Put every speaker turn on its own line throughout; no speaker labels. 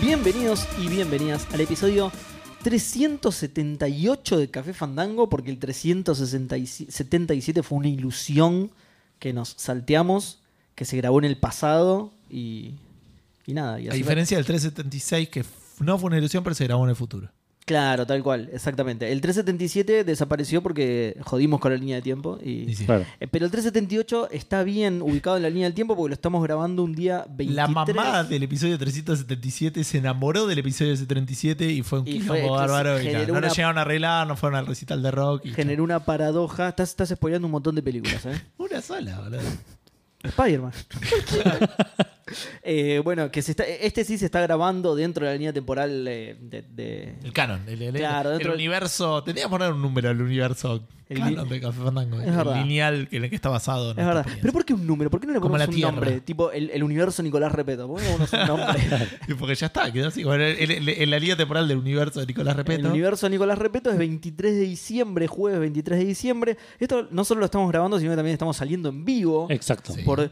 Bienvenidos y bienvenidas al episodio 378 de Café Fandango, porque el 377 fue una ilusión que nos salteamos, que se grabó en el pasado y, y nada. Y
A
así-
diferencia del 376, que f- no fue una ilusión, pero se grabó en el futuro.
Claro, tal cual, exactamente. El 377 desapareció porque jodimos con la línea de tiempo y...
Y sí.
Claro.
Eh, Pero el 378 está bien ubicado en la línea del tiempo porque lo estamos grabando un día 23.
La mamá del episodio 377 se enamoró del episodio 377 y fue un
Y
quilombo
fue-
bárbaro. y
generó
nada, no lo
una-
llegaron a arreglar, no fueron al recital de rock. y
generó una paradoja. Estás, estás spoileando un montón de películas, ¿eh?
Una sola, boludo.
Spider-Man. Eh, bueno, que se está, este sí se está grabando dentro de la línea temporal eh, de, de-
El canon. El, el-
Claro,
el
dentro del-
universo. Tendríamos que poner un número al universo
El
canon de Café Fandango.
Es
el
verdad.
lineal que- en el que está basado.
Es verdad. ¿Pero por qué un número? ¿Por qué no le
Como
ponemos
la
un
Tierra.
nombre? Tipo el, el universo Nicolás Repeto. ¿Por qué no le ponemos un nombre?
Porque ya está, quedó así. Bueno, el- el- en la línea temporal del universo de Nicolás
El
Repeto.
universo Nicolás Repeto es 23 de diciembre, jueves 23 de diciembre. Esto no solo lo estamos grabando, sino que también estamos saliendo en vivo.
Exacto.
Sí.
por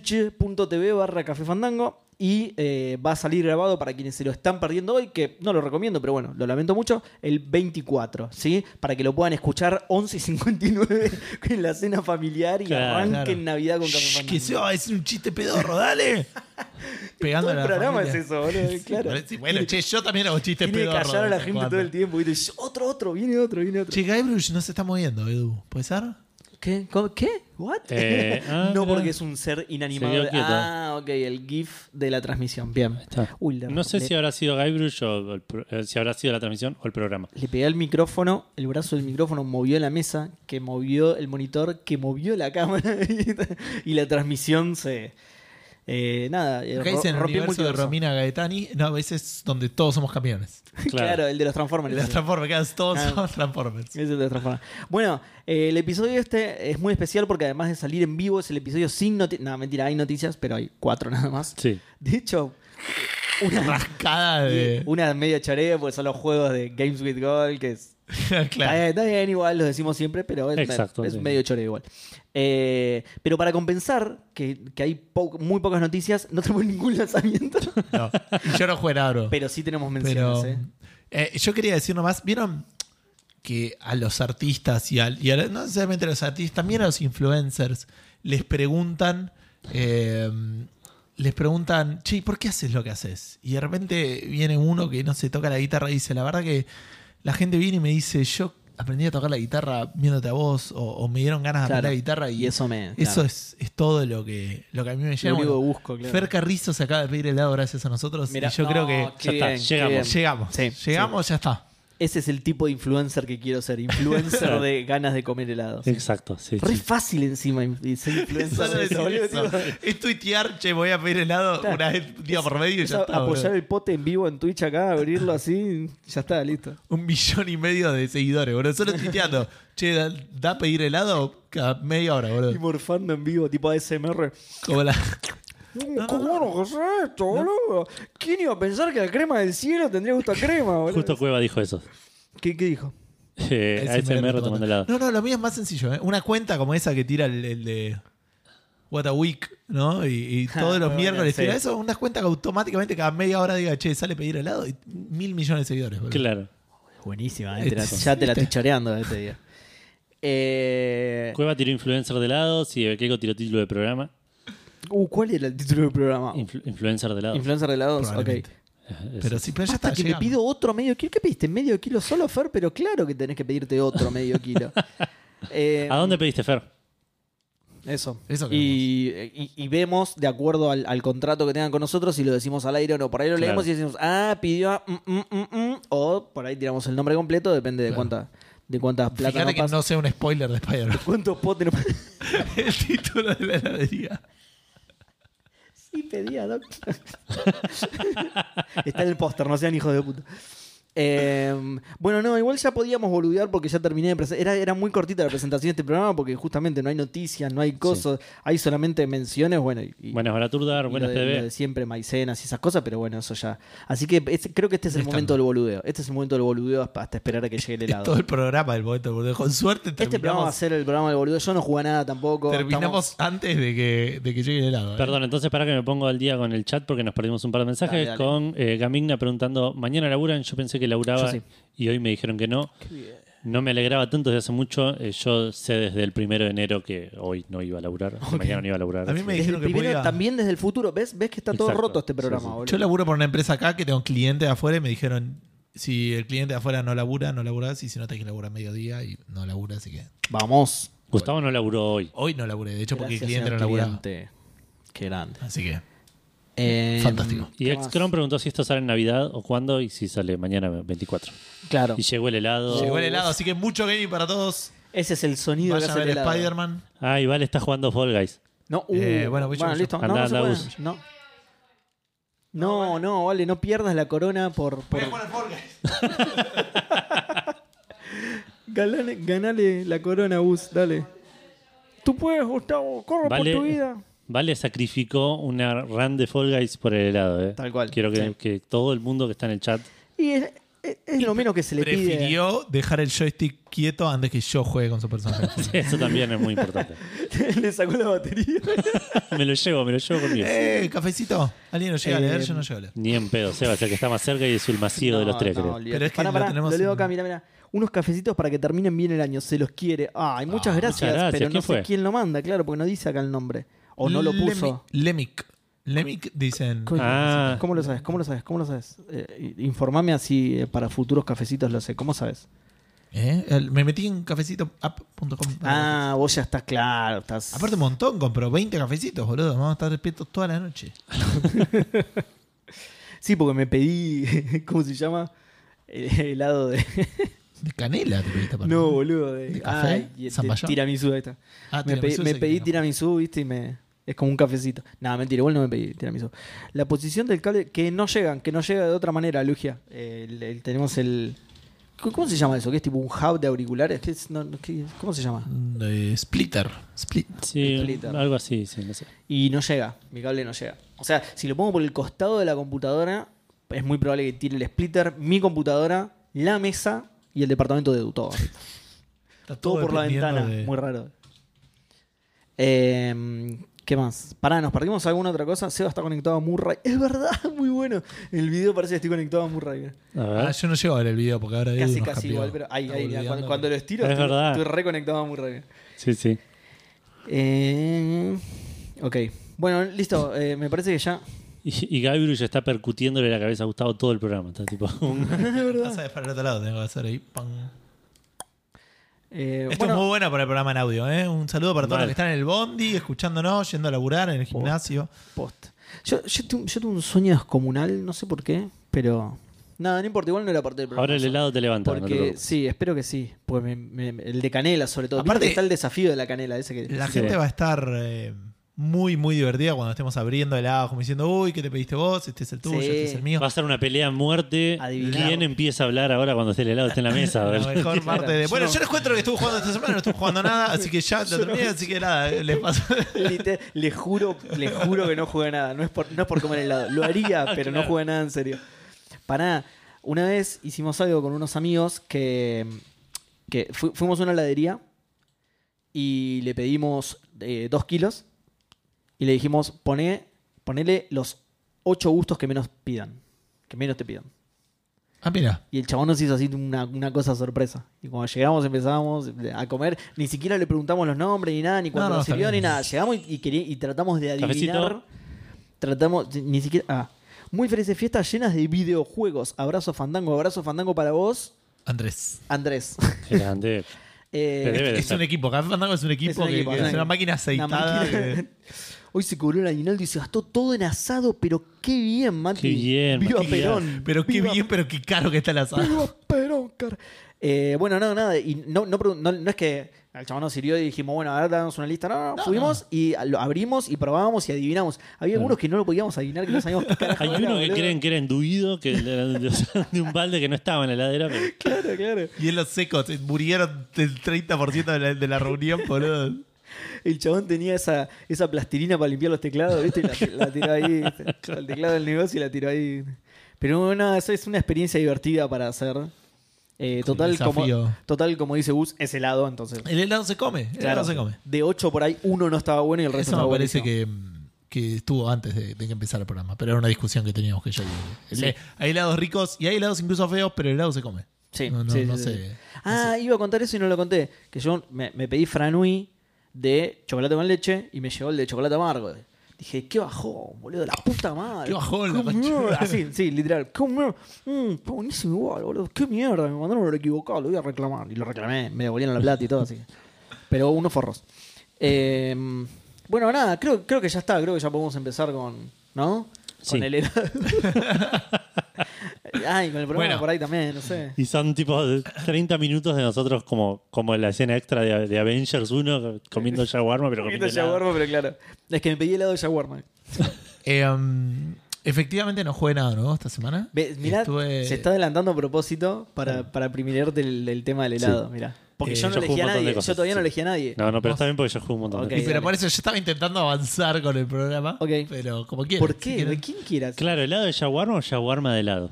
twitch.tv barra Café Fandango y eh, va a salir grabado para quienes se lo están perdiendo hoy, que no lo recomiendo, pero bueno, lo lamento mucho, el 24, ¿sí? Para que lo puedan escuchar 11 y 59 en la cena familiar y
Claro,
arranquen
claro.
Navidad con Café
Shh,
Fandango.
que se va a decir un chiste pedorro, dale. Pegando
Todo el
a la
programa
familia.
es eso, boludo, claro.
parece- bueno, che, yo también hago chistes
Tiene que
pedorros.
callar a
de
la
vez en
gente
cuando.
todo el tiempo y dice, otro, otro, viene otro, viene otro.
Che, Guybrush no se está moviendo, Edu. ¿Puede ser?
¿Qué? ¿Cómo- ¿Qué? ¿What?
Eh, ah,
no,
mirá.
porque es un ser inanimado.
Se quedó quieto.
Ah, ok, el GIF de la transmisión. Bien.
Está.
Uy, le-
No sé
le-
si habrá sido Guybrush o el pro- eh, si habrá sido la transmisión o el programa.
Le pegué al micrófono, el brazo del micrófono movió la mesa, que movió el monitor, que movió la cámara y la transmisión se... eh, nada, eh,
Acá dice en
ro-
el
rompí el
universo de
multiverso.
Romina Gaetani. No, a veces donde todos somos campeones.
Claro.
Claro.
el de los Transformers.
Los
ese.
Transformers, acá todos
Ah.
somos Transformers.
Ese es el de los Transformers. Bueno, eh, el episodio este es muy especial porque además de salir en vivo es el episodio sin noticias. No, mentira, hay noticias, pero hay cuatro nada más.
Sí.
De hecho, una,
Rascada de.
una media charea porque son los juegos de Games with Gold, que es Está bien,
claro.
está bien, igual los decimos siempre, pero es,
Exacto,
es
sí.
medio choreo igual. Eh, pero para compensar que, que hay po- muy pocas noticias, no tenemos ningún lanzamiento,
No. Y yo no jugué nada, bro.
pero sí tenemos menciones.
Pero
¿eh?
eh, yo quería decir nomás, ¿vieron que a los artistas y, al, y a- no necesariamente a los artistas, también a los influencers les preguntan, eh, les preguntan, che, ¿por qué haces lo que haces? Y de repente viene uno que no se toca la guitarra y dice, la verdad que la gente viene y me dice, yo aprendí a tocar la guitarra viéndote a vos o, o me dieron ganas de
Claro,
aprender la guitarra y,
Y eso me.
eso
claro,
es, es todo lo que, lo que a mí me
lo
llena.
único que
Bueno,
busco, claro.
Fer Carrizo se acaba de pedir helado gracias a nosotros
Mirá,
y yo
no,
creo que...
qué
Ya está,
bien, qué
llegamos.
bien.
Llegamos.
Sí,
Llegamos, ya está.
Ese es el tipo de influencer que quiero ser: influencer de ganas de comer helado.
Exacto. Sí,
Re
sí.
fácil encima y ser
Es
influencer.
solo
de eso,
decir
boludo,
eso.
tipo,
Es tuitear, che, voy a pedir helado
Claro.
una vez un día por medio y
es
ya está.
apoyar
boludo.
el pote en vivo en Twitch acá, abrirlo así, ya está, listo.
Un millón y medio de seguidores, boludo. Solo tuiteando. che, da, da pedir helado cada media hora,
Y
boludo.
morfando en vivo, tipo ASMR.
Como la-
No, ¿Cómo no, es esto, boludo? ¿Quién iba a pensar que la crema del cielo tendría gusto a crema, boludo?
Justo Cueva dijo eso.
¿Qué, qué dijo?
Eh, ASMR tomando helado.
No, no, lo mío es más sencillo. ¿eh? Una cuenta como esa que tira el, el de What a Week, ¿no? Y, y
Ja,
todos los
muy
miércoles
Ah, bueno, sí.
tira eso. Una cuenta que automáticamente cada media hora diga, che, sale a pedir helado y mil millones de seguidores, boludo.
Claro.
Buenísima,
eh, te la-
ya te la estoy choreando este día. Eh,
Cueva tiró influencer de lados y Keiko tiró título de programa.
uh, ¿Cuál era el título del programa?
Influ- influencer de lados.
Influencer de la 2, ok.
Probablemente. Pero sí, pero ya
Basta
está.
que me
llegamos.
pido otro medio kilo. ¿Qué pediste? ¿Medio kilo solo, Fer? Pero claro que tenés que pedirte otro medio kilo. Eh,
¿A dónde pediste, Fer?
Eso.
Eso
y, y- y vemos, de acuerdo al, al contrato que tengan con nosotros, si lo decimos al aire o no. Por ahí lo
Claro.
leemos y decimos, ah, pidió a... mm, mm, mm, mm", o por ahí tiramos el nombre completo, depende de
Claro.
cuánta, de cuántas plata
Fíjate
nos
que
pasa.
no sea un spoiler de Spider-Man.
¿Cuántos potes nos
el título de la heladería.
Sí, pedía, doctor. Está en el póster, no sean hijos de puta. Eh, bueno, no, igual ya podíamos boludear porque ya terminé de presen- Era, era muy cortita la presentación de este programa porque justamente no hay noticias, no hay cosas, hay solamente menciones, bueno, y,
Buenas Baraturdar,
y lo
buenas
de- lo
TV.
de siempre, maicenas y esas cosas, pero bueno, eso ya. Así que este- creo que este es el
Estándar.
momento del boludeo. Este es el momento del boludeo hasta hasta esperar a que llegue el
Es
helado.
todo el programa del momento, boludo. Con suerte
Este programa va a
terminamos,
ser el programa del boludeo. Yo no jugué a nada tampoco.
terminamos antes de que, de que llegue el helado. ¿eh?
Perdón, entonces para que me pongo al día con el chat porque nos perdimos un par de mensajes
Dale, dale.
con eh, Gamigna preguntando, mañana laburan, yo pensé que laburaba
Yo sí.
y hoy me dijeron que no. No me alegraba tanto desde hace mucho, eh, yo sé desde el primero de enero que hoy no iba a laburar, que mañana no iba a laburar.
A mí
así
me
que-
Desde el
dijeron que
primero,
podía-
también desde el futuro. ¿Ves? ¿Ves que está todo
Exacto.
roto este programa,
Sí, sí.
boludo?
Yo laburo por una empresa acá que tengo clientes de afuera y me dijeron: si el cliente de afuera no labura, no laburás. Y si no, tenés que laburar a mediodía y no labura. Así que
Vamos.
Gustavo no laburó hoy.
hoy no laburé. De hecho, porque el
Gracias,
cliente no
señor
laburaba.
cliente. Qué grande.
Así que
Eh,
Fantástico.
Y
¿qué más?
Excron preguntó si esto sale en Navidad o cuándo y si sale mañana 24.
Claro.
Y llegó el helado.
llegó el helado. Así que mucho gaming para todos.
Ese es el sonido que
Vayan a
hace el
ver
helado.
Spider-man.
Ah, Iván está jugando Fall Guys.
No, uh,
Eh,
bueno,
bueno, voy yo, voy yo.
listo. no,
Andá,
no, se
andá,
puede.
Gus.
no. No, no, vale, no pierdas la corona por. por... Ganale, ganale la corona, Gus, dale. Tú puedes, Gustavo, corro
Vale, vale sacrificó una run de Fall Guys por el helado. eh.
Tal cual,
Quiero que,
sí.
que todo el mundo que está en el chat.
Y es, es- es lo menos que se le pide.
Prefirió dejar el joystick quieto antes que yo juegue con su personaje.
Eso también es muy importante.
le sacó la batería.
Me lo llevo, me lo llevo conmigo.
¡Eh, cafecito! ¿Alguien lo llega a leer?
Eh,
Yo no llego a leer.
Ni en pedo, Seba, es el que está más cerca y es el masivo de los tres, creo.
olvídate.
Pero es que
Pará,
lo
pará,
tenemos
lo leo
en-
acá, mira, mira. Unos cafecitos para que terminen bien el año, se los quiere. Ay, muchas gracias,
Ah, muchas gracias.
pero no
¿Quién
sé
fue?
quién lo manda, claro, porque no dice acá el nombre. O no lo puso.
Lemi- Lemic. Lemic dicen.
Coño,
Ah.
¿Cómo lo sabes? ¿Cómo lo sabes? ¿Cómo lo sabes? Eh, informame así eh, para futuros cafecitos, lo sé. ¿Cómo sabes?
¿Eh? El- Me metí en cafecitoapp.com.
Ah, vos ya estás claro. Estás...
Aparte un montón, compró 20 cafecitos, boludo. Vamos a estar despiertos toda la noche.
Sí, porque me pedí, ¿cómo se llama? El helado de.
De canela te pediste para
No, boludo, de.
¿De café?
Ay, y- de
¿Zamballón?
tiramisú, ahí está.
Ah,
me pedí,
tiramisú
me
ese
pedí
que-
tiramisú, viste, y me. Es como un cafecito. Nada, mentira, igual no me pedí tiramisú. La posición del cable, que no llegan, que no llega de otra manera, Lugia. El- el- tenemos el. ¿Cómo cómo se llama eso? ¿Qué es tipo un hub de auriculares? ¿Qué es? No, no, ¿qué- ¿Cómo se llama?
Mm, eh, Splitter. Split.
Sí,
Splitter.
algo así, sí, no sé.
Y no llega, mi cable no llega. O sea, si lo pongo por el costado de la computadora, es muy probable que tire el splitter, mi computadora, la mesa y el departamento de Edu, todo.
Está
Todo por la
dependiendo
ventana,
de-
muy raro. Eh, ¿Qué más? Pará, ¿nos partimos alguna otra cosa? Seba está conectado a Murray. Es verdad, muy bueno. En el video parece que estoy conectado a Murray.
A ver.
Ah, yo no llego a ver el video porque ahora Edu
Casi,
nos
casi
cambió.
igual, pero ahí,
Está
ahí, mira, cuando,
boludeando.
cuando lo estiro,
Es
estoy,
verdad.
estoy reconectado a Murray.
Sí, sí.
Eh, ok, bueno, listo. eh, me parece que ya.
Y, y Gabriel ya está percutiéndole la cabeza a Gustavo todo el programa. Está tipo un-
Pasa de para el otro lado, tengo que hacer ahí. pam.
Eh,
Esto
bueno,
es muy bueno para el programa en audio, ¿eh? Un saludo para todos los
Mal.
que están en el bondi, escuchándonos, yendo a laburar en el gimnasio.
Post. Yo, yo, tu- yo tuve un sueño descomunal, no sé por qué, pero. Nada, no importa, igual no era parte del programa.
Ahora el
eso.
helado te levanta. no te
Porque
preocupes.
sí, espero que sí. Pues me- me- me- el de canela, sobre todo.
Aparte-
Aparte está el desafío de la canela, ese que.
La
Sí.
gente va a estar eh, muy, muy divertida cuando estemos abriendo el ajo, diciendo, uy, ¿qué te pediste vos? Este es el tuyo,
Sí.
este es el mío.
Va a ser una pelea a muerte.
Adivinar.
¿Quién empieza a hablar ahora cuando esté el helado esté en la mesa?
La
¿verdad?
mejor parte de-
Yo
Bueno,
no-
yo les cuento lo que estuve jugando esta semana, no estuve jugando nada, así que ya lo terminé, así que nada, les paso.
Liter- le juro, le juro que no jugué nada. No es por, no es por comer helado. Lo haría, pero no jugué nada en serio. Para una vez hicimos algo con unos amigos que, que fu- fuimos a una heladería y le pedimos eh, dos kilos y le dijimos, Poné, ponele los ocho gustos que menos pidan, que menos te pidan.
Ah, mira.
Y el chabón nos hizo así una, una cosa sorpresa. Y cuando llegamos empezábamos a comer, ni siquiera le preguntamos los nombres, ni nada, ni cuándo
no,
nos
está
sirvió, ni
bien.
nada. Llegamos y, y querí- y tratamos de adivinar.
Cafecito.
Tratamos, ni siquiera... ah. Muy felices fiestas llenas de videojuegos. Abrazo fandango, abrazo fandango para vos,
Andrés.
Andrés.
Grande.
Eh,
Te debe de
Es
ser.
un equipo, Café Fandango es un equipo,
Es un
que-
equipo,
que,
es un
es una
equipo.
máquina
Una
aceitada.
máquina.
que-
Hoy se cobró el aguinaldo y se gastó todo en asado, pero qué bien, Mati.
Qué bien,
Viva
Mati,
Perón.
Pero qué
Viva
bien, pero qué caro que está el asado.
Viva Perón, car- Eh, bueno, no, nada. Y no, no, pregun- no- no es que El chabón nos sirvió y dijimos, bueno, ahora damos una lista. No, no,
No,
fuimos y lo abrimos y probábamos y adivinamos. Había algunos que no lo podíamos adivinar, que no sabíamos qué carajo
Hay
era,
uno que
boludo.
creen que era enduido, que era de, de- de un balde que no estaba en la heladera, pero
Claro, claro.
Y en los secos, se murieron el 30% de la, de la reunión, boludo.
El chabón tenía esa, esa plastilina para limpiar los teclados, ¿viste? Y la, la tiró ahí, ¿viste? el teclado del negocio y la tiró ahí. Pero nada, eso es una experiencia divertida para hacer. Eh, total, como,
desafío.
total, como dice Gus, es helado, entonces.
El helado se come, el
Claro,
helado se come.
de 8 por ahí, uno no estaba bueno y el resto
Eso
estaba
me parece
buenísimo.
que, mm, que estuvo antes de, de que empezara el programa, pero era una discusión que teníamos que yo.
Sí.
Hay helados ricos y hay helados incluso feos, pero el helado se come.
Sí,
no, no-
sí,
no
sí, sí.
sé.
Ah, iba a contar eso y no lo conté. Que yo me, me pedí franui de chocolate con leche y me llegó el de chocolate amargo. Dije, qué bajón, boludo, la puta madre.
Qué bajón, la
Qué
concha.
mierda. Así, sí, literal. Qué mierda. Mm, está buenísimo igual, boludo. Qué mierda, me mandaron lo equivocado, lo voy a reclamar. Y lo reclamé, me devolvieron la plata y todo así. Pero unos forros. Eh, bueno, nada, creo, creo que ya está. Creo que ya podemos empezar con. ¿No?
Sí.
Con el helado. Ay, con el programa
Bueno.
por ahí también, no sé.
Y son tipo de 30 minutos de nosotros como, como la escena extra de, de Avengers 1 comiendo shawarma, pero
Poquito
comiendo
de
helado.
shawarma, pero claro. Es que me pedí helado de shawarma.
Eh, um, efectivamente no jugué nada nuevo esta semana.
Ve, mirá,
Estuve-
se está adelantando a propósito para, para privilegiarte el, el tema del helado, mirá. Porque
Eh,
yo no
yo
elegí
jugué
a
un montón de
nadie, yo
cosas,
todavía no
sí.
elegí a nadie.
No, no, pero está bien porque yo jugué un montón
Ok.
de
Y
cosas.
pero
dale.
por eso yo estaba intentando avanzar con el programa.
Ok.
Pero como quieras.
¿Por
si
qué?
quieres.
¿De quién quieras?
Claro, helado de shawarma o shawarma de helado.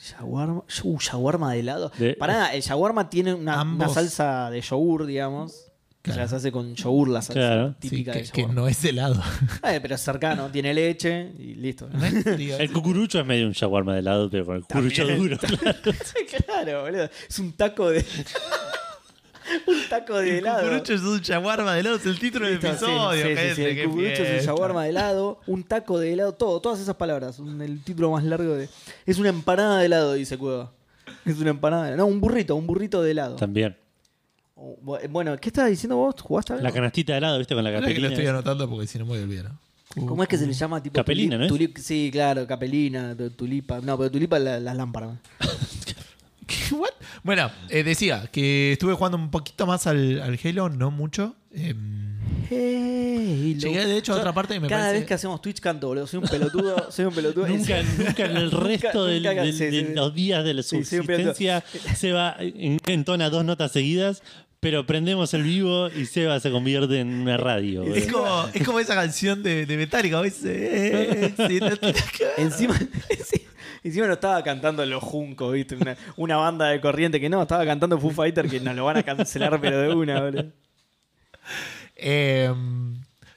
Shawarma. Uh, shawarma de helado.
De-
Pará, el shawarma tiene una, una
Ambos.
salsa de yogur, digamos. Que
Claro.
se hace con yogur la salsa
Claro.
Sí,
típica
que,
de
que
shawarma.
no es helado.
Eh, pero es cercano, tiene leche y listo.
No es- digo,
El cucurucho es medio un shawarma de helado, pero con el cucurucho duro. claro.
claro, boludo. Es un taco de. un taco de
el
helado.
cucurucho es un shawarma de helado, es el título del
Listo, sí,
episodio.
sí, sí,
gente,
sí, el
qué
cucurucho es un
fiesta.
shawarma de helado, un taco de helado, todo, todas esas palabras. un- el título más largo de. Es una empanada de helado, dice Cueva. Es una empanada. de- No, un burrito, un burrito de helado.
También.
O- bu- eh, Bueno, ¿qué estabas diciendo vos? ¿Jugaste algo?
La canastita de helado, ¿viste? Con la
Ahora que lo estoy
capelina.
anotando porque si no me voy a olvidar.
¿Cómo es que se le llama tipo
Capelina,
tulip-
¿no es?
tulip- sí, claro, capelina, tu- tulipa. No, pero tulipa es la, la lámpara.
¿Qué? What? Bueno, eh, decía que estuve jugando un poquito más al, al Halo, no mucho. Eh,
Hey, lo-
Llegué, de hecho, a
Yo-
otra parte que me
Cada
parece-
vez que hacemos Twitch canto, boludo. Soy un pelotudo, soy un pelotudo.
Nunca, nunca en el resto del-
nunca-
del-
sí,
de
sí, sí.
los días de la
Sí, sí, un pelotudo.
subsistencia, Seba en- entona dos notas seguidas, pero prendemos el vivo y Seba se convierte en una radio. boludo.
es, como, es como esa canción de, de Metallica. ¿ves? Eh, sí, no tiene que ver.
Encima, sí, encima no estaba cantando Los Juncos, ¿viste? Una, una banda de corriente que no, estaba cantando Foo Fighter que nos lo van a cancelar, pero de una, boludo.
Eh,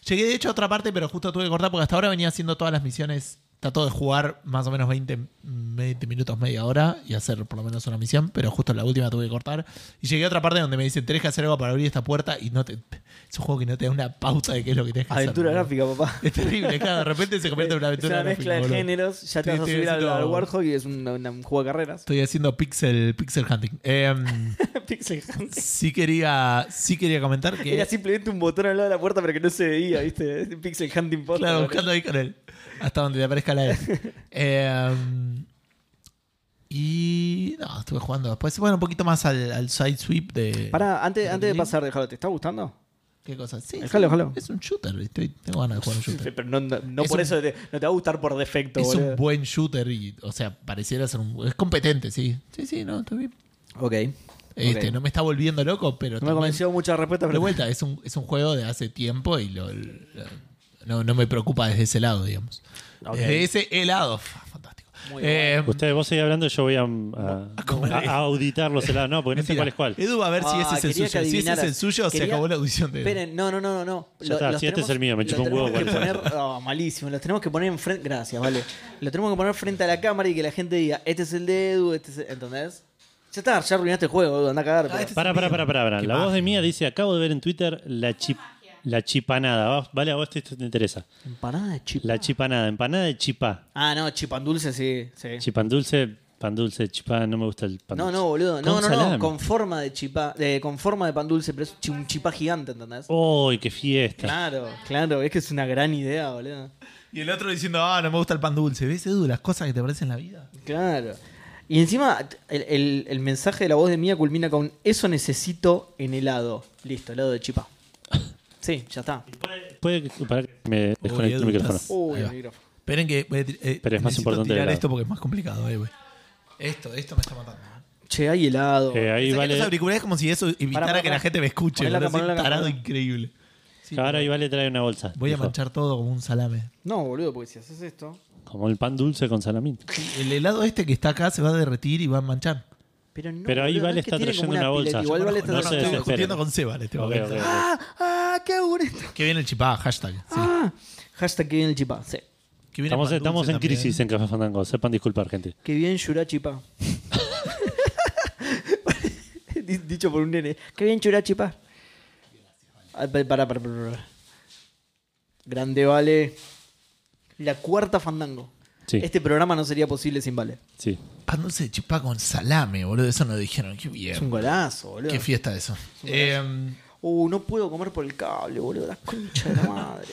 llegué de hecho a otra parte, pero justo tuve que cortar porque hasta ahora venía haciendo todas las misiones. Trato de jugar más o menos 20, 20 minutos, media hora y hacer por lo menos una misión, pero justo la última tuve que cortar. Y llegué a otra parte donde me dicen, tenés que hacer algo para abrir esta puerta y no te... Es un juego que no te da una pauta de qué es lo que tenés que
Aventura
hacer.
gráfica, papá.
Es terrible, claro, de repente se convierte en una aventura
es una
gráfica,
mezcla de
boludo.
géneros, ya te vas a
Estoy- estoy
subir al,
haciendo-
al Warhog y es un, una- un juego de carreras.
Estoy haciendo pixel, pixel hunting. Eh,
Pixel Hunt.
sí, quería, sí quería comentar que...
Era simplemente un botón al lado de la puerta, pero que no se veía, ¿viste? Pixel Hunting Potter.
Claro, buscando ahí con él. Hasta donde te aparezca la E. Eh, y. No, estuve jugando después. Bueno, un poquito más al, al side sweep de.
Pará, antes,
¿Pero
antes de
qué?
pasar, déjalo, ¿te está gustando?
¿Qué cosa? Sí.
El
sí,
Halo, Halo.
Es un shooter. estoy- tengo ganas de jugar un shooter.
Pero no, no- no
Es
por
un-
eso te- no te va a gustar por defecto,
Es
boludo.
un buen shooter y, o sea, pareciera ser un. Es competente, sí. Sí, sí, no, estoy bien.
Ok.
Este,
Ok.
No me está volviendo loco,
No
pero.
me
también-
convenció muchas respuestas,
De
pero
vuelta, es un, es un juego de hace tiempo y lo, lo- no, no me preocupa desde ese lado, digamos.
Ok.
Desde ese helado. Fantástico.
Muy
Eh,
Ustedes, vos seguís hablando, yo voy a, mm, a-
comer.
a- a auditar los helados. No, porque no sé
Mentira.
este, cuál es cuál.
Edu va a ver si
Ah,
ese es el
quería
suyo.
que
Si ese es
adivinaras.
el suyo, se
Quería-
acabó la audición de Edu.
Esperen, no, no, no, no, no.
Este, Ya está, si este es el mío, me
los
chupa un
tenemos
huevo
que
cuál es el
poner, Ah, malísimo, los tenemos que poner enfrente. Gracias, vale. Los tenemos que poner frente a la cámara y que la gente diga, este es el de Edu, este es el. ¿Entendés? Ya está, ya arruinaste el juego, Edu, anda a cagar.
Ah,
pero-
este-
Pará, pará, pará, pará. pará.
Qué
La voz
magia.
de Mía dice, acabo de ver en Twitter la, chip, la chipanada. Vos- Vale, a vos esto te interesa.
Empanada de chip.
La chipanada, empanada de chipá.
Ah, no, chipan dulce, sí. sí.
Chipan dulce, pan dulce, chipá, no me gusta el pan
No,
dulce.
no, boludo. No,
Con
no, no.
salame.
Con forma de chipá. de- con forma de pan dulce, pero es chi- un chipá gigante, ¿entendés?
¡Uy, qué fiesta!
Claro, claro. Es que es una gran idea, boludo.
Y el otro diciendo, ah, no me gusta el pan dulce. ¿Ves, Edu, las cosas que te parecen en la vida?
Claro. Y encima, el, el- el mensaje de la voz de Mía culmina con: Eso necesito en helado. Listo, helado de chipá. Sí, ya está.
Puede que, pará que me desconecte el
Uy, Edu,
micrófono.
estás-
Uy,
Ahí
el
va.
micrófono.
Esperen que voy a tir- eh,
Pero es más
necesito
importante el
tirar
helado.
esto porque es más complicado, eh, güey. Esto, esto me está matando.
Che, hay helado.
Eh, ahí
Saqué
vale,
los auriculares como si eso evitara
Pará, pará,
que la
pará.
gente me escuche.
Poné la
boludo.
capa,
Soy
poné la
un
capa.
tarado increíble. Sí,
ahora ahí vale trae una bolsa.
voy a
dijo.
manchar todo como un salame.
No, boludo, porque si haces esto.
Como el pan dulce con salamín.
El helado este que está acá se va a derretir y va a manchar.
Pero, no,
Pero ahí
boludo, no
Vale
es que
está
tiene como
trayendo una bolsa.
pileta, Igual
Yo
Vale está
conozco- no
no,
se
estoy
trayendo-
desesperen.
discutiendo con Seba en este
Ok,
momento.
ok, ok.
¡Ah! ¡Ah! ¡Qué bonito!
Que viene el chipá, hashtag. sí.
¡Ah! Hashtag que bien el chipá. Sí.
Que viene
Estamos,
pan dulce
estamos en
también. ¿eh?
crisis eh. en Café Fandango. Sepan disculpar, gente.
Que bien Yura chipá. Di- Dicho por un nene. Que bien Yura chipá. Ah, pa- Pará, pará, pará, pará. Grande Vale. La cuarta fandango.
Sí.
Este programa no sería posible sin Vale.
Sí.
Pan dulce de Ah, chipá con salame, boludo. Eso nos dijeron. Qué
Es un
bien.
golazo, boludo.
Qué fiesta eso. Eh,
Uh, no puedo comer por el cable, boludo. La concha de la madre.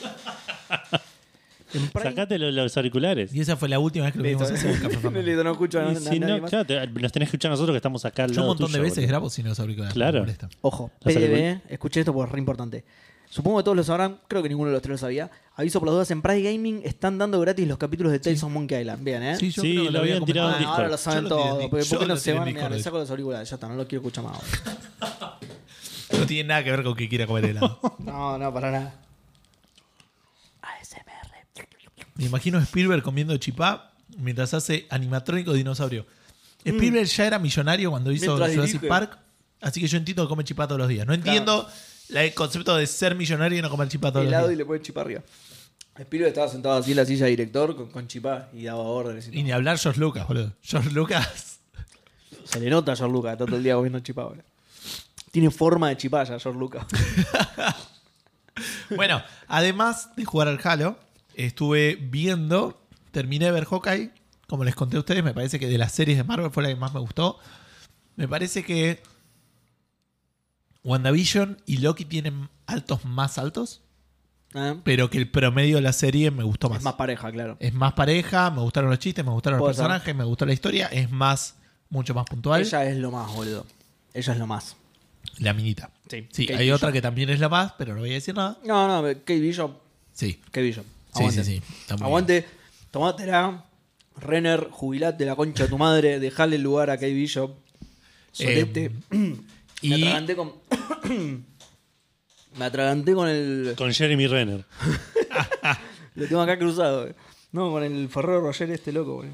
En Prime-
Sacate lo- los auriculares.
y esa fue la última vez que lo
Listo.
vimos hacer en Café Fandango.
Listo, no escucho a
Y
na-
si
nadie
no,
más.
claro, te- nos tenés que escuchar nosotros que estamos acá al
Yo
lado
un montón de
tuyo,
veces
boludo.
grabo sin los auriculares.
Claro.
me molesta.
Ojo,
Los
PDB, escuché esto porque es re importante. Supongo que todos lo sabrán, creo que ninguno de los tres lo sabía. Aviso por las dudas, en Pride Gaming están dando gratis los capítulos de Tales of Monkey Island. Bien, ¿eh?
Sí,
creo que había
lo habían tirado
Bueno,
en
comentado.
Discord.
ahora lo saben todo. Porque
Yo
¿Por qué
lo
no se
tiré en
van? Mirá,
Discord.
le saco los auriculares, ya está, no lo quiero escuchar más. ahora.
No tiene nada que ver con que quiera comer helado.
No, no, para nada. ASMR.
Me imagino a Spielberg comiendo chipá mientras hace animatrónico dinosaurio. Spielberg ya era millonario cuando hizo
Mm. Mientras
Jurassic
dirige.
Park, así que yo entiendo que come chipá todos los días. No entiendo la- el concepto de ser millonario y no comer chipá todos los
Helado y
días.
le ponen chipá arriba. Spiro estaba sentado así en la silla de director con, con chipá y daba órdenes.
Y
Y
ni hablar George Lucas, boludo. George Lucas.
todo. Se le nota a George Lucas, está todo el día comiendo chipá ahora. Tiene forma de chipá ya, George Lucas.
Bueno, además de jugar al Halo, estuve viendo, terminé de ver Hawkeye. Como les conté a ustedes, me parece que de las series de Marvel fue la que más me gustó. Me parece que WandaVision y Loki tienen altos más altos,
¿Eh?
pero que el promedio de la serie me gustó más.
Es más pareja, claro.
Es más pareja, me gustaron los chistes, me gustaron los
Puede ser.
personajes, me gustó la historia, es más, mucho más puntual.
Ella es lo más, boludo. Ella es lo más.
La minita.
Sí,
Sí,
Kate
hay
Bishop.
otra que también es la más, pero no voy a decir nada.
No, no, Kate Bishop.
Sí.
Kate Bishop.
Sí,
Aguante.
sí, sí. Está muy
Aguante, tomátela. Renner, jubilate la concha de tu madre. Dejale el lugar a Kate Bishop. Solete. Me
Eh, Y
atraganté con. Me atraganté con el.
Con Jeremy Renner.
Lo tengo acá cruzado. eh. No, con el Ferrero Roger este loco, boludo.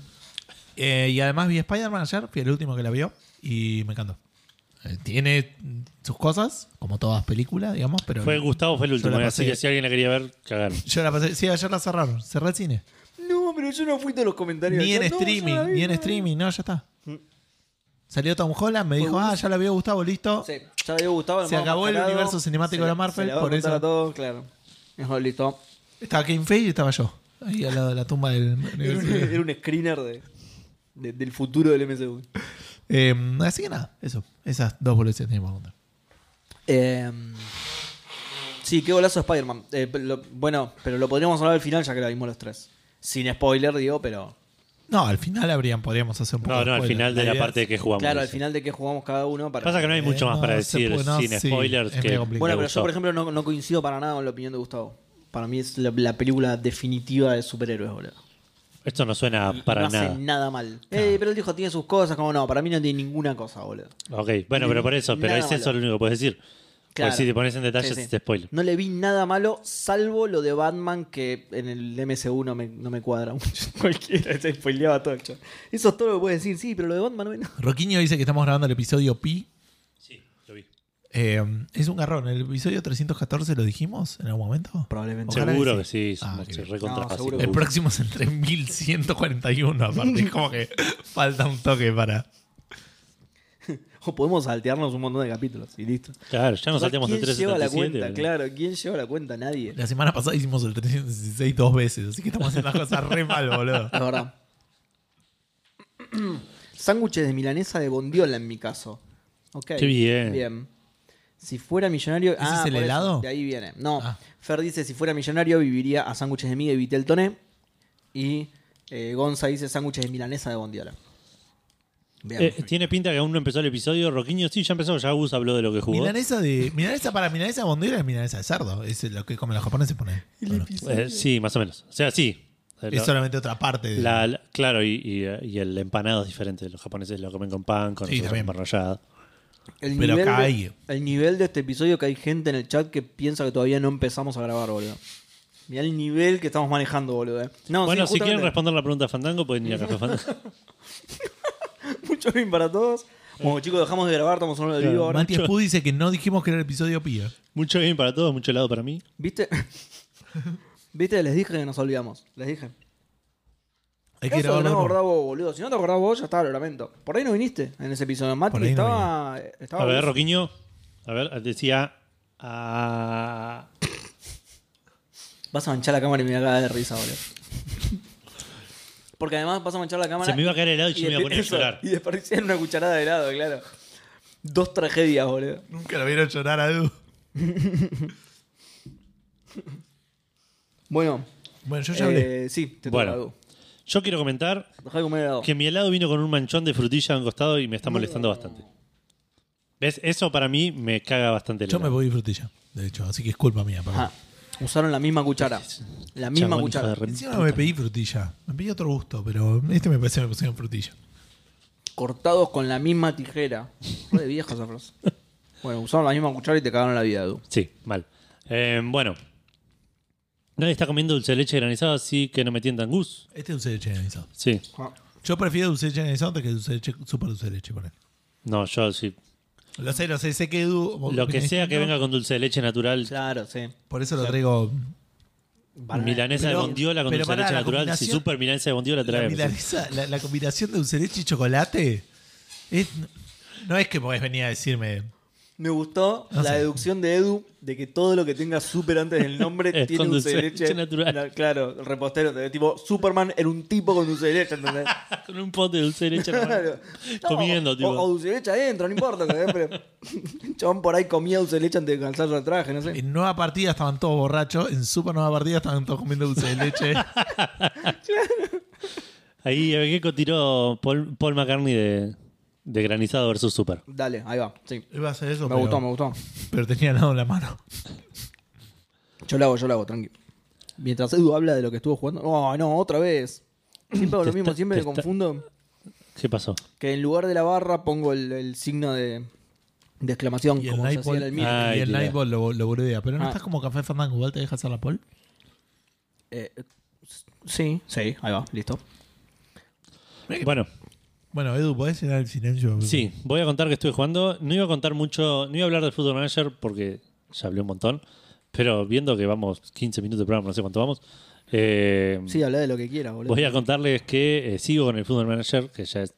Eh, y además vi Spider-Man ayer, fui el último que la vio y me encantó. Eh, tiene mm, sus cosas, como todas películas, digamos, pero.
Fue Gustavo, fue el último. eh,
Yo la
así
pasé.
que si alguien la quería ver, cagaron.
Yo la pasé. Sí, ayer la cerraron. Cerré el cine.
No, pero yo no fui todos los comentarios.
Ni en
No, yo
streaming,
la vi,
ni en
no la vi.
streaming, no, ya está.
Mm.
Salió Tom Holland, me dijo, ah, ya la vio Gustavo, listo.
Sí, ya le había gustado.
Se acabó el universo cinemático de la Marvel, por eso.
A todos, claro. Mejor listo.
Estaba King Feige y estaba yo. Ahí al lado de la tumba del
Era un,
universo.
era un screener de, de- del futuro del MCU.
Eh, así que nada, eso. Esas dos boludeces tenemos que contar.
Eh, sí, qué golazo Spider-Man. Eh, pe- lo- bueno, pero lo podríamos hablar al final ya que la vimos los tres. Sin spoiler, digo, pero.
No, al final habrían, podríamos hacer un poco
No,
de
no, al
spoiler.
final de la
idea
parte
es-
que jugamos.
claro, al
dice.
final de qué jugamos cada uno. Para...
Pasa que no hay mucho
Eh,
más
no,
para
se
decir
puede- no,
sin
sí,
spoilers.
es
que
medio complicado.
me
Bueno, pero
gustó.
yo, por ejemplo, no, no coincido para nada con la opinión de Gustavo. Para mí es la, la película definitiva de superhéroes, boludo.
Esto no suena Ah, para
no
nada.
hace nada mal. Eh, pero él dijo, tiene sus cosas, como no, para mí no tiene ninguna cosa, boludo.
Ok, bueno, pero por eso, pero
Nada
es eso
malo.
lo único que puedes decir. Porque si te pones en detalles,
Sí, sí.
es spoiler.
No le vi nada malo, salvo lo de Batman, que en el MCU no me, no me cuadra mucho. Cualquiera se spoileaba todo el show. Eso es todo lo que puedes decir, sí, pero lo de Batman no, no.
Roquiño dice que estamos grabando el episodio Pi.
Sí, lo vi.
Eh, es un garrón. ¿El episodio 314 lo dijimos en algún momento?
Probablemente.
Ojalá
Seguro
que
que sí,
Ah,
somos
ok.
recontra
No,
fácil.
seguro que
El
sí.
próximo es el 3141, aparte. Es como que falta un toque para.
O podemos saltearnos un montón de capítulos y listo.
Claro, ya nos saltemos de
¿Quién lleva la
377.
cuenta? Claro, ¿quién lleva la cuenta? Nadie.
La semana pasada hicimos el 316 dos veces, así que estamos haciendo las cosas re mal, boludo.
La verdad. Sándwiches de milanesa de bondiola en mi caso. Ok.
Qué bien.
Bien. Si fuera millonario.
¿Ese
ah,
es el
por eso,
helado?
de ahí viene. No.
Ah.
Fer dice: si fuera millonario, viviría a sándwiches de miga y vitel toné. Y eh, Gonza dice: sándwiches de milanesa de bondiola.
Veamos.
Eh, tiene pinta que aún no empezó el episodio. Roquiño sí, ya empezó. Ya Gus habló de lo que jugó.
Milanesa de. Milanesa para milanesa bondera es milanesa de cerdo. Es lo que comen los japoneses ponen. Bueno,
Eh, sí, más o menos. O sea, sí. Eh,
es
lo-
solamente otra parte. de-
la- la- claro, y, y, eh, y el empanado es diferente. Los japoneses lo comen con pan, con
Sí,
nosotros
también.
con pan rallado.
El
Pero
nivel,
acá
de,
hay-
el nivel de este episodio que hay gente en el chat que piensa que todavía no empezamos a grabar, boludo. Mirá el nivel que estamos manejando, boludo. eh. No,
bueno,
sí,
si quieren
justamente.
responder la pregunta de Fandango, pueden ir a Café Fandango.
Mucho bien para todos. Bueno, chicos, dejamos de grabar, estamos hablando de
Claro,
vivo ahora.
Mati Spud dice que no dijimos que era el episodio pío.
mucho bien para todos, mucho helado para mí.
¿Viste? ¿Viste? Les dije que nos olvidamos. Les dije.
Hay que
Eso no
grabarlo.
me
como-
acordaba vos, boludo. Si no te acordás vos, ya está, lo lamento. Por ahí no viniste en ese episodio. Mati
Por ahí no
estaba. estaba
A ver, Roquiño. A ver, decía. ah,
Vas a manchar la cámara y me voy a cagar de risa, boludo. Porque además vas a manchar la cámara.
Se me iba a caer el helado y yo me iba a poner a
eso,
llorar.
Y desperdiciar una cucharada de helado, claro. Dos tragedias, boludo.
Nunca lo vieron llorar a Du.
Bueno,
Bueno, yo ya hablé.
eh, sí, te toca,
Bueno,
Edu.
yo quiero comentar
Dejá de comer helado.
que mi helado vino con un manchón de frutilla en costado y me está molestando bastante. ¿Ves? Eso para mí me caga bastante. el
Yo me
helado.
voy de frutilla, de hecho, así que es culpa mía. perdón.
Ajá. Usaron la misma cuchara. La misma
Chabón, hijo
cuchara.
de re
Encima no
puta.
me pedí frutilla. Me pedí otro gusto, pero este me parece que me pusieron frutilla.
Cortados con la misma tijera. Re de vieja esa frase. Bueno, usaron la misma cuchara y te cagaron la vida, Edu.
Sí, mal. Eh, bueno. Nadie está comiendo dulce de leche granizado, así que no me tientan gus.
Este es dulce de leche granizado.
Sí.
Ah.
Yo prefiero dulce de leche granizado antes que dulce de leche, super dulce de leche, poner.
No, yo sí.
Lo sé, lo sé, sé que Edu.
Lo que sea que
¿no?
venga con dulce de leche natural,
Claro, sí.
Por eso lo traigo.
milanesa de
Pero-
bondiola con
pero
dulce de
pará,
leche
la
natural, si
combinación-
super milanesa de bondiola
La,
trae.
milanesa- la- la combinación de dulce de leche y chocolate. es- no es que podés venir a decirme.
Me gustó
Ah,
No
la
sé.
deducción de Edu de que todo lo que tenga super antes del nombre
Es
tiene
con
dulce de leche.
natural.
Na- Claro, el repostero. ¿entendés? Tipo, Superman era un tipo con dulce de leche, ¿entendés?
Con un pote de dulce de leche
Claro. No,
comiendo,
o,
tipo.
o dulce de leche adentro, no importa. ¿entendés? Pero el chabón por ahí comía dulce de leche antes de calzarse el traje, no sé.
En nueva partida estaban todos borrachos. En super nueva partida estaban todos comiendo dulce de leche.
Ahí Abequeco tiró Paul, Paul McCartney de, de granizado versus super.
Dale, ahí va, sí.
Iba a hacer eso,
Me
pero,
gustó, me gustó.
pero tenía helado en la mano.
Yo lo hago, yo lo hago, tranqui. Mientras Edu habla de lo que estuvo jugando. No, no, otra vez. Siempre hago lo
Te
mismo,
está-
siempre
te
me
está-
confundo.
¿Qué pasó?
Que en lugar de la barra pongo el, el signo de, de exclamación,
Y el
como se hacía en el
Nightball,
mío.
Ah.
y
Ay,
el
tira.
Nightball lo, lo boludea. Pero no
Ah.
estás como Café Fandango, igual te deja hacer la pol.
Eh, sí, sí, ahí va, listo.
Bueno,
Bueno, Edu, ¿podés llenar el silencio?
sí, voy a contar que estuve jugando. No iba a contar mucho, no iba a hablar del Football Manager porque ya hablé un montón. Pero viendo que vamos 15 minutos de programa, no sé cuánto vamos. eh,
Sí, habla de lo que quieras, boludo.
Voy a contarles que eh, sigo con el Football Manager, que ya es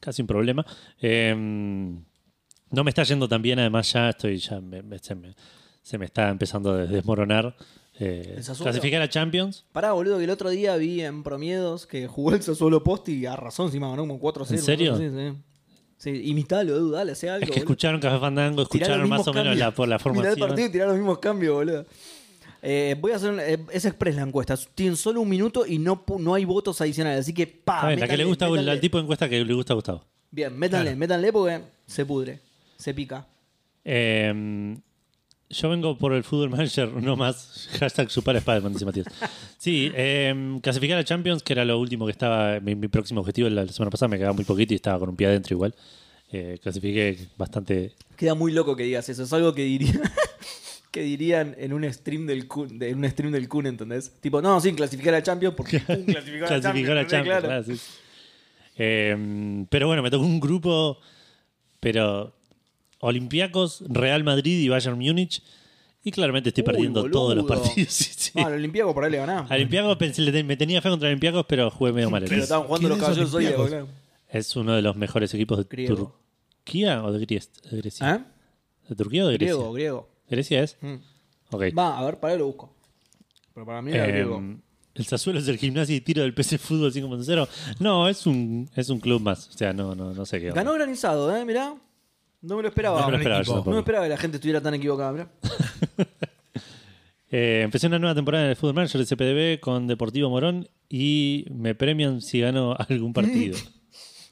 casi un problema. Eh, no me está yendo tan bien, además ya estoy, ya me- me- se, me, se me está empezando a desmoronar. Eh,
¿El Sassuolo?
clasificar a Champions,
Pará, boludo, que el otro día vi en Promiedos que jugó el Sassuolo Post y a razón encima ganó como 4-0.
¿En serio?
Sí, sí. Sí, imitalo, Edu, dale, hacé algo.
es que
boludo.
escucharon Café Fandango,
Tirá los
escucharon más
mismos
o menos
cambios.
la, por la
Mirá el partido y
formación.
tirá los mismos cambios, boludo. Eh, voy a hacer. un- eh, es express la encuesta. Tienen solo un minuto y no, pu- no hay votos adicionales. Así que, pa.
Está bien, la que
métanle,
le gusta
métanle.
al tipo de encuesta que le gusta a Gustavo.
Bien, métanle,
Claro.
métanle porque se pudre. Se pica.
Eh, yo vengo por el Football Manager, no más. Hashtag Super Spiderman, dice Matías. Sí, eh, clasificar a Champions, que era lo último que estaba, mi, mi próximo objetivo la, la semana pasada, me quedaba muy poquito y estaba con un pie adentro igual. Eh, clasifiqué bastante.
Queda muy loco que digas eso. Es algo que diría. Que dirían en un stream del Kun, de- en un stream del Kun, ¿entendés? Tipo, no, sin clasificar a Champions porque Kun clasificó a la
clasificó a la
Champions. ¿entendés?
Champions,
Claro.
claro, sí. Eh, pero bueno, me tocó un grupo, pero Olympiacos, Real Madrid y Bayern Múnich. Y claramente estoy
Uy,
perdiendo todos los
boludo.
partidos. Sí, sí.
Ah, el Olimpiaco por ahí le ganás.
A Olympiacos pensé- le- me tenía fe contra Olympiacos, pero jugué medio mal.
Pero estaban jugando
¿Quién
los
es
caballos hoy.
Olympiacos?
boludo.
Es uno de los mejores equipos de
Griego.
Turquía o de Grecia. ¿De, Grecia?
¿Eh?
¿De Turquía o de Grecia?
Griego, griego.
Grecia es.
Mm.
Ok.
Va, a ver, para lo busco. Pero para mí era
Eh,
griego.
el Sassuolo es el gimnasio y tiro del PC Fútbol 5.0. No, es un, es un club más. O sea, no, no, no sé qué. onda.
Ganó granizado, ¿eh? Mirá. No me lo esperaba.
No
No
me lo esperaba yo
equipo.
me
tampoco.
esperaba que la gente estuviera tan equivocada, mirá.
Eh, empecé una nueva temporada en el Fútbol Manager de CPDB con Deportivo Morón y me premian si gano algún partido.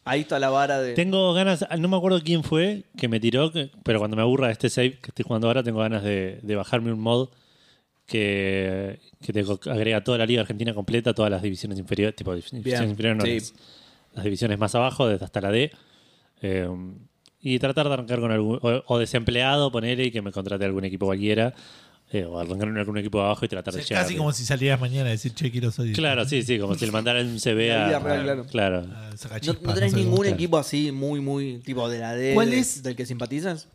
Ahí está la vara de.
Tengo ganas, ah, no me acuerdo quién fue que me tiró, que- pero cuando me aburra de este save que estoy jugando ahora, tengo ganas de, de bajarme un mod que, que te co- agrega toda la Liga Argentina completa, todas las divisiones inferiores, tipo divisiones
Bien,
inferiores, no,
sí.
las, las divisiones más abajo, desde hasta la D. eh, y tratar de arrancar con algún. O, o desempleado, ponerle y que me contrate algún equipo cualquiera. eh, o arrancar con algún equipo abajo y
O
tratar
sea,
de
es
llegar.
casi como si salieras mañana a decir, che, quiero salir.
Claro, sí, sí, como si le mandaran un CV
La vida
a.
real, claro.
claro.
Ah,
¿No,
sacachispas,
no tenés
sé cómo.
ningún
claro.
equipo así muy, muy tipo de la D
¿Cuál
de-
es?
del que simpatizas?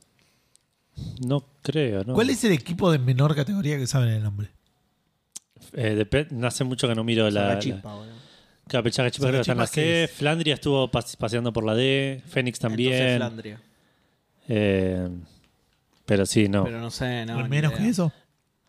No creo, ¿no?
¿Cuál es el equipo de menor categoría que saben el nombre?
Eh, depe- no hace mucho que no miro la. la
Sacachispa, boludo.
Claro, Chacachipa creo que está en la
Chacachipa, ¿qué
C.
es?
Flandria estuvo pas- paseando por la D. Fénix
Entonces,
también.
Flandria.
Eh, pero sí, no.
Pero no sé, no.
¿O el
ni
menos
idea.
que eso?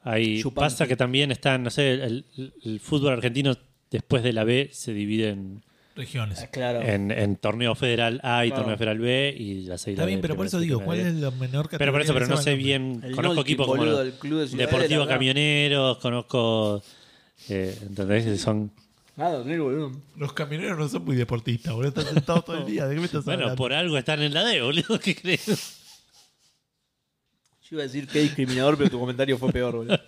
Ahí
Chupanqui.
pasa que también están, no sé, el, el- el fútbol argentino después de la B se divide en,
Regiones.
Ah, Claro.
en- en torneo federal A y
Claro.
torneo federal B y la C y la
Está bien,
D,
pero por
primera
eso
C,
digo,
primera
¿cuál
D.
es la menor categoría?
Pero por eso,
que
pero no
saben
sé
el nombre?
bien.
El
Conozco
Nolting,
equipos como
boludo,
los
el Club de Ciudadela,
Deportivo
claro.
Camioneros, conozco. eh, ¿Entendés? Son.
Nada, tenés, Ah, boludo.
Los camioneros no son muy deportistas, boludo. Están sentados todo el día. ¿De qué me estás
Bueno,
hablando?
por algo están en la D, boludo. ¿Qué crees?
Yo iba a decir que discriminador, pero tu comentario fue peor, boludo.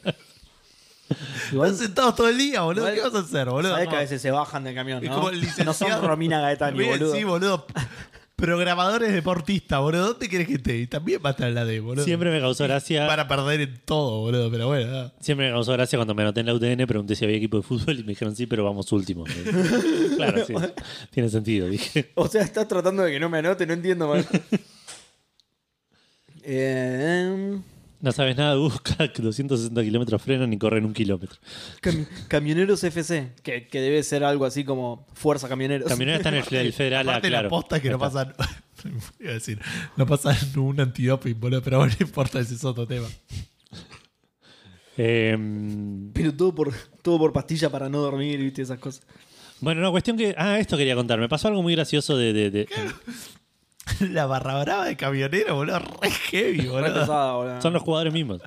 Están sentados todo el día, boludo.
Igual-
¿Qué vas a hacer, boludo?
Sabés que
No.
a veces se bajan del camión,
Es
¿no?
como el
No
licenciado.
son Romina Gaetani,
Bien,
boludo.
Sí, boludo. Programadores deportistas, boludo. ¿Dónde querés que esté? Y también va a estar en la D, boludo.
Siempre me causó gracia.
Van a perder en todo, boludo. Pero bueno, nada.
Siempre me causó gracia cuando me anoté en la UTN, pregunté si había equipo de fútbol y me dijeron sí, pero vamos último. claro, sí. Tiene sentido, dije.
O sea, estás tratando de que no me anote, no entiendo, man. eh,
No sabes nada, busca 260 kilómetros frenan y corren un kilómetro.
cami- camioneros FC, que, que debe ser algo así como Fuerza Camioneros.
Camionera está en el, el federal, A,
Aparte
claro.
la posta es que no pasan. iba a decir, no pasan un antidoping, boludo. Pero bueno, no importa, ese es otro tema.
Eh,
Pero todo por, todo por pastilla para no dormir, viste, esas cosas.
bueno, no, cuestión que. Ah, esto quería contar. Me pasó algo muy gracioso de. de- de-
La barra brava de camionero, boludo. Re heavy,
Re
boludo.
pesada, boludo.
Ah, son los jugadores mismos.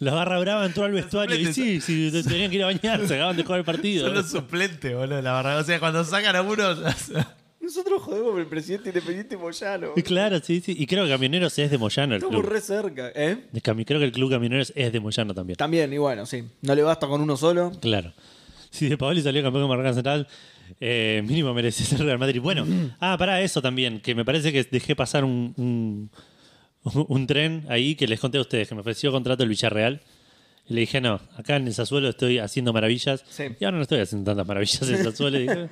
La barra brava entró al vestuario y sí, sí, tenían que ir a bañarse, acaban de jugar el partido.
Son los suplentes, boludo. La barra O sea, cuando sacan a uno.
Nosotros jodemos por el presidente independiente Moyano.
Y Claro, sí, sí. Y creo que Camioneros es de Moyano el
Estamos
club.
re cerca, ¿eh?
De Cami- creo que el club Camioneros es de Moyano también.
También, y bueno, sí. No le basta con uno solo.
Claro. Si De Paoli salió campeón con Barracas Central, eh, mínimo merece ser Real Madrid. Bueno, ah, para eso también, que me parece que dejé pasar un, un, un tren ahí que les conté a ustedes, que me ofreció contrato el Villarreal. Y le dije, no, acá en el Sassuolo estoy haciendo maravillas.
Sí.
Y ahora no estoy haciendo tantas maravillas en el Sassuolo. Y dije,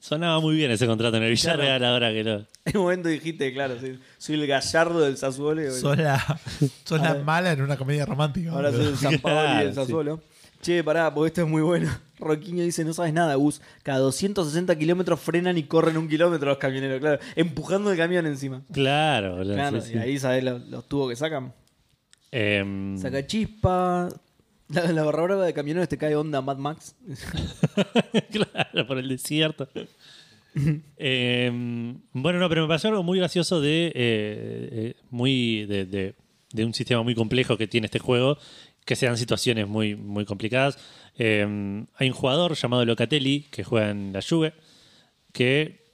sonaba muy bien ese contrato en el Villarreal ahora que lo...
En un momento dijiste, claro, sí, soy el gallardo del Sassuolo. boludo.
Son la, son la mala en una comedia romántica.
Ahora soy
boludo.
el San Paolo y
Claro,
el
sí.
Sassuolo. Che, pará, porque esto es muy bueno. Roquiño dice, no sabes nada, Gus. Cada 260 kilómetros frenan y corren un kilómetro los camioneros, claro. Empujando el camión encima.
Claro, boludo,
Claro,
sí,
y
sí.
ahí sabés lo- los, tubos que sacan.
Em,
Saca chispa. La, la barra brava de camioneros te cae onda Mad Max.
claro, por el desierto. Eh, bueno, no, pero me pasó algo muy gracioso de, eh, eh, muy de, de- de un sistema muy complejo que tiene este juego, que se dan situaciones muy, muy complicadas. Eh, hay un jugador llamado Locatelli que juega en la Juve, que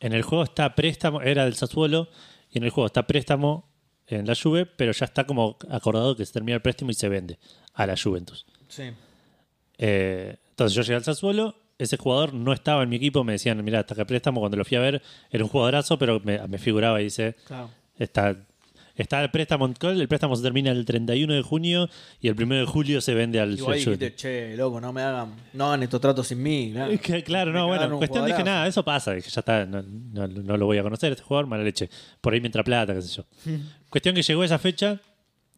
en el juego está a préstamo, era del Sassuolo, y en el juego está a préstamo en la Juve, pero ya está como acordado que se termina el préstamo y se vende a la Juventus.
Sí.
Eh, entonces yo llegué al Sassuolo, ese jugador no estaba en mi equipo, me decían, mira, hasta que préstamo, cuando lo fui a ver, era un jugadorazo, pero me, me figuraba y dice,
Claro.
está, está el préstamo en Col, el préstamo se termina el 31 de junio y el 1 de julio se vende al
Igual
al
dijiste,
Juventus.
che, loco, no me hagan, no hagan estos tratos sin mí. Claro,
Es que, Claro,
Me
no,
cagaron
bueno,
un
cuestión dije,
jugadorazo.
nada, eso pasa, dije, ya está, no, no- no lo voy a conocer, este jugador, mala leche. Por ahí me entra plata, qué sé yo. cuestión que llegó esa fecha,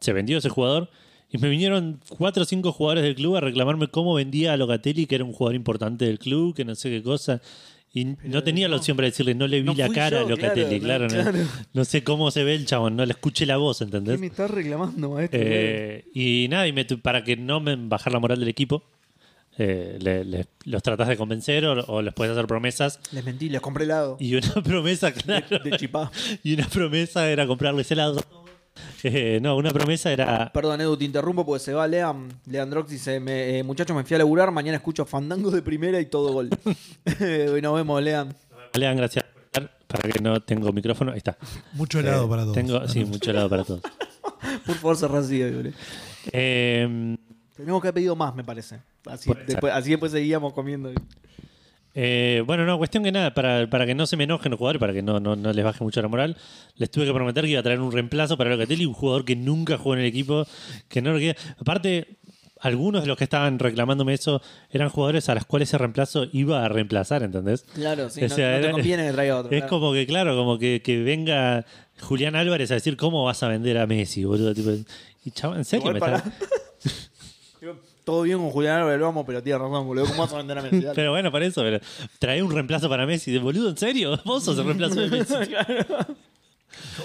se vendió ese jugador. Y me vinieron cuatro o cinco jugadores del club a reclamarme cómo vendía a Locatelli, que era un jugador importante del club, que no sé qué cosa. Y no tenía la opción para decirle, no le vi
no
la
fui
cara
yo,
a Locatelli,
claro,
claro.
no,
no,
claro.
no sé cómo se ve el chabón, no le escuché la voz,
¿Qué
¿entendés?
me estás reclamando, maestro?
Eh, y nada, y me tu- para que no me bajar la moral del equipo, eh, le- le- los tratás de convencer o, o les puedes hacer promesas.
Les mentí, les compré helado.
Y una promesa, claro.
De chipá.
Y una promesa era comprarles helados a todos Eh, no, una promesa era.
Perdón, Edu, te interrumpo porque se va Lean. Leandrox dice: me, eh, Muchachos, me fui a laburar. Mañana escucho Fandango de primera y todo gol. Hoy nos vemos, Lean.
Lean, gracias. por estar. Para que no tengo micrófono, ahí está.
Mucho helado
Eh,
para todos.
Tengo, sí, mucho helado para todos.
Por favor, cerrá así, Edu.
Eh,
Tenemos que haber pedido más, me parece. Así
Puede ser.
después, así después seguíamos comiendo.
eh, bueno, no, cuestión que nada, para, para que no se me enojen los jugadores, para que no, no, no les baje mucho la moral, les tuve que prometer que iba a traer un reemplazo para Locatelli, un jugador que nunca jugó en el equipo, que no lo quería. Aparte, algunos de los que estaban reclamándome eso eran jugadores a los cuales ese reemplazo iba a reemplazar, ¿entendés?
Claro, sí.
O
no-
sea,
no, te
era-
conviene que traiga otro.
Es
claro.
como que, claro, como que, que venga Julián Álvarez a decir cómo vas a vender a Messi, boludo. Tipo, y chaval, ¿en serio?
Igual
me
para-
está-
Digo, Todo bien con Julián Álvarez, lo amo, pero tienes razón, boludo. ¿Cómo vas a vender a Messi? Dale.
Pero bueno, para eso, pero trae un reemplazo para Messi. De boludo, ¿en serio? Vos sos el reemplazo de Messi.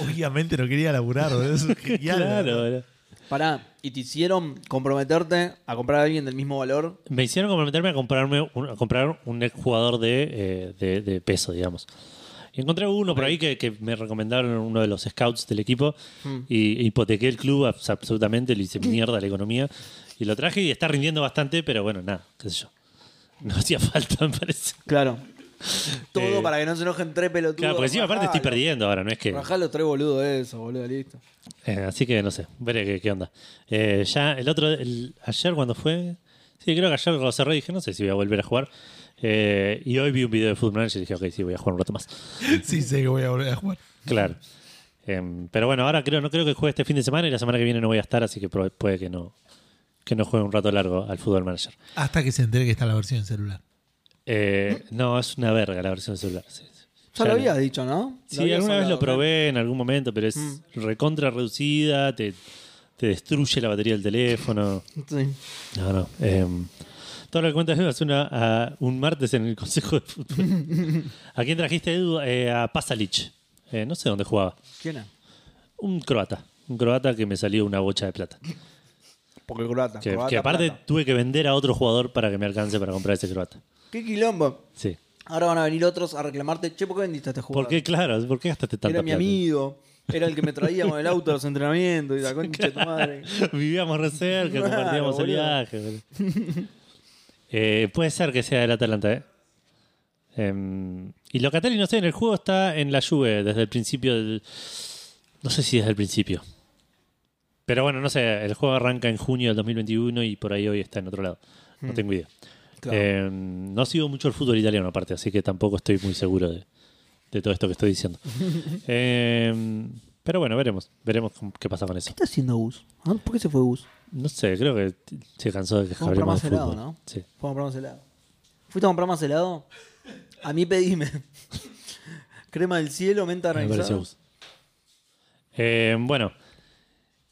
Obviamente no quería laburar, boludo, eso es genial.
claro,
boludo.
boludo.
Pará, ¿y te hicieron comprometerte a comprar a alguien del mismo valor?
Me hicieron comprometerme a comprarme un, a comprar un ex jugador de, eh, de, de peso, digamos. Y encontré uno por ahí que, que me recomendaron uno de los scouts del equipo y hipotequé el club abs- absolutamente, le hice mierda a la economía y lo traje y está rindiendo bastante, pero bueno, nada, qué sé yo. No hacía falta, me parece.
Claro. Todo
Eh,
para que no se enojen tres pelotudos.
Claro, porque encima aparte estoy
Rajalo.
perdiendo ahora, no es que...
Rajá los tres boludos de eso, boludo, listo.
Eh, así que no sé, veré qué, qué onda. Eh, ya el otro, el- ayer cuando fue, sí, creo que ayer lo cerré y dije, no sé si voy a volver a jugar. Eh, y hoy vi un video de Football Manager y dije, ok, sí, voy a jugar un rato más.
Sí, sé que voy a volver a jugar.
Claro. Em, pero bueno, ahora creo, no creo que juegue este fin de semana y la semana que viene no voy a estar, así que pro- puede que no, que no juegue un rato largo al Football Manager.
Hasta que se entere que está la versión en celular.
Eh, no, es una verga la versión celular. sí, sí.
¿Mm? Ya lo habías dicho, ¿no?
Sí,
Lo habías
alguna vez lo
hablado, ¿no?
probé en algún momento, pero es
Mm.
recontra reducida, te, te destruye la batería del teléfono.
Sí.
No, no. em, todo lo que cuentas Edu es una, a- un martes en el Consejo de Fútbol. ¿A quién trajiste, Edu? Eh, a Pasalic. Eh, no sé dónde jugaba.
¿Quién es?
Un croata. Un croata que me salió una bocha de plata.
Porque croata.
Que,
croata,
que aparte
plata.
tuve que vender a otro jugador para que me alcance para comprar ese croata.
¿Qué quilombo?
Sí.
Ahora van a venir otros a reclamarte, che, ¿por qué vendiste a este jugador?
¿Por qué, claro? ¿Por qué gastaste tanta
Era mi
plata?
amigo, era el que me traía con el auto a los entrenamientos y la concha de tu madre.
Vivíamos re cerca,
Claro,
compartíamos el
boludo.
viaje. boludo. Eh, puede ser que sea del Atalanta, ¿eh? Em, y Locatelli, no sé, en el juego está en la Juve desde el principio del... No sé si desde el principio. Pero bueno, no sé, el juego arranca en junio del 2021 y por ahí hoy está en otro lado. No tengo idea.
Mm. Claro.
Em, no sigo mucho el fútbol italiano aparte, así que tampoco estoy muy seguro de, de todo esto que estoy diciendo. Em, pero bueno, veremos. Veremos cómo- qué pasa con eso.
¿Qué está haciendo Gus? Ah, ¿Por qué se fue Gus?
No sé, creo que t- se cansó de que
Vamos a comprar
hablemos
más
de
helado,
fútbol.
¿no?
Sí.
Fue a comprar más helado. ¿Fuiste a comprar más helado? A mí pedime. Crema del cielo, menta
Me
granizada.
pareció justo. Eh, bueno,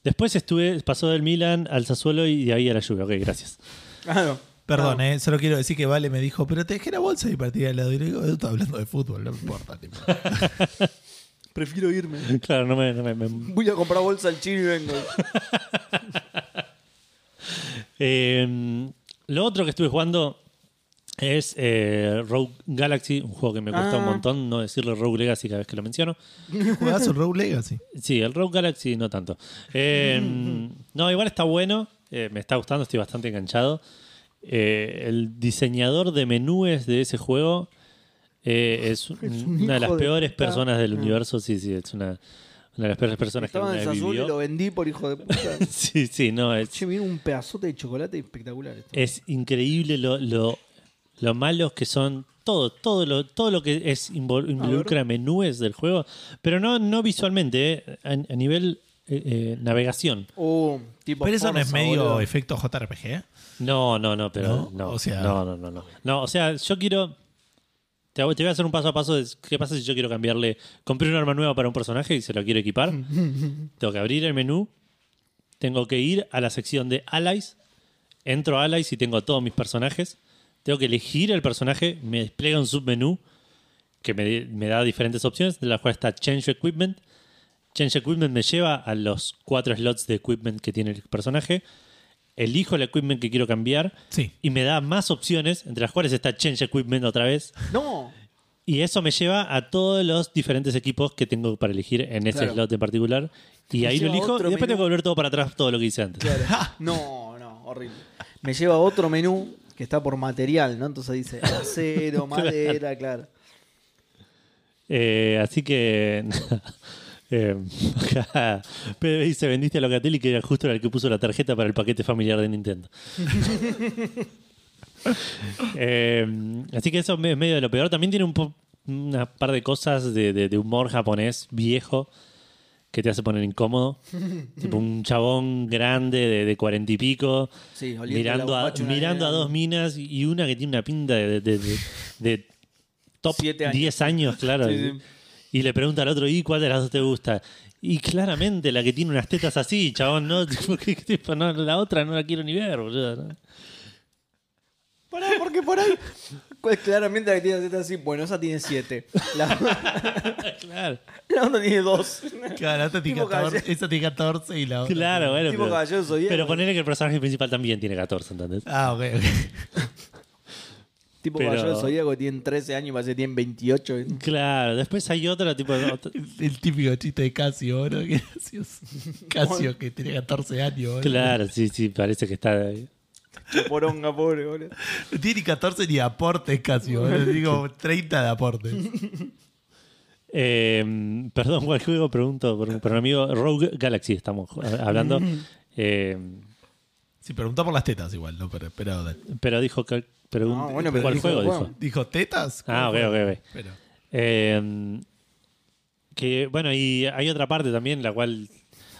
después estuve, pasó del Milan al Sassuolo y de ahí a la lluvia. Ok, gracias.
Claro.
Perdón,
Claro.
eh, solo quiero decir que Vale me dijo, pero te dejé la bolsa y partí al lado. Y le digo, yo estoy hablando de fútbol, no me importa. tipo. eh.
Prefiero irme.
claro, no me. no me- me-
Voy a comprar bolsa al chino y vengo.
Eh, lo otro que estuve jugando es eh, Rogue Galaxy, un juego que me cuesta
Ah.
un montón no decirle Rogue Legacy cada vez que lo menciono.
Juegazo Rogue Legacy.
Sí, el Rogue Galaxy no tanto. Eh, no, igual está bueno. eh, me está gustando, estoy bastante enganchado. Eh, el diseñador de menúes de ese juego eh, es,
un
una de las
hijo de
peores
puta. Ah.
personas del universo. Sí, sí, es una, una de las peores personas que
Estaba en
alguna
el
vez
azul y lo
vivió.
vendí por hijo de puta.
Sí, sí, no, es,
che, me dieron un pedazote de chocolate espectacular
Eh,
esto.
es increíble lo, lo, lo malos que son todo, todo lo, todo lo que es invol- involucra menúes del juego, pero no, no visualmente, eh, a, a nivel eh, eh, navegación.
Oh, tipo
Pero eso no es
Forza,
medio
boludo.
efecto JRPG.
No, no, no, pero
¿No?
no.
O sea-
no, no, no, no. No, o sea, yo quiero. Te hago- te voy a hacer un paso a paso de qué pasa si yo quiero cambiarle. Compré un arma nueva para un personaje y se lo quiero equipar. tengo que abrir el menú. Tengo que ir a la sección de Allies. Entro a Allies y tengo a todos mis personajes. Tengo que elegir el personaje. Me despliega un submenú que me, di- me da diferentes opciones, de las cuales está Change Equipment. Change Equipment me lleva a los cuatro slots de equipment que tiene el personaje. Elijo el equipment que quiero cambiar
Sí.
y me da más opciones, entre las cuales está Change Equipment otra vez.
No.
Y eso me lleva a todos los diferentes equipos que tengo para elegir en ese
Claro.
slot en particular. Y
Me
ahí lo
lleva
elijo y
otro
después tengo
menú.
que volver todo para atrás, todo lo que hice antes.
No, no, horrible. Me lleva a otro menú que está por material, ¿no? Entonces dice acero, madera, claro.
Eh, así que. nada. Eh, acá Pedro dice: vendiste a Locatelli, que era justo el que puso la tarjeta para el paquete familiar de Nintendo. Eh, así que eso es me- medio de lo peor. También tiene un po- una par de cosas de, de- de humor japonés viejo que te hace poner incómodo. tipo un chabón grande de, de cuarenta y pico
Sí, oliendo
mirando,
la eh.
a,
guapacha una
mirando a
nena.
dos minas y una que tiene una pinta de, de- de- de top
Siete años.
10 años, claro.
Sí, sí.
Y le pregunta al otro, ¿y cuál de las dos te gusta? Y claramente la que tiene unas tetas así, chabón, no, Tipo, ¿qué- qué tipo? No, la otra no la quiero ni ver, boludo. ¿no?
Pará, porque por ahí. pues, claramente la que tiene Z así, bueno, esa tiene 7. La,
Claro,
la otra tiene 2.
Claro, esta tiene
Tipo
14,
calle.
esta tiene 14 y la otra.
claro, bueno.
Tipo caballero
Pero,
zodiaco.
pero ponele que el personaje principal también tiene 14, ¿entendés?
Ah, ok, ok.
Tipo
Pero-
caballero del zodíaco que tienen 13 años y parece que tienen 28.
Claro, después hay otra, tipo. otra-
El, el típico chiste de Casio, boludo. Qué gracioso. Casio, que tenía 14 años, boludo.
claro, sí, sí, parece que está.
Qué poronga, pobre, boludo.
No tiene ni 14 ni aportes, Casio, boludo. Digo, 30 de aportes.
Eh, perdón, ¿cuál juego? Pregunto por, por un amigo. Rogue Galaxy estamos ju- hablando. Eh,
Sí, preguntó por las tetas igual, no, pero, pero dale.
pero dijo que. pregun-
No, Ah, bueno, pero
¿Cuál
dijo
juego?
el juego.
Dijo.
¿Dijo tetas?
Ah, ok, ok, ok.
Pero,
Eh, que, bueno, y hay otra parte también, la cual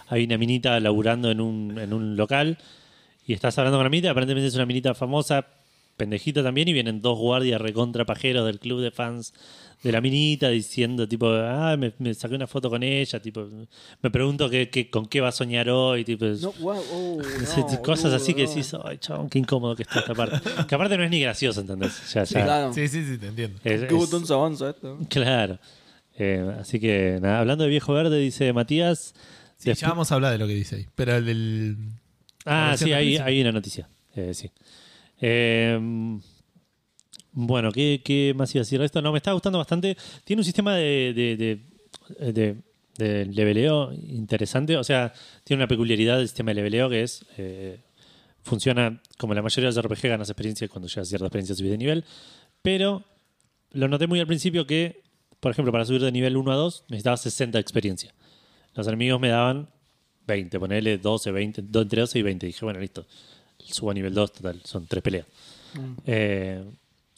hay una minita laburando en un, en un local y estás hablando con la minita, aparentemente es una minita famosa, pendejita también, y vienen dos guardias recontra pajeros del club de fans de la minita diciendo tipo, ah, me, me saqué una foto con ella, tipo, me pregunto qué- qué- con qué va a soñar hoy, tipo, es-
No, wow, oh,
es-
no,
cosas así que
boludo,
decís, oh, ay, chabón, qué incómodo que está esta parte. que aparte no es ni gracioso, ¿entendés? Ya,
no. Sí,
ya.
claro.
sí, sí, sí, te entiendo.
Es-
Qué
es-
botón se avanza esto.
Claro. Eh, así que, nada, hablando de viejo verde, dice Matías.
Sí,
despu-
ya vamos a hablar de lo que dice ahí. Pero el del.
ah,
versión
sí,
de
hay,
Príncipe.
hay una noticia. Eh, sí. Eh, bueno, ¿qué, qué más iba a decir? Esto no, me está gustando bastante. Tiene un sistema de, de, de, de- de leveleo interesante. O sea, tiene una peculiaridad del sistema de leveleo que es. eh, funciona como la mayoría de los RPG, ganas experiencia cuando llegas a cierta experiencia subís de nivel. Pero lo noté muy al principio que, por ejemplo, para subir de nivel 1 a 2 necesitaba 60 de experiencia. Los enemigos me daban 20, ponele 12, 20, do- entre 12 y 20. Dije, bueno, listo, subo a nivel 2, total, son tres peleas. Eh,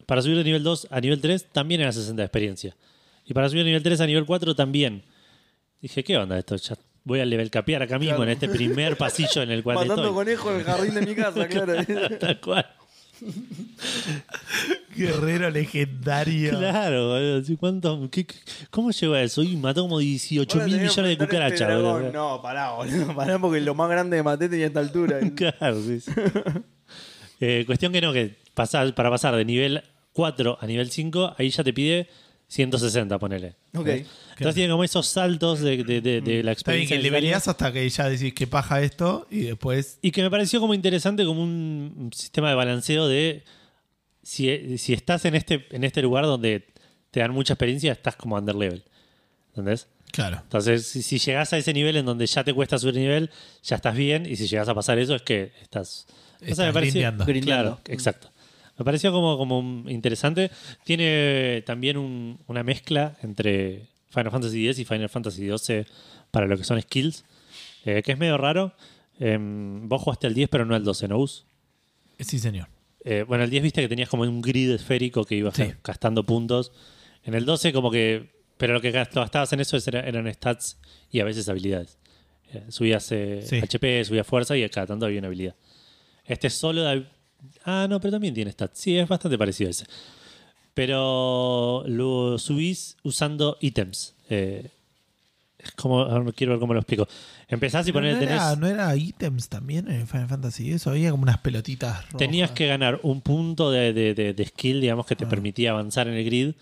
para subir de nivel 2 a nivel 3 también era 60 de experiencia. Y para subir de nivel 3 a nivel 4 también. Dije, ¿qué onda esto? Ya voy a level capear acá mismo en este primer pasillo en el cual
Matando
estoy.
conejos en el jardín de mi casa, claro.
Tal cual.
Guerrero legendario.
Claro, boludo. Sí, ¿cuánto- qué- qué- ¿Cómo llegó a eso? Y mató como 18
Ahora
mil
tenemos
millones
que
de
matar a este
cucarachas,
dragón.
boludo.
No, pará, boludo. Pará porque lo más grande de maté tenía esta altura.
Claro, sí, sí. Eh, cuestión que no, que pasar, para pasar de nivel 4 a nivel 5, ahí ya te pide 160, ponele.
Ok.
¿Eh? Entonces tiene como esos saltos de, de- de- de la
Está bien que le
experiencia. necesaria.
venías hasta que ya decís que paja esto y después.
Y que me pareció como interesante como un sistema de balanceo de si, si estás en este, en este lugar donde te dan mucha experiencia, estás como underlevel. ¿Entendés?
Claro.
Entonces, si, si llegas a ese nivel en donde ya te cuesta subir nivel, ya estás bien. Y si llegas a pasar eso, es que estás. o sea,
Estás
me pareció-
grindeando.
Grindeando.
Claro, exacto. Me pareció como, como un- interesante. Tiene también un- una mezcla entre Final Fantasy X y Final Fantasy XII para lo que son skills, eh, que es medio raro. Em, vos jugaste al 10, pero no al 12, ¿no, Gus?
Sí, señor.
Eh, bueno, el 10 viste que tenías como un grid esférico que ibas
Sí.
ga- gastando puntos. En el 12 como que... Pero lo que gast- lo gastabas en eso es- era- eran stats y a veces habilidades. Eh, subías eh,
Sí.
HP, subías fuerza y cada tanto había una habilidad. Este es solo de... hab- Ah, no, pero también tiene stats. Sí, es bastante parecido a ese. Pero lo subís usando ítems. Eh, es como... a ver, quiero ver cómo lo explico. Empezás y
Pero
ponés...
no, era,
tenés-
¿No era ítems también en Final Fantasy? Eso había como unas pelotitas rojas.
Tenías que ganar un punto de, de- de- de skill, digamos, que te permitía avanzar en el grid.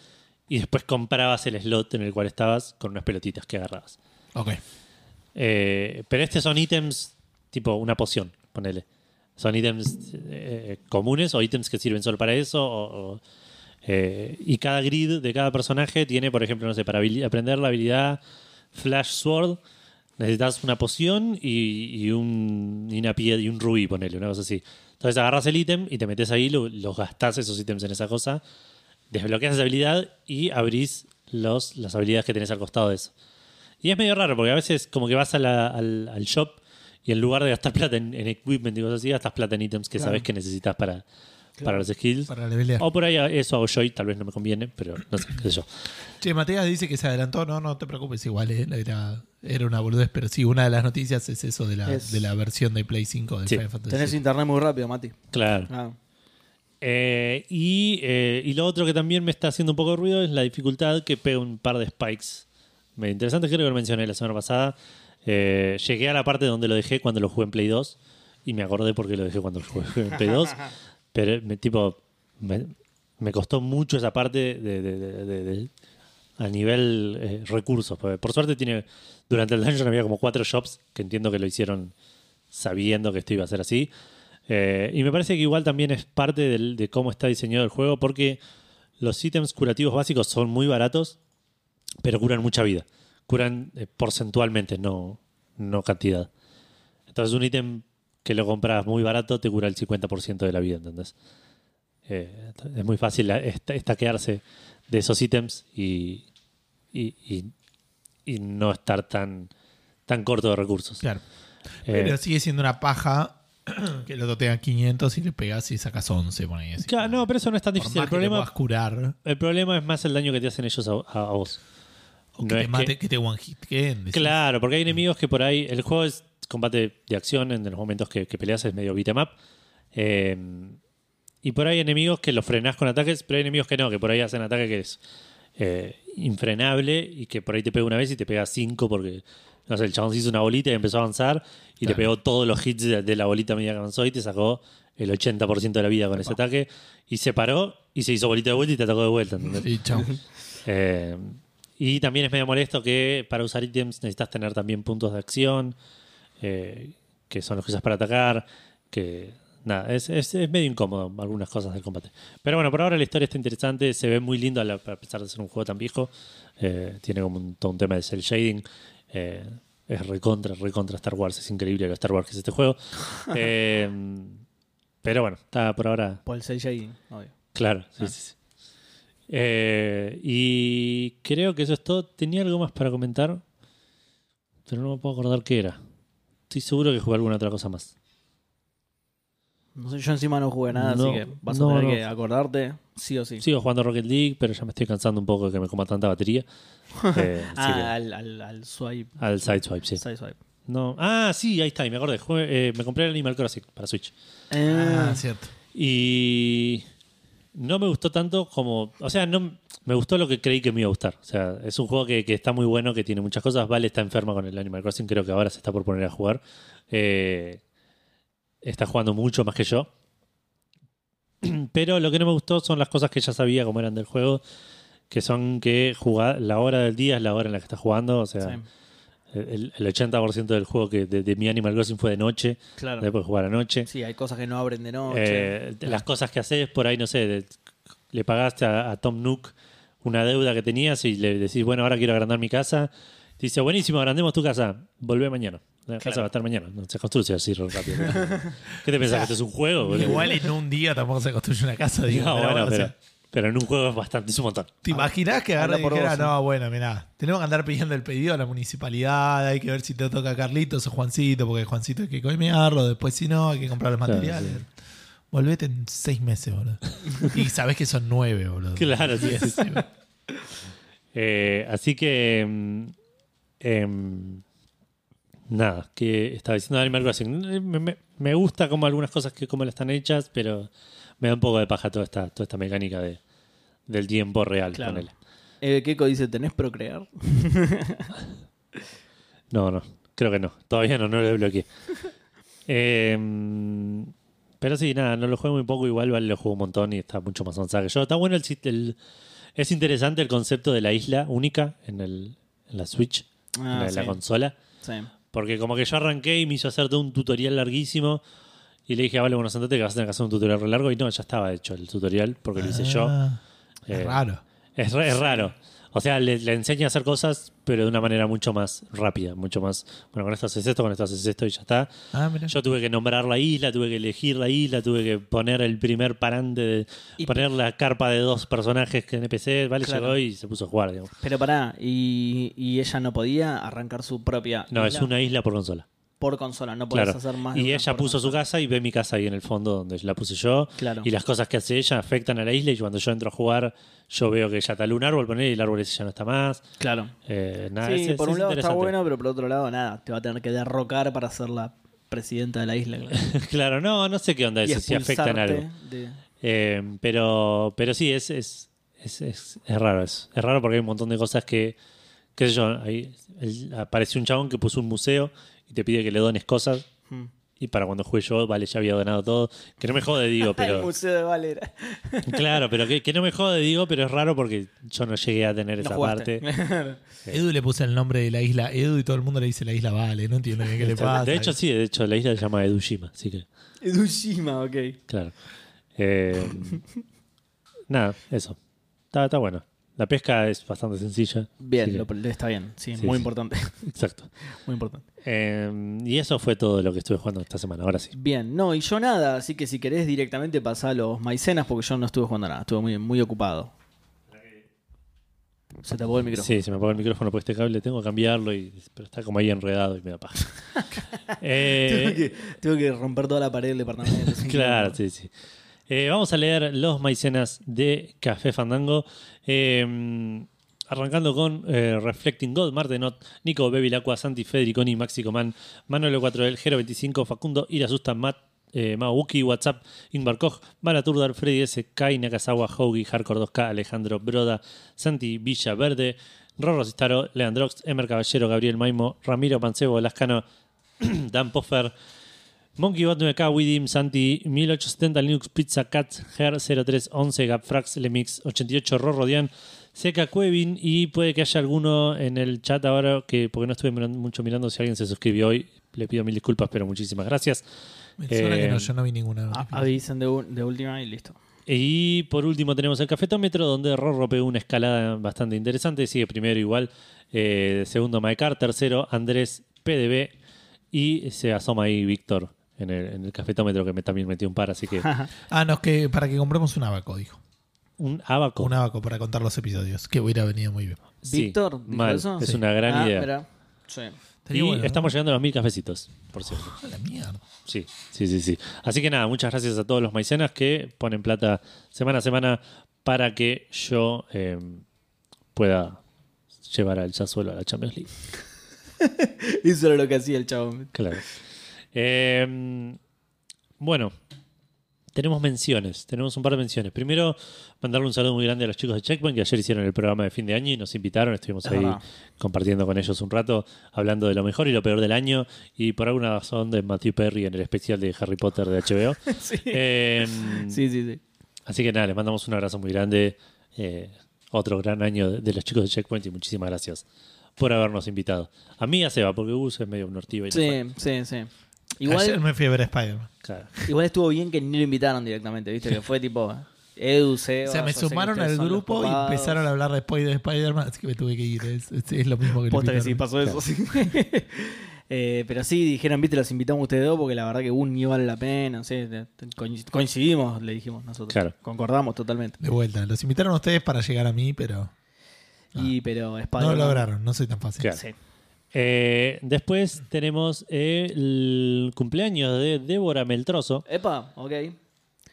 Y después comprabas el slot en el cual estabas con unas pelotitas que agarrabas.
Ok.
Eh, pero estos son ítems tipo una poción, ponele. Son ítems eh, comunes o ítems que sirven solo para eso. o- o- Eh, y cada grid de cada personaje tiene, por ejemplo, no sé, para habili- aprender la habilidad Flash Sword necesitas una poción y, y un, y una pie- y un rubí, ponele, una cosa así. Entonces agarras el ítem y te metes ahí, lo- los gastás esos ítems en esa cosa, desbloqueas esa habilidad y abrís los, las habilidades que tenés al costado de eso. Y es medio raro porque a veces como que vas a la- al, al shop y en lugar de gastar plata en, en equipment y cosas así, gastas plata en ítems que
Claro.
sabes que necesitas para, para los skills.
Para la pelea.
O por ahí eso hago yo y tal vez no me conviene, pero no sé, qué sé yo.
Che, Mateas dice que se adelantó. No, no te preocupes, igual eh, era, era una boludez, pero sí, una de las noticias es eso de la,
Es-
de la versión de Play 5 de
Sí.
Final Fantasy.
Tenés
VII.
internet muy rápido, Mati.
Claro.
Ah.
Eh, y, eh, y lo otro que también me está haciendo un poco de ruido es la dificultad que pega un par de spikes. Medio interesante, creo que lo mencioné la semana pasada. Eh, llegué a la parte donde lo dejé cuando lo jugué en Play 2 y me acordé porque lo dejé cuando lo jugué en Play 2. Pero eh, me, tipo, me, me costó mucho esa parte de, de- de- de- de- a nivel eh, recursos. Porque Por suerte tiene durante el dungeon había como cuatro shops que entiendo que lo hicieron sabiendo que esto iba a ser así. Eh, y me parece que igual también es parte del- de cómo está diseñado el juego, porque los ítems curativos básicos son muy baratos, pero curan mucha vida. Curan eh, porcentualmente, no, no cantidad. Entonces, un ítem que lo compras muy barato te cura el 50% de la vida, ¿entendés? Eh, es muy fácil eh, esta- estaquearse de esos ítems y, y, y- y no estar tan, tan corto de recursos.
Claro.
Eh,
Pero sigue siendo una paja que el otro tenga 500 y le pegas y sacas 11, por ahí. así.
claro, no, pero eso no es tan
Por
difícil.
más
El
que te
problema,
puedas curar
El problema es más el daño que te hacen ellos a, a- a vos.
o que
No
te
es
mate,
que-
que, te one hit queden, decís.
Claro, porque hay enemigos que por ahí. El juego es combate de acción, en los momentos que, que peleas es medio beat em up. Eh, y por ahí hay enemigos que los frenás con ataques, pero hay enemigos que no, que por ahí hacen ataque que es eh, infrenable y que por ahí te pega una vez y te pega cinco porque. No sé, el chabón se hizo una bolita y empezó a avanzar y te
Claro.
pegó todos los hits de, de la bolita a medida que avanzó y te sacó el 80% de la vida con ese ataque y se paró y se hizo bolita de vuelta y te atacó de vuelta. ¿entendés?
Y chao.
Eh, y también es medio molesto que para usar ítems necesitas tener también puntos de acción, eh, que son los que usas para atacar, que nada, es, es- es medio incómodo algunas cosas del combate. Pero bueno, por ahora la historia está interesante, se ve muy linda la- a pesar de ser un juego tan viejo, eh, tiene como un, todo un tema de cel shading. eh, es recontra, recontra Star Wars, es increíble lo Star Wars que es este juego. Eh, pero bueno, está por ahora
Por el 6 ahí, obvio.
Claro, sí,
Ah.
sí, sí. Eh, y creo que eso es todo. Tenía algo más para comentar, pero no me puedo acordar qué era. Estoy seguro que jugué alguna otra cosa más.
No sé, yo encima no jugué nada,
No,
así que vas
no,
a tener
no.
que acordarte, sí o sí.
Sigo jugando Rocket League, pero ya me estoy cansando un poco de que me coma tanta batería. Eh, así que,
ah, al, al, al swipe.
al side swipe, sí.
side swipe.
No. Ah, sí, ahí está, y me acordé. Jugué- eh, me compré el Animal Crossing para Switch.
Ah,
Ah, cierto.
Y no me gustó tanto como. O sea, no me gustó lo que creí que me iba a gustar. O sea, es un juego que, que está muy bueno, que tiene muchas cosas. Vale está enferma con el Animal Crossing, creo que ahora se está por poner a jugar. Eh, está jugando mucho más que yo. Pero lo que no me gustó son las cosas que ya sabía como eran del juego. Que son que jugar, la hora del día es la hora en la que estás jugando. O sea,
sí,
el, el 80% del juego que de, de mi Animal Crossing fue de noche.
claro.
Después jugar a noche.
Sí, hay cosas que no abren de noche.
Eh, las cosas que haces por ahí, no sé, de- le pagaste a, a Tom Nook una deuda que tenías y le decís, bueno, ahora quiero agrandar mi casa. Te dice, buenísimo, agrandemos tu casa, volvé mañana. La casa va a estar mañana, no se construye así rápido. ¿Qué te pensás? ¿Que esto es un juego? boludo?
Igual en un día tampoco se construye una casa, digo. pero
No, bueno,
bueno, o
pero,
sea,
pero en un juego es bastante, es un montón.
¿Te imaginás que agarra y
Habla por
dijera,
vos, ¿eh?
no, bueno, mirá, tenemos que andar pidiendo el pedido a la municipalidad, hay que ver si te toca Carlitos o Juancito, porque Juancito hay que coimearlo, después si no, hay que comprar los
Claro,
materiales. Volvete en seis meses, boludo. y sabés que son nueve, boludo.
Claro, sí,
Diez,
sí, sí.
boludo.
Eh, así que. mm, em, nada, que estaba diciendo Animal Crossing. Me, me- me gusta como algunas cosas que como las están hechas, pero me da un poco de paja toda esta, toda esta mecánica de, del tiempo real.
Claro.
ponele.
Eh, Keiko dice, ¿tenés procrear?
No, no, creo que no. Todavía no, no lo desbloqueé. Em, pero sí, nada, no lo juego muy poco. Igual Vale lo juego un montón y está mucho más avanzado que yo. Está bueno el, sit- el- Es interesante el concepto de la isla única en, el, en la Switch, en
Ah,
la, en la
sí.
consola.
Sí.
Porque como que yo arranqué y me hizo hacer todo un tutorial larguísimo. Y le dije, ah, vale, bueno, sentate que vas a tener que hacer un tutorial re largo. Y no, ya estaba hecho el tutorial porque lo hice yo.
Ah, Es
Eh,
raro.
Es, re- es raro. O sea, le, le enseña a hacer cosas, pero de una manera mucho más rápida, mucho más. Bueno, con esto haces esto, con esto haces esto y ya está.
Ah, mira.
Yo tuve que nombrar la isla, tuve que elegir la isla, tuve que poner el primer parante, de-
Y-
poner la carpa de dos personajes que NPC, ¿vale?
Claro.
Llegó y se puso a jugar, digamos.
Pero pará, y, y ella no podía arrancar su propia
No,
isla
es una isla por consola.
por consola, no podés
Claro.
hacer más. de
Y
una
ella
por
puso su casa y ve mi casa ahí en el fondo donde la puse yo.
Claro.
Y las cosas que hace ella afectan a la isla y cuando yo entro a jugar, yo veo que ella taló un árbol, poner y el árbol ese ya no está más.
consola. Claro.
Eh, nada,
sí,
ese-
por
ese
un
es
lado está
interesante.
bueno, pero por otro lado, nada, te va a tener que derrocar para ser la presidenta de la isla. claro.
claro, no, no sé qué onda
Y
eso, si afecta en algo.
expulsarte de-
Eh, pero, pero sí, es, es, es, es- es raro eso. Es raro porque hay un montón de cosas que, qué sé yo, ahí el- apareció un chabón que puso un museo y te pide que le dones cosas.
Mm.
Y para cuando juegue yo, vale, ya había donado todo. Que no me jode, digo,
El
pero.
Museo de Valera.
claro, pero que, que no me jode, digo, pero es raro porque yo no llegué a tener
No
esa
jugaste.
parte.
Edu le puse el nombre de la isla Edu y todo el mundo le dice la isla Vale. No entiendo bien qué le pasa.
de hecho, sí, de hecho, la isla se llama Edushima, así que,
Edushima, ok.
claro. Eh, nada, eso. Está, está bueno. La pesca es bastante sencilla.
Bien,
así que-
lo- está bien. Sí,
Sí,
muy
sí.
importante.
exacto.
muy importante.
Eh, y eso fue todo lo que estuve jugando esta semana, ahora sí.
Bien, no, y yo nada, así que si querés directamente pasá a los maicenas porque yo no estuve jugando nada, estuve muy, muy ocupado. Se te apagó el micrófono.
Sí, se me apagó el micrófono por este cable, tengo que cambiarlo, y, pero está como ahí enredado y me da paja.
Tengo,
Eh,
que, tengo que romper toda la pared del departamento. es un
claro,
quilombo.
sí, sí. Eh, vamos a leer los maicenas de Café Fandango. Eh, arrancando con eh, Reflecting God, Martenot, Nico, Bevilacqua, Santi, Federiconi, Maxi Comán, Manuel 4L, Gero 25, Facundo, Irasusta, Matt, eh, Mawuki, WhatsApp, Ingvar Koch, Mara Turdar, Freddy S, Kai, Nakazawa, Hoagie, Hardcore 2K, Alejandro Broda, Santi Villa Verde, Rorro Cistaro, Leandrox, Emer Caballero, Gabriel Maimo, Ramiro Pancebo, Lascano, Dan Poffer, MonkeyBot 9K, Widim, Santi, 1870, Linux, Pizza, Cat, Her, 0311, Gapfrax, Lemix, 88, Rorodian, Seca, Cuevin y puede que haya alguno en el chat ahora que porque no estuve mirando- mucho mirando si alguien se suscribió hoy. Le pido mil disculpas, pero muchísimas gracias.
Me suena que
eh,
no, yo no vi ninguna.
A- avisen de, un- de última y listo.
Y por último tenemos el cafetómetro, donde Rorro pegó una escalada bastante interesante. Sigue primero igual, eh, segundo Maekar, tercero Andrés PDB y se asoma ahí Víctor en el, en el cafetómetro que me, también metió un par, así que
Ah, no, es que para que compremos un abaco, dijo.
un abaco.
Un abaco para contar los episodios, que hubiera venido muy bien.
Sí,
Víctor, ¿dijo
mal,
eso?
es
Sí.
una gran
Ah,
idea.
mirá. Sí.
Y
Estaría bueno, ¿no?
estamos llegando a los mil cafecitos, por cierto.
A la mierda.
Sí, sí, sí, sí. Así que nada, muchas gracias a todos los maicenas que ponen plata semana a semana para que yo eh, pueda llevar al Sassuolo a la Champions League.
Eso era lo que hacía el chavo.
Claro. Eh, bueno, tenemos menciones, tenemos un par de menciones. Primero, mandarle un saludo muy grande a los chicos de Checkpoint que ayer hicieron el programa de fin de año y nos invitaron, estuvimos
Es
ahí
verdad.
compartiendo con ellos un rato, hablando de lo mejor y lo peor del año y por alguna razón de Matthew Perry en el especial de Harry Potter de HBO.
Sí.
Eh,
sí, sí, sí.
Así que nada, les mandamos un abrazo muy grande. eh, otro gran año de, de los chicos de Checkpoint y muchísimas gracias por habernos invitado. A mí y a Seba, porque Gus es medio un ortiva y no fue.
Sí, sí, sí.
Ayer
Igual,
me fui a ver a Spider-Man.
Claro.
igual estuvo bien que ni lo invitaron directamente, ¿viste? Que fue tipo Edu,
O
Seba,
sea, me
yo sé que
sumaron
¿eh? ustedes
al
son los
grupo y
copados.
empezaron a hablar después de Spider-Man, así que me tuve que ir. Es, es- es lo mismo que
Posta
le
que sí, pasó eso, sí. Eh, pero sí, dijeron, viste, los invitamos a ustedes dos porque la verdad que un ni vale la pena, no sé, te- te- coinc- coincidimos, le dijimos nosotros.
Claro.
Concordamos totalmente.
De vuelta, los invitaron a ustedes para llegar a mí, pero
Y pero
Ah. no
Spider-Man-
lo lograron, no soy tan fácil.
Claro.
Sí.
Eh, después tenemos eh, el cumpleaños de Débora Meltroso.
Epa, ok.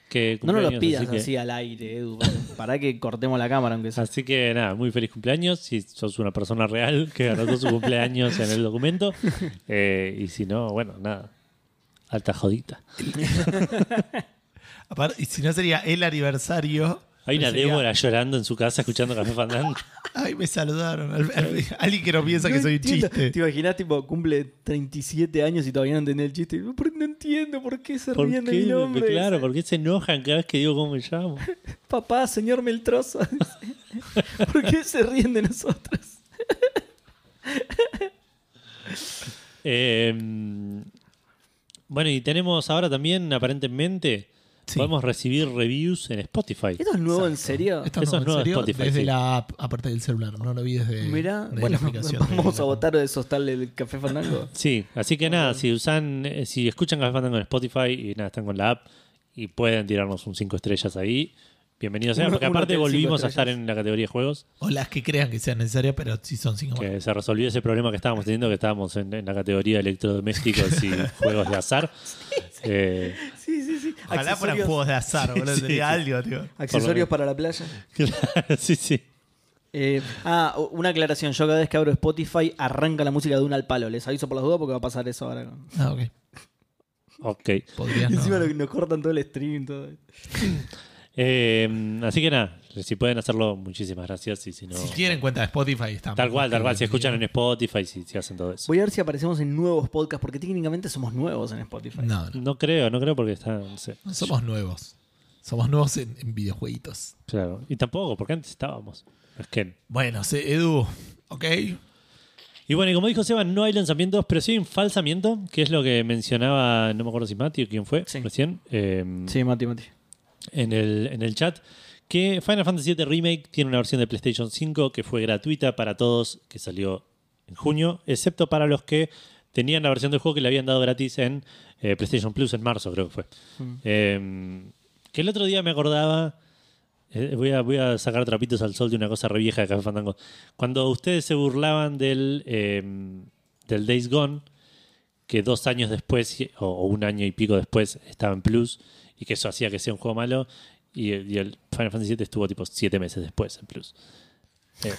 Que
No nos lo
cumpleaños,
pidas
así
así,
que-
al aire, Edu. Para que cortemos la cámara, aunque sea.
Así que nada, muy feliz cumpleaños. Si sos una persona real que anotó su cumpleaños en el documento. Eh, y si no, bueno, nada. Alta jodita.
Aparte- y si no sería el aniversario.
Hay una
sería-
Débora llorando en su casa escuchando Café Fandango.
Ay, me saludaron. Al- al- alguien que no piensa que soy un
entiendo.
chiste.
¿Te imaginas, tipo, cumple 37 años y todavía no entendés el chiste? No por- no entiendo por qué se
¿Por
ríen de
qué?
mi nombre.
Claro, ¿por qué se enojan cada vez que digo cómo me llamo?
Papá, señor Meltroso. ¿Por qué se ríen de nosotros?
Em, Eh, bueno, y tenemos ahora también, aparentemente,
Sí.
podemos recibir reviews en Spotify.
¿Esto es nuevo en
Exacto.
serio?
Esto
Eso es
en
nuevo de
serio,
Spotify,
desde
sí.
la app, aparte del celular. No lo vi desde,
Mira,
desde
bueno,
la aplicación.
vamos
de-
a votar de tal el Café Fandango.
Sí, así que nada, si usan, eh, si escuchan Café Fandango en Spotify y nada, están con la app y pueden tirarnos un 5 estrellas ahí. Bienvenidos sean,
Uno-
porque
uno
aparte
tiene cinco
volvimos a
estrellas.
estar en la categoría juegos,
O las que crean que sean necesarias, pero si son cinco
que se resolvió ese problema que estábamos teniendo, que estábamos en, en la categoría electrodomésticos y juegos de azar. Eh,
sí, sí, sí.
Ojalá fueran
Accesorios-
juegos de azar, boludo.
Sí,
sería
sí.
algo, tío.
Accesorios para la playa.
claro, sí, sí.
Eh, ah, u- una aclaración. Yo cada vez que abro Spotify arranca la música de un al palo. Les aviso por las dudas porque va a pasar eso ahora.
Ah, ok.
Ok.
Podrías no.
Encima lo- nos cortan todo el stream. Todo.
Eh, así que nada, si pueden hacerlo, muchísimas gracias. Y si no,
Si quieren cuenta de Spotify, estamos.
tal cual, tal cual. Si escuchan en Spotify, si, si hacen todo eso.
Voy a ver si aparecemos en nuevos podcasts porque técnicamente somos nuevos en Spotify.
No, no.
No creo, no creo porque están. No sé.
Mm.
No somos nuevos. Somos nuevos en, en videojueguitos.
Claro. Y tampoco, porque antes estábamos. Es que.
Bueno, sí, Edu, ok.
Y bueno, y como dijo Seba, no hay lanzamientos, pero sí hay un falsamiento, que es lo que mencionaba, no me acuerdo si Mati o quién fue,
Sí.
recién, eh,
Sí, Mati, Mati.
en, el, en el chat, que Final Fantasy VII Remake tiene una versión de PlayStation 5 que fue gratuita para todos, que salió en junio, excepto para los que tenían la versión del juego que le habían dado gratis en eh, PlayStation Plus en marzo, creo que fue.
Mm.
Eh, que el otro día me acordaba. eh, voy, a, voy a sacar trapitos al sol de una cosa revieja de Café Fandango. Cuando ustedes se burlaban del, eh, del Days Gone, que dos años después, o, o un año y pico después, estaba en Plus, y que eso hacía que sea un juego malo, y, el- y el Final Fantasy VII estuvo tipo siete meses después en Plus. Eh.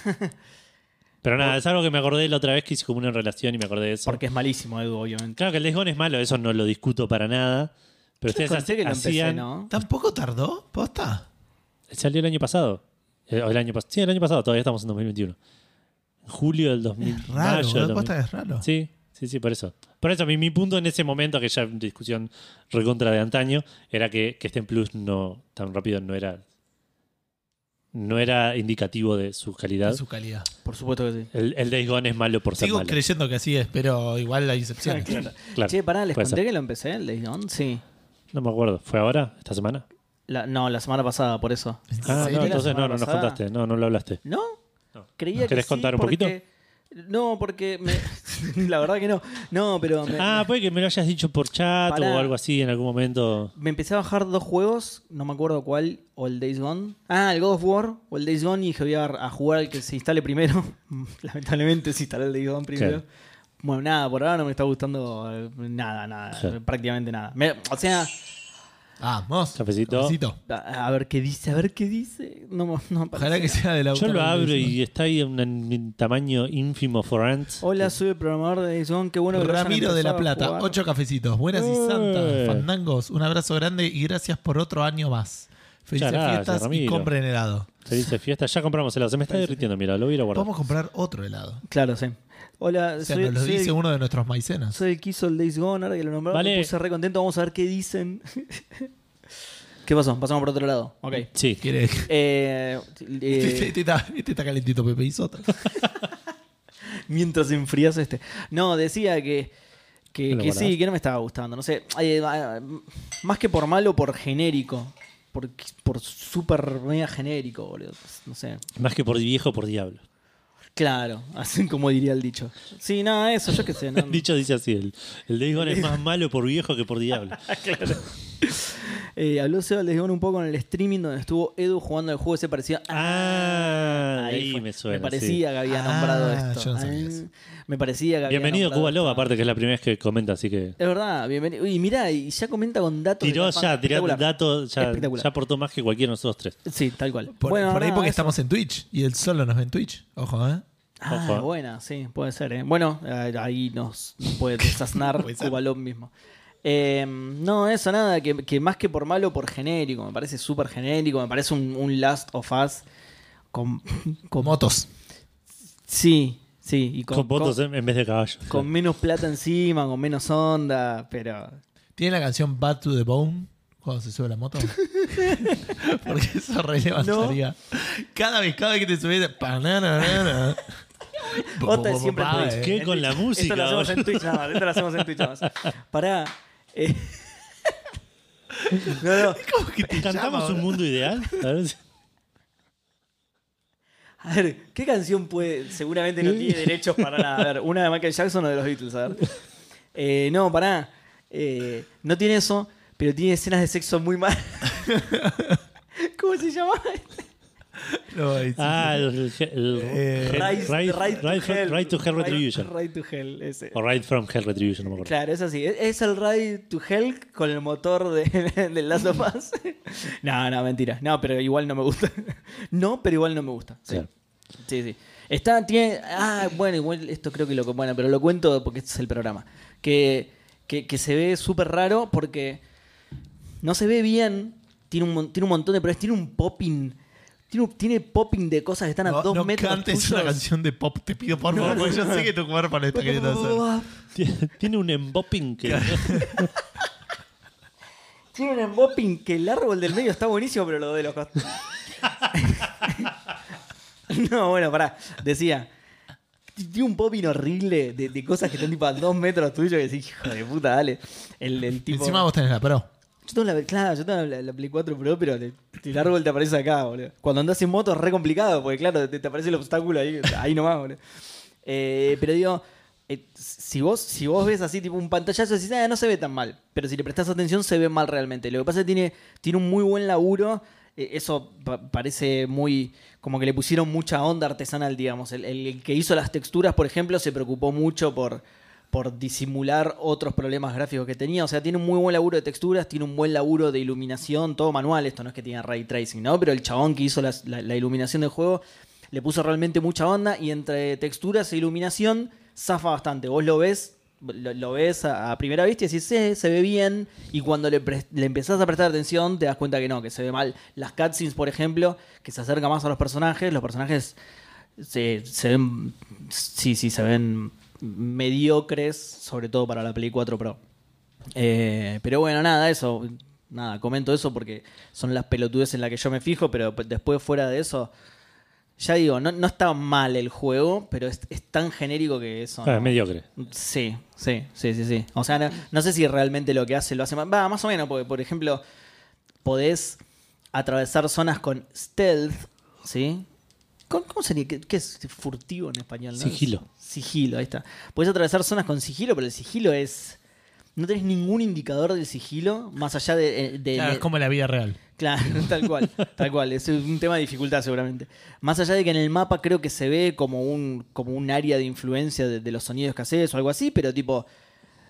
Pero nada, es algo que me acordé la otra vez que hice como una relación y me acordé de eso.
Porque es malísimo, Edu, obviamente.
Claro que el Days Gone es malo, eso no lo discuto para nada. Pero
Yo
ustedes
conté que lo empecé,
hacían,
¿no?
¿Tampoco tardó? ¿Posta?
Salió el año pasado. Eh, o El año pas- sí, el año pasado, todavía estamos en 2021. En Julio del 2000.
Es raro,
mayo del
boludo,
2000.
posta es raro.
Sí, sí, sí, por eso. Por eso, mi, mi punto en ese momento, que ya era una discusión recontra de antaño, era que, que este en Plus no tan rápido no era. No era indicativo de su calidad.
En su calidad.
Por supuesto que sí.
El, el Days Gone es malo por ser
Sigo
malo.
creyendo que así es, pero igual hay excepciones.
Claro,
Che, pará, les
puede
conté
ser.
que lo empecé el Days Gone. Sí.
No me acuerdo. ¿Fue ahora? ¿Esta semana?
La- no, la semana pasada, por eso.
¿En serio?
Ah, no,
la
entonces no,
semana
no nos
pasada?
contaste. No, no lo hablaste.
¿No?
No.
Creía
¿Nos
que
querés
sí,
contar un
porque-
poquito?
No, porque me... la verdad que no. No, pero me,
Ah, puede que me lo hayas dicho por chat
Pará.
o algo así en algún momento.
me empecé a bajar dos juegos, no me acuerdo cuál, o el Days Gone. Ah, el God of War o el Days Gone y dije voy a, a jugar al que se instale primero. Lamentablemente se instaló el Days Gone primero.
Claro.
Bueno, nada, por ahora no me está gustando eh, nada, nada,
Sí.
prácticamente nada. Me- o sea,
Vamos.
Cafecito.
a, a ver qué dice, a ver qué dice. No, me- no me
Ojalá
parece
que
nada.
sea de la
Yo lo
autora
abro
del
y está ahí en un en tamaño ínfimo for ants.
Hola, soy el programador de Days Gone, qué bueno que lo hayan
Ramiro de la
empezado a
Plata,
jugar.
ocho cafecitos. Buenas y
Eh.
santas, fandangos. Un abrazo grande y gracias por otro año más. Felices
Muchas gracias,
fiestas y
Ramiro.
compren helado.
Felices fiestas. Ya compramos helado. Se me está derritiendo, mira, lo voy a ir a guardar.
Podemos comprar otro helado.
Claro, sí. Hola,
O sea,
soy,
nos lo
soy
dice
el,
uno de nuestros maicenas.
soy el que hizo el Days Gone, ahora que lo nombraron,
Vale.
me puse re contento, vamos a ver qué dicen. ¿Qué pasó? Pasamos por otro lado. Ok.
Sí.
¿Quiere-
Eh,
Este,
eh,
este está, este está calentito, Pepe y Sota.
mientras enfrías este. No, decía que, que,
Lo
que
guardás.
sí, que no me estaba gustando. No sé, eh, ah, más que por malo, por genérico. Por, por súper mega genérico, boludo. No sé.
Más que por viejo, por diablo.
Claro, así como diría el dicho. Sí, nada, eso, yo qué sé. no-
Dicho dice así: el, el Days Gone es más malo por viejo que por diablo.
Eh, habló Seba Desgón un poco en el streaming donde estuvo Edu jugando el juego ese parecía.
Ah, de ahí
fue.
me suena,
parecía que había
Ah,
nombrado esto.
yo no sabía
Ah,
eso.
Me parecía que había
Bienvenido
nombrado
Cuba Loba,
esto.
aparte que es la primera vez que comenta, así que.
Es verdad, bienvenido. Y mira, y ya comenta con datos. de
Tiró
la fan-
ya, tiró
espectacular.
datos, ya,
Espectacular.
ya aportó más que cualquiera de nosotros tres.
Sí, tal cual.
Por,
Bueno,
por ahí
nada,
porque
eso.
estamos en Twitch y él solo nos ve en Twitch. Ojo, ¿eh?
Ah,
Ojo.
buena, sí, puede ser. ¿eh? Bueno, eh, ahí nos puede desaznar
Puede ser.
Cubalón mismo. Eh, no, eso nada, que, que más que por malo, por genérico. Me parece súper genérico, me parece un, un Last of Us con,
Con motos.
Sí, sí. Y con,
Con votos ¿eh? en en vez de caballos.
con- con menos plata encima, con menos onda, pero.
¿Tiene la canción Bad to the Bone cuando se sube la moto? Porque eso relevantaría. Cada vez, cada vez que te subís, panana.
Otra siempre es Twitch.
¿Qué con la música?
Esto lo hacemos en Twitch nada más, esto lo hacemos en Twitch nada más. Pará. eh, No, no.
¿Cómo que te llama,
¿Cantamos
boludo?
un mundo ideal? A ver si-
A ver, ¿qué canción puede.? Seguramente no tiene derechos para nada. A ver, una de Michael Jackson o de los Beatles, a ver. Eh, no, pará. Eh, no tiene eso, pero tiene escenas de sexo muy mal. ¿Cómo se llama?
¿eh? No, ahí sí.
Ah, el, el-
Eh,
Hell-
Rise-
Rise-
Right
Rise from- Rise to Hell
Right-
Retribution.
Right to Hell, ese.
O Ride from Hell Retribution, no me acuerdo.
Claro, es así. Es- Es el Ride to Hell con el motor de, del Last of Us. No, no, mentira. No, pero igual no me gusta. No, pero igual no me gusta. Sí.
Claro.
Sí, sí. Está, tiene. Ah, bueno, igual esto creo que lo. Bueno, pero lo cuento porque este es el programa. Que, que, que se ve súper raro porque no se ve bien. Tiene un, mon- tiene un montón de problemas. Tiene un popping. Tiene, un- tiene popping de cosas que están a
No,
dos
no
metros.
cantes
tuyos.
una canción de pop, te pido por favor, porque yo sé que tu cuerpo lo está queriendo hacer.
Tiene- Tiene un embopping que.
Tiene un embopping que el árbol del medio está buenísimo, pero lo de los costados. no, bueno, pará. Decía. Tiene un popping horrible de, de cosas que están tipo a dos metros tuyos que decís, hijo de puta, dale. El, el tipo.
Encima vos tenés la pro.
Yo tengo la, claro, yo tengo la, la Play 4 Pro, pero el, el árbol te aparece acá, boludo. Cuando andás en moto es re complicado, porque claro, te, te aparece el obstáculo ahí, ahí nomás, boludo. Eh, pero digo, eh, si, vos, si vos ves así tipo un pantallazo, decís, "Ah, no se ve tan mal. Pero si le prestás atención, se ve mal realmente. Lo que pasa es que tiene, tiene un muy buen laburo. Eh, Eso pa- parece muy. como que le pusieron mucha onda artesanal, digamos. El, el que hizo las texturas, por ejemplo, se preocupó mucho por, por disimular otros problemas gráficos que tenía. O sea, tiene un muy buen laburo de texturas, tiene un buen laburo de iluminación, todo manual. Esto no es que tenga ray tracing, ¿no? Pero el chabón que hizo las- la, la iluminación del juego le puso realmente mucha onda y entre texturas e iluminación zafa bastante. Vos lo ves. Lo, lo ves a, a primera vista y decís, sí, se ve bien. Y cuando le, pres- le empezás a prestar atención, te das cuenta que no, que se ve mal. Las cutscenes, por ejemplo, que se acerca más a los personajes, los personajes se, se ven. Sí, sí, se ven mediocres, sobre todo para la Play 4 Pro. Eh, pero bueno, nada, eso. Nada, comento eso porque son las pelotudes en las que yo me fijo, pero p- después fuera de eso. Ya digo, no, no está mal el juego, pero es, es tan genérico que eso.
Ah,
no-
es mediocre.
Sí, sí, sí, sí, sí. O sea, no, no sé si realmente lo que hace lo hace más. Va, más o menos, porque por ejemplo, podés atravesar zonas con stealth, ¿sí? ¿Cómo, cómo sería? ¿Qué, qué es furtivo en español? no?
Sigilo.
Sigilo, ahí está. Podés atravesar zonas con sigilo, pero el sigilo es. No tenés ningún indicador del sigilo, más allá de. de-
Claro,
de-
es como la vida real.
Claro, tal cual, tal cual. Es un tema de dificultad seguramente. Más allá de que en el mapa creo que se ve como un, como un área de influencia de, de los sonidos que haces o algo así, pero tipo,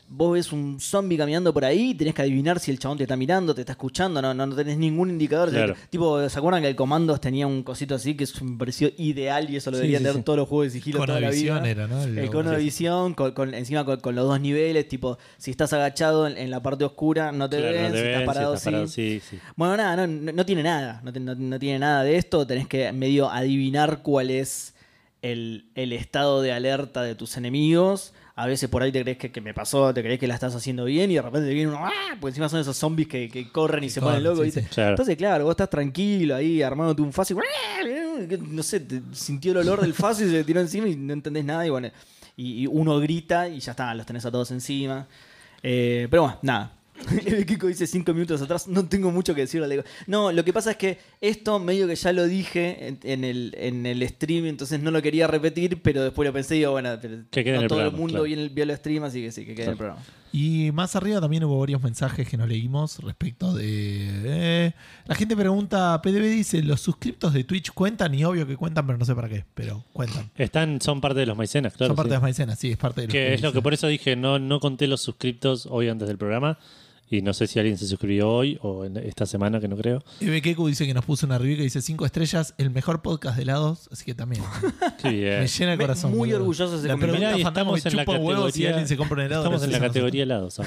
vos ves un zombie caminando por ahí y tenés que adivinar si el chabón te está mirando, te está escuchando, no, no, no tenés ningún indicador.
Claro.
Tipo, ¿se acuerdan que el Comandos tenía un cosito así que es- me pareció ideal y eso lo
Sí,
deberían
sí,
tener
sí.
todos los juegos de sigilo
Cono
toda la
de visión
vida?
era, ¿no?
El,
El-
cono de visión, con, con- encima con, con los dos niveles, tipo, si estás agachado en, en la parte oscura no te
Claro,
ven,
no te
si estás
ven,
parado,
estás parado,
sí.
sí, sí.
Bueno, nada, no, no- no tiene nada. No, te- no- no tiene nada de esto. Tenés que medio adivinar cuál es el, el estado de alerta de tus enemigos. A veces por ahí te crees que, que me pasó, te crees que la estás haciendo bien y de repente te viene uno, ¡ah! Porque encima son esos zombies que, que corren y se
corren,
ponen locos,
sí,
¿viste?
sí. Claro.
Entonces, claro, vos estás tranquilo ahí armándote un fácil, no sé, te- sintió el olor del fácil y se te tiró encima y no entendés nada y bueno, y, y uno grita y ya está, los tenés a todos encima. Eh, pero bueno, nada. Kiko dice cinco minutos atrás, no tengo mucho que decir. le digo, No, lo que pasa es que esto medio que ya lo dije en, en el, en el stream, entonces no lo quería repetir, pero después lo pensé y digo, bueno, pero
Que quede
no
en el
todo el
programa,
mundo
claro.
vio, el, vio el stream, así que sí, que quede en el
Claro.
programa.
Y más arriba también hubo varios mensajes que nos leímos respecto de. eh, la gente pregunta, PDB dice, los suscriptos de Twitch cuentan y obvio que cuentan, pero no sé para qué, pero cuentan.
Están, son parte de los maicenas, claro.
Son parte
sí.
de las maicenas, sí, es parte de los
Que es lo que
dicen.
por eso dije, no, no conté los suscriptos hoy antes del programa. Y no sé si alguien se suscribió hoy o en esta semana, que no creo.
EBKQ dice que nos puso una review que dice 5 estrellas, el mejor podcast de helados, así que también.
Qué bien.
Me llena el
Me-
corazón.
muy
boludo.
orgulloso de ese
La
comentario.
pregunta
eh, Mirá, y
Fandango
estamos en la
chupa huevos si
categoría-
alguien se compra un helado.
Estamos en la
gracias a nosotros.
categoría helados.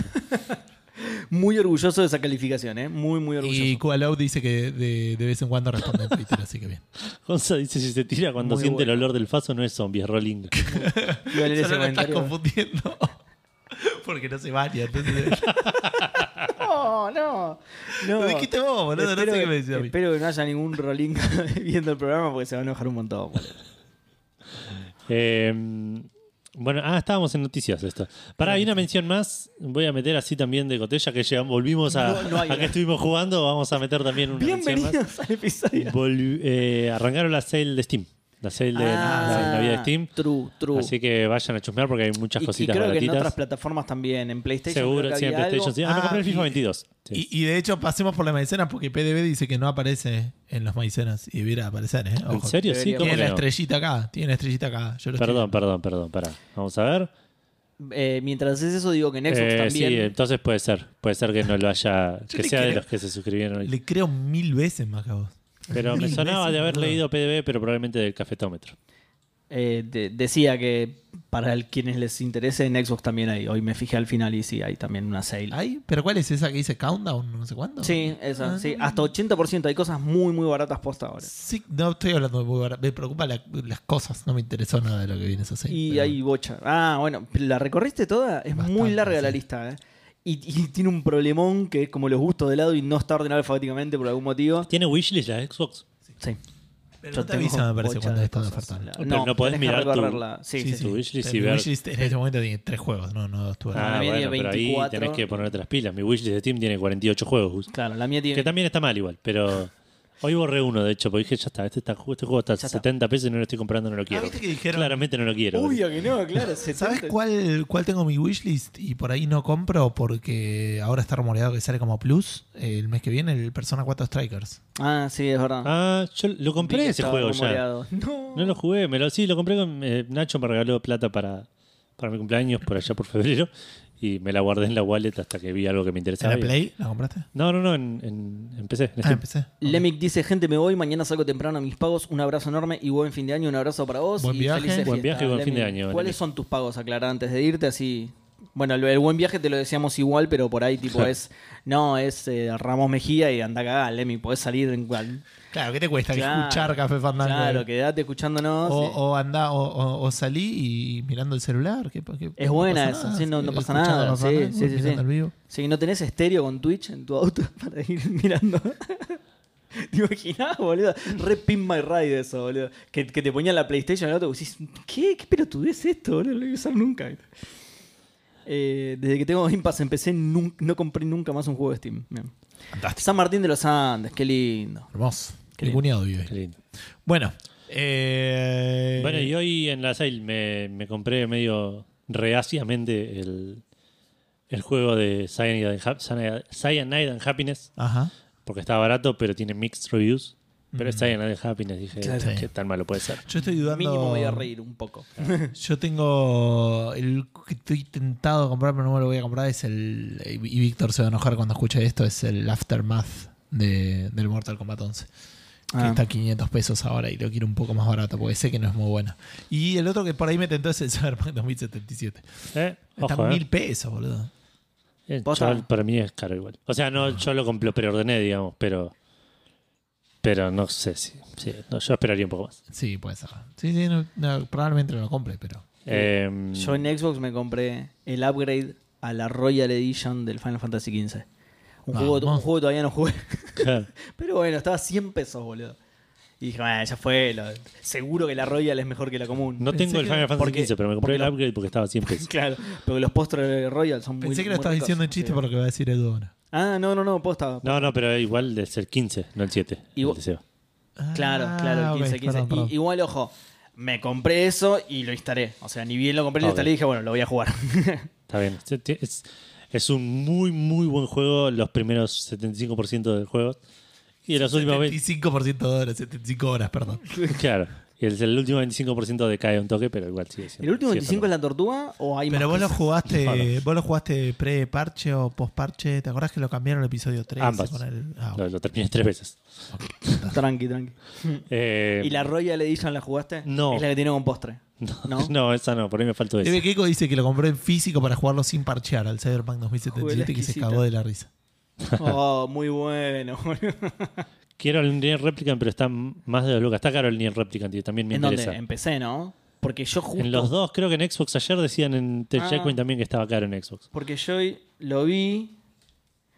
ahora.
Muy orgulloso de esa calificación, ¿eh? Muy, muy orgulloso.
Y Kualau dice que de, de vez en cuando responde en Twitter, así que bien.
Gonza dice: si se tira cuando
Muy
siente
bueno.
el olor del faso, no es zombie, es rolling.
Iba a leer ese
Solo lo estás
comentario.
confundiendo. Porque no se baña. Entonces,
No, no. no.
Lo dijiste vos, boludo. No
espero,
sé qué me decís a mí.
espero que no haya ningún rolín viendo el programa porque se va a enojar un montón. boludo.
Eh, Bueno, ah, estábamos en noticias esto. Pará, hay una mención más. Voy a meter así también de Cotella, que llegamos, volvimos a,
No, no hay
a
una.
que estuvimos jugando. Vamos a meter también una mención
Bienvenidos al episodio.
más. Volvi- eh, arrancaron la sale de Steam. La sale de la, la Navidad de Steam.
True, Ah. true.
Así que vayan a chusmear porque hay muchas
y, y
cositas
creo que en
baratitas.
otras plataformas también, en PlayStation.
Seguro,
creo que
sí, en
había
PlayStation. Sí.
algo.
Ah, me
Ah,
compré el FIFA
y-
22. Sí.
Y, y de hecho, pasemos por la maicena porque PDB dice que no aparece en los maicenas y debiera aparecer, ¿eh?
¿En
Ojo.
serio? Sí,
Debería-
¿cómo
Tiene la
que no?
estrellita acá, tiene la estrellita acá. Yo lo estoy
Perdón, perdón, perdón, pará. Vamos a ver.
Eh, mientras es eso, digo que en Xbox
Eh, sí,
también.
entonces puede ser. Puede ser que no lo haya. que
le
sea de
creo.
los que se suscribieron hoy.
viendo. Le creo mil veces más que a vos.
Pero me
Mil
sonaba
veces,
de haber
boludo.
leído PDB, pero probablemente del cafetómetro.
Eh, de- decía que para el- quienes les interese, en Xbox también hay. Hoy me fijé al final y sí, hay también una sale.
¿Ay? ¿Pero cuál es esa que dice Countdown? No sé cuándo.
Sí, esa,
Ah.
sí. Hasta 80%. Hay cosas muy, muy baratas posta ahora.
Sí, no estoy hablando de muy barato. Me preocupan la- las cosas. No me interesó nada de lo que viene a hacer.
y hay bocha. Ah, bueno, ¿la recorriste toda? Es muy
Bastante,
larga la
sí.
lista, ¿eh? Y, y tiene un problemón que es como los gustos de lado y no está ordenado alfabéticamente por algún motivo.
¿Tiene wishlist la Xbox?
Sí.
Pero
Yo
no te
tengo
avisa, me parece,
bocha
cuando
de
están
cosas.
ofertando.
La-
Pero no podés
tenés que
mirar tu-
recorrerla. Sí, sí,
tu wishlist
Pero
y
mi
ver-
wishlist en este momento tiene tres juegos, no, no estuve.
Ah,
Ah,
la mía
bueno,
tiene
pero ahí
24.
tenés que ponerte las pilas. Mi wishlist de Steam tiene 48 juegos.
Claro, la mía
Que
tiene.
también está mal igual, pero... Hoy borré uno, de hecho, porque dije, ya está, este, está- este juego está a
Ya está.
70 pesos y no lo estoy comprando, no lo quiero.
¿viste que dijeron?
Claramente no lo quiero.
Obvio que no, claro. 70.
¿Sabes cuál, cuál tengo en mi wishlist y por ahí no compro porque ahora está rumoreado que sale como plus eh, el mes que viene el Persona 4 Strikers?
Ah, sí, es verdad.
Ah, yo lo
Vi
compré
que
ese
estaba
juego ya.
rumoreado. No.
No lo jugué, me lo, sí, lo compré con. eh, Nacho me regaló plata para, para mi cumpleaños por allá por febrero y me la guardé en la wallet hasta que vi algo que me
¿En
interesaba.
la
y-
Play? ¿La compraste?
No, no, no, en, en, en PC. en
Ah,
Steam.
empecé.
Lemic dice, gente, me voy, mañana salgo temprano a mis pagos, un abrazo enorme y buen fin de año, un abrazo para vos.
Buen
y
viaje.
felices
Buen
fiestas,
viaje y buen fin de
Lemic.
año,
¿Cuáles
Lemic.
son tus pagos, aclarar antes de irte? Así, bueno, el, el buen viaje te lo decíamos igual, pero por ahí tipo
Claro.
es, no, es eh, Ramos Mejía y anda cagada, Lemic, podés salir en cual.
Claro, ¿qué te cuesta
Claro.
escuchar Café Fandango?
Claro,
eh?
quedate escuchándonos.
o,
eh.
o andá, o, o- o salí y mirando el celular. ¿qué- qué-
Es buena
pasa
esa,
nada,
sí, no- no pasa
escuchando
nada,
Café
sí,
Fandango,
sí, sí,
mirando
sí.
el vivo.
Si no tenés estéreo con Twitch en tu auto para ir mirando. ¿Te imaginás, boludo? Re Pin My Ride eso, boludo. Que, que te ponían la PlayStation en el auto y decís, ¿qué? ¿Qué pelotudez es esto, boludo? No lo voy a usar nunca. Eh, desde que tengo Game Pass empecé, nun- no compré nunca más un juego de Steam. Bien.
Fantástico.
San Martín de los Andes, qué lindo.
Hermoso.
Qué
Mi
lindo.
cuñado vive.
Qué lindo.
Bueno. eh,
Bueno, y hoy en la sale me, me compré medio reaciamente el, el juego de Cyanide and, Hap- Cyanide- Cyanide and Happiness,
Ajá.
porque estaba barato, pero tiene mixed reviews. Pero es Cyanide and Happiness, dije,
Claro.
¿qué tan malo puede ser?
Yo estoy dudando.
Mínimo me voy a reír un poco. Ah.
Yo tengo. El que estoy tentado de comprar, pero no me lo voy a comprar. Es el. Y Víctor se va a enojar cuando escuche esto. Es el Aftermath de, del Mortal Kombat 11. Que
Ah.
está a 500 pesos ahora y lo quiero un poco más barato porque sé que no es muy bueno. Y el otro que por ahí me tentó es el Cyberpunk 2077.
Eh,
Está
Ojo,
en
eh.
mil pesos, boludo.
Eh,
¿Posta?
yo- para mí es caro igual. O sea, no, yo lo compré, preordené, digamos, pero. Pero no sé si. sí, no, yo esperaría un poco más.
Sí, puede ser. Sí, sí, no- no, probablemente no lo compre, pero.
Em,
Yo en Xbox me compré el upgrade a la Royal Edition del Final Fantasy XV. Un juego,
Vamos.
un juego que todavía no jugué.
claro.
Pero bueno, estaba a 100 pesos, boludo. Y dije, bueno, ya fue. lo- seguro que la Royal es mejor que la común.
No
Pensé
tengo el
que-
Final Fantasy
porque-
XV, pero me compré el
porque-
upgrade porque estaba 100 pesos.
Claro, pero los postres de Royal son muy
Pensé que lo
muy
estabas
ricos.
diciendo en chiste
Sí.
por lo que va a decir Edu ahora.
Ah, no, no, no, posta.
No, no, pero igual de ser 15, no el 7.
Y
el
vos-
de Seba.
Claro,
Ah,
claro, el
ok,
15, 15.
perdón,
Y-
perdón.
igual, ojo, me compré eso y lo instalé. O sea, ni bien lo compré, lo
Ok.
instalé y dije, bueno, lo voy a jugar.
Está bien. Se- te- Es, es un muy, muy buen juego, los primeros 75% del juego. Y los últimos 20.
75% de horas, 75 horas, perdón.
Claro. Y el, el último 25% decae un toque, pero igual sigue siendo.
¿El último
sigue
25 es la tortuga o hay
Pero
más?
vos lo
cosas?
jugaste,
No, no.
vos lo jugaste pre-parche o post-parche, ¿te acordás que lo cambiaron el episodio 3?
Ambas.
ah,
Lo, lo terminé tres veces.
Tranqui, tranqui.
Eh,
Mm. ¿Y la Royal Edition la jugaste?
No.
Es la que tiene con postre.
No, esa no, por ahí me faltó eso.
Ebe Keiko dice que lo compró en físico para jugarlo sin parchear al Cyberpunk 2077
Jugué la
que se
exquisita.
cagó de la risa.
Oh, muy bueno. boludo.
Quiero el Near Replicant, pero está m- más de dos lucas. Está caro el Near Replicant y también me
¿En dónde?
interesa.
Empecé, ¿no? Porque yo justo...
En los dos, creo que en Xbox ayer decían en The
Ah.
Checkpoint también que estaba caro en Xbox.
Porque yo lo vi...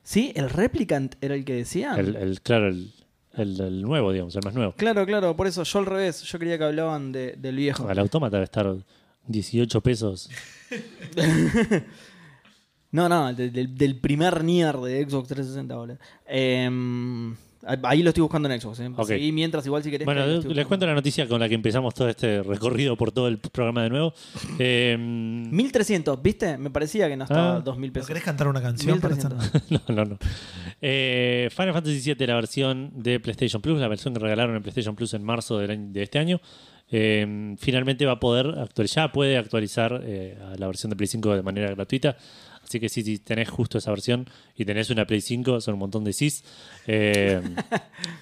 ¿Sí? ¿El Replicant era el que decía?
El, el- claro, el, el- el nuevo, digamos, el más nuevo.
Claro, claro, por eso. Yo al revés. Yo quería que hablaban de- del viejo.
El autómata debe estar 18 pesos.
No, no, del- del, del primer Nier de Xbox 360, boludo. Em, ahí lo estoy buscando en Xbox, ¿eh?
Ok.
Seguí mientras, igual si querés.
Bueno,
ahí lo estoy
les
buscando.
cuento la noticia con la que empezamos todo este recorrido por todo el programa de nuevo. Eh,
1300, ¿viste? Me parecía que no estaba
Ah.
2000
¿No
pesos.
querés cantar una canción para esta
1300.
noche?
no, no, no. Eh, Final Fantasy VII, la versión de PlayStation Plus, la versión que regalaron en PlayStation Plus en marzo del año- de este año, eh, finalmente va a poder actualizar, ya puede actualizar eh, a la versión de Play 5 de manera gratuita. Así que si, si tenés justo esa versión y tenés una Play 5, son un montón de sys, eh,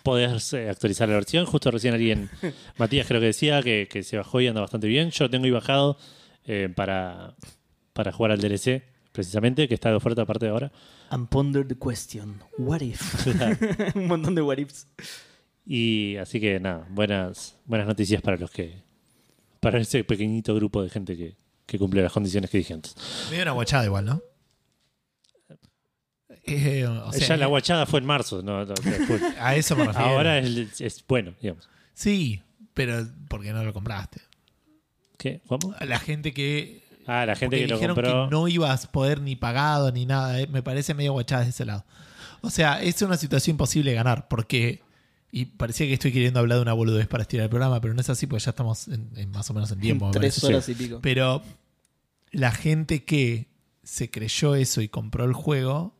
podés eh, actualizar la versión. Justo recién alguien, Matías creo que decía, que, que se bajó y anda bastante bien. Yo lo tengo y bajado eh, para, para jugar al DLC, precisamente, que está de oferta aparte de ahora.
And ponder the question. What if? Un montón de what ifs.
Y así que nada, buenas, buenas noticias para los que. Para ese pequeñito grupo de gente que, que cumple las condiciones que dije antes.
Medio una guachada igual, ¿no? Eh, o sea,
ya la guachada fue en marzo, ¿no? O sea, fue-
a eso me refiero.
ahora es, es bueno, digamos.
Sí, pero porque no lo compraste.
¿Qué? ¿Cómo?
La gente que.
Ah, la gente
porque
que lo
dijeron
compró.
que no ibas a poder ni pagado ni nada. eh, me parece medio guachada de ese lado. O sea, es una situación imposible de ganar porque. Y parecía que estoy queriendo hablar de una boludez para estirar el programa, pero no es así porque ya estamos en- en más o menos en tiempo. me
Tres
parece.
horas y pico.
Pero la gente que se creyó eso y compró el juego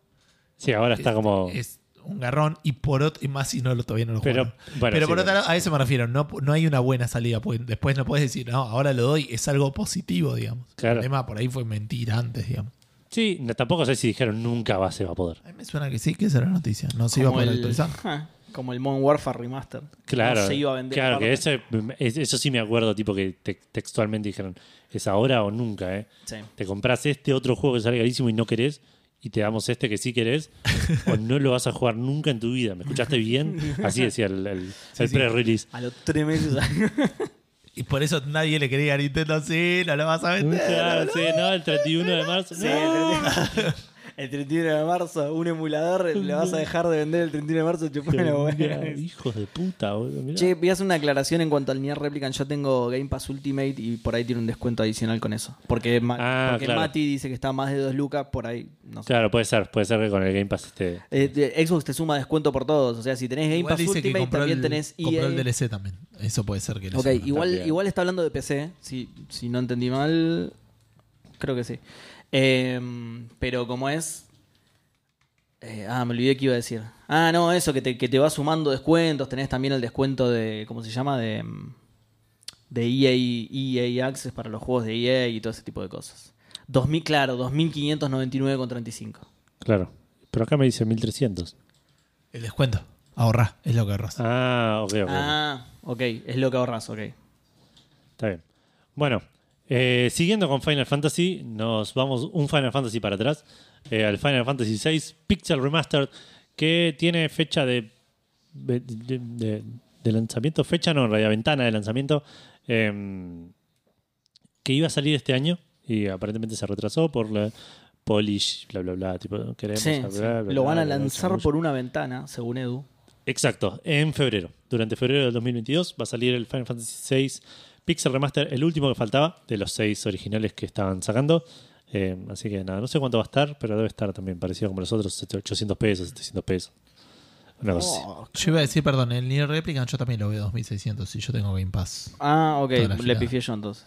Sí, ahora está como.
este es un garrón y por otro, y más si no lo todavía no lo
Pero,
jugaron.
bueno,
Pero
sí,
por otro
bueno.
lado, a eso me refiero, no, no hay una buena salida, porque después no puedes decir, no, ahora lo doy, es algo positivo, digamos.
Claro.
El tema por ahí fue mentira antes, digamos.
Sí, no, tampoco sé si dijeron nunca va, se va a poder.
A mí me suena que sí, que esa era la noticia, no se iba a
Como
poder
el-
actualizar.
Ah, Como el Modern Warfare Remaster.
Claro.
No se iba a vender.
Claro, que
aparte.
eso, es- eso sí me acuerdo, tipo que te- textualmente dijeron: es ahora o nunca, ¿eh?
Sí.
te compras este otro juego que sale carísimo y no querés, y te damos este que sí querés, o no lo vas a jugar nunca en tu vida. ¿Me escuchaste bien? Así decía el, el- el
sí.
pre-release.
A los tres meses.
Y por eso nadie le quería a Nintendo, sí, no lo vas a vender.
Claro, sí, ¿no? El 31 de marzo.
Sí,
No.
el 31 el 31 de marzo, un emulador, le vas a dejar de vender el 31 de marzo. chupame la
Mirá,
hueá.
Hijos de puta, boludo. mirá.
Che, voy a hacer una aclaración en cuanto al Nier Replicant. Yo tengo Game Pass Ultimate y por ahí tiene un descuento adicional con eso. Porque, Ma-
Ah,
porque
claro.
Mati dice que está más de 2 lucas, por ahí no sé.
Claro, puede ser, puede ser que con el Game Pass esté.
Eh, de- Xbox te suma descuento por todos. O sea, si tenés Game
Igual
Pass
dice que
Ultimate,
compró
también
el,
tenés
compró
EA.
el DLC también. Eso puede ser que lo
Ok,
sumen.
igual,
bien.
igual está hablando de PC, si, si no entendí mal. Creo que sí. Em, pero como es. eh, ah, me olvidé que iba a decir. Ah, no, eso, que te, que te va sumando descuentos. Tenés también el descuento de. ¿Cómo se llama? De. em, De E EA, EA Access para los juegos de EA y todo ese tipo de cosas. 2000, claro, 2599,35.
Claro. Pero acá me dice 1300.
El descuento, ahorrá, es lo que ahorras.
Ah, ok, ok. ok.
Ah, ok, es lo que ahorras, ok.
Está bien. Bueno, eh, siguiendo con Final Fantasy, nos vamos un Final Fantasy para atrás, eh, al Final Fantasy VI Pixel Remastered, que tiene fecha de, de, de- de lanzamiento, fecha no, en realidad ventana de lanzamiento, eh, que iba a salir este año y aparentemente se retrasó por la Polish, bla, bla, bla, tipo, queremos
Sí,
hablar,
sí.
bla, bla,
Lo van a
bla, bla,
lanzar
chamullo.
por una ventana, según Edu.
Exacto, en febrero. Durante febrero del 2022 va a salir el Final Fantasy VI Pixel Remaster, el último que faltaba de los seis originales que estaban sacando. Eh, así que nada, no sé cuánto va a estar, pero debe estar también parecido como los otros, 800 pesos, 700 pesos. Una cosa así.
Oh,
Yo iba a decir, perdón, el Nier Replicant yo también lo veo 2600 y yo tengo Game Pass.
Ah, ok,
Toda la
le
fila.
pifié yo entonces.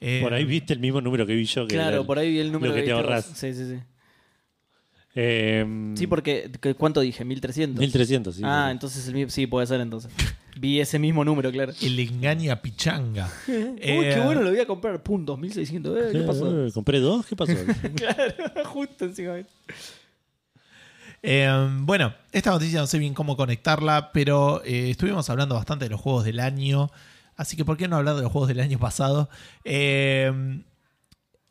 Eh,
Por ahí viste el mismo número que vi yo. Que era
Claro,
el-
por ahí vi el número
lo que te
viste
ahorras.
vos. Sí, sí, sí.
Eh,
Sí, porque que- ¿cuánto dije? 1300.
1300, sí.
ah,
sí.
entonces el mi- sí, puede ser entonces. vi ese mismo número, claro.
El engaña pichanga.
Uy,
Eh,
qué bueno, lo voy a comprar. Pum, 2600. Eh, ¿Qué pasó?
Eh, Compré dos, ¿qué pasó?
Justo encima.
eh, bueno, esta noticia no sé bien cómo conectarla, pero eh, estuvimos hablando bastante de los juegos del año. Así que, ¿por qué no hablar de los juegos del año pasado? Eh,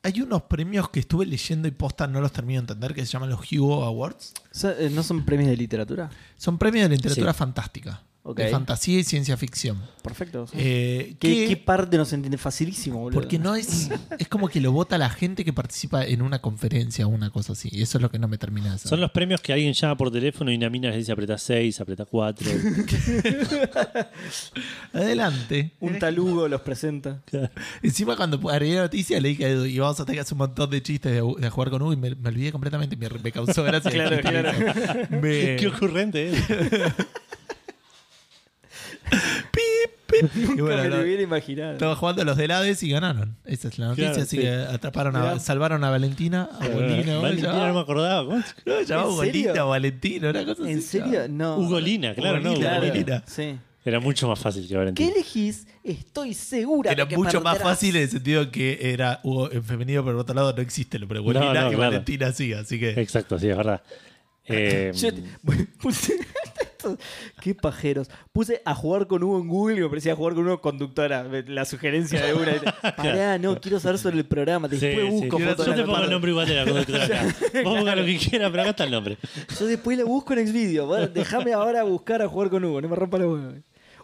hay unos premios que estuve leyendo y posta no los termino de entender, que se llaman los Hugo Awards.
O sea, eh, ¿No son premios de literatura?
Son premios de la literatura
Sí.
fantástica.
Ok.
de fantasía y ciencia ficción.
Perfecto.
Eh,
¿Qué,
que-
¿Qué parte nos entiende? Facilísimo, boludo.
porque no es. Es como que lo vota la gente que participa en una conferencia o una cosa así. Y eso es lo que no me termina de hacer.
Son los premios que alguien llama por teléfono y una mina les dice apretá 6, apretá 4.
Adelante.
Un talugo los presenta.
Encima cuando agregué la noticia le dije a Edu, y vamos a tener que hacer un montón de chistes de, de jugar con U y me, me olvidé completamente, me, me causó gracia. el
Claro,
chiste
claro.
que hizo. Me-
Qué ocurrente, ¿eh?
Pip, pip. Y
Nunca
bueno,
me lo
no,
hubiera imaginado.
estaban jugando los del Hades y ganaron. Esa es la noticia,
Claro,
así
sí.
que atraparon a,
Mirá.
salvaron a Eh, Valentina, a Bolina, ¿cómo se
Valentina,
llamaba?
no me acordaba. ¿cómo es?
No, se llamaba
¿En serio?
Bolina, Valentino, una cosa
¿En
así,
serio? No.
¿no?
Ugolina, claro, no.
Ugolina,
Claro.
Ugolina.
Sí.
Era mucho más fácil que
¿Qué
Valentina.
elegís? Estoy segura.
Era
de que
mucho más
perderás.
fácil en el sentido que era Hugo en femenino, pero por otro lado no existe lo, pero
No,
Bolina
no,
y
claro.
Valentina sí, así que...
Exacto, sí, es verdad. Eh,
Yo te- puse- estos- Qué pajeros. Puse a jugar con Hugo en Google y me parecía jugar con Hugo conductora. Me- La sugerencia de una. Pará, no, quiero saber sobre el programa.
sí,
Después
sí.
busco
Yo
fotos de
te
la
pongo el
tarde.
nombre igual de la conductora acá. Vos pongas lo que quieras, pero acá está el nombre.
Yo después la busco en Xvideo. Vos Déjame ahora buscar a jugar con Hugo. No me rompa la hueva.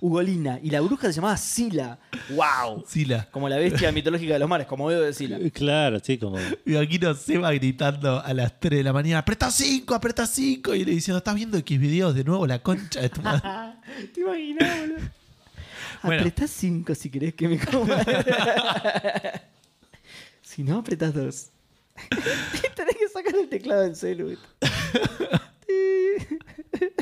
Ugolina. Y la bruja se llamaba Sila. ¡Wow!
Sila.
Como la bestia mitológica de los mares, como veo de Sila.
Claro, sí, como.
Me imagino Seba gritando a las 3 de la mañana, apreta 5, apreta 5. Y le diciendo, ¿estás viendo X videos de nuevo la concha de tu madre?
¿Te imaginas, boludo?
Bueno.
Apretás 5 si querés que me coma. si no, apretás 2. Tenés que sacar el teclado en celu. ¿viste?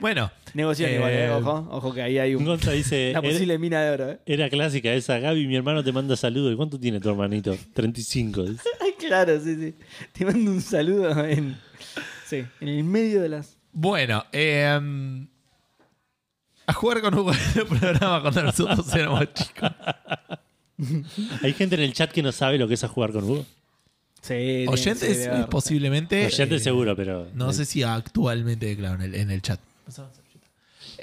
bueno.
Negocian
eh,
igual, eh, ojo. Ojo que ahí hay un,
Gonza dice.
una
"Era-
posible mina de oro. ¿eh?
Era clásica esa. Gaby, mi hermano te manda saludos. ¿Y cuánto tiene tu hermanito? 35. dice.
Ay, claro, sí, sí. Te mando un saludo en, sí, en el medio de las...
Bueno, eh, a jugar con Hugo en el programa cuando nosotros éramos chicos.
Hay gente en el chat que no sabe lo que es a jugar con Hugo.
Sí,
Oyentes, eh, posiblemente.
Oyente
eh,
seguro, pero.
No sé si actualmente, claro, en el, en el chat.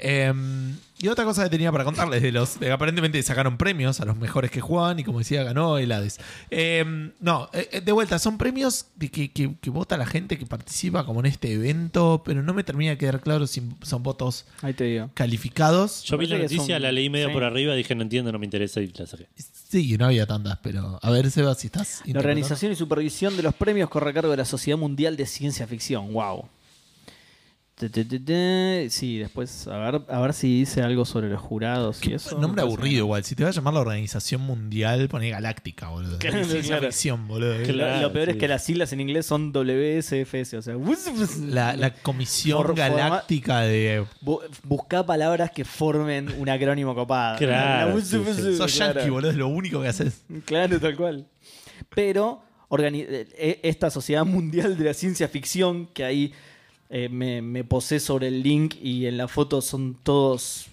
Em, y otra cosa que tenía para contarles de los. de- aparentemente sacaron premios a los mejores que juegan y como decía, ganó el Hades. Em, no, eh, eh, de vuelta, son premios de que, que- que vota la gente que participa como en este evento, pero no me termina de quedar claro si son votos
Ahí te digo.
calificados.
Yo vi la
Parece que
noticia,
son-
la leí medio
sí.
por arriba, dije no entiendo, no me interesa y la saqué.
Sí, no había tantas, pero a ver, Seba, si estás.
La organización y supervisión de los premios corre a cargo de la Sociedad Mundial de Ciencia Ficción. Wow. Te, te, te, te. Sí, después a ver, a ver si dice algo sobre los jurados y eso.
Nombre
Me parece-
aburrido, igual. Si te va a llamar la Organización Mundial, pone Galáctica, boludo.
Claro,
Ciencia
claro.
ficción, boludo.
Lo-
Claro,
lo, peor
sí.
es que las siglas en inglés son WSFS, o sea,
La, la Comisión
Por-
Galáctica de.
bu- busca palabras que formen un acrónimo copado.
Claro,
La-
sí, sí.
Sos
claro.
yankee, boludo, es lo único que haces.
Claro, tal cual. Pero organi- eh, esta Sociedad Mundial de la Ciencia Ficción, que ahí eh, me, me posé sobre el link y en la foto son todos.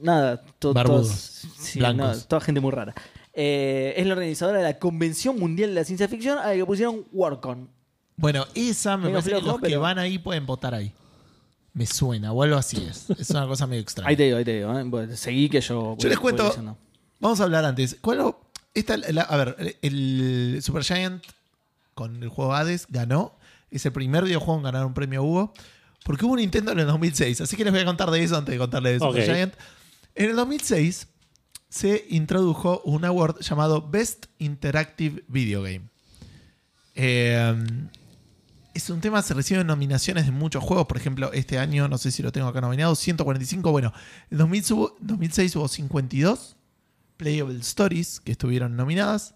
Nada, to-
Barbudos,
todos. sí,
blancos.
no, toda gente muy rara. Eh, es la organizadora de la Convención Mundial de la Ciencia Ficción a la que pusieron WorkCon.
Bueno, esa me
Medio
parece que
flojo,
los que
pero-
van ahí pueden votar ahí. Me suena, o algo así es. Es una cosa medio extraña.
Ahí te digo, ahí te digo. eh. Bueno, Seguí que yo. voy-
Yo les
voy
cuento.
diciendo.
Vamos a hablar antes. ¿Cuál o- esta, la- a ver, el Supergiant con el juego Hades ganó. Es el primer videojuego en ganar un premio Hugo. Porque hubo un Nintendo en el 2006. Así que les voy a contar de eso antes de contarles de
Ok.
Supergiant. En el 2006 se introdujo un award llamado Best Interactive Video Game. Eh, es un tema que se reciben nominaciones de muchos juegos. Por ejemplo, este año, no sé si lo tengo acá nominado, 145. Bueno, en 2000 hubo- 2006 hubo 52 Playable Stories que estuvieron nominadas.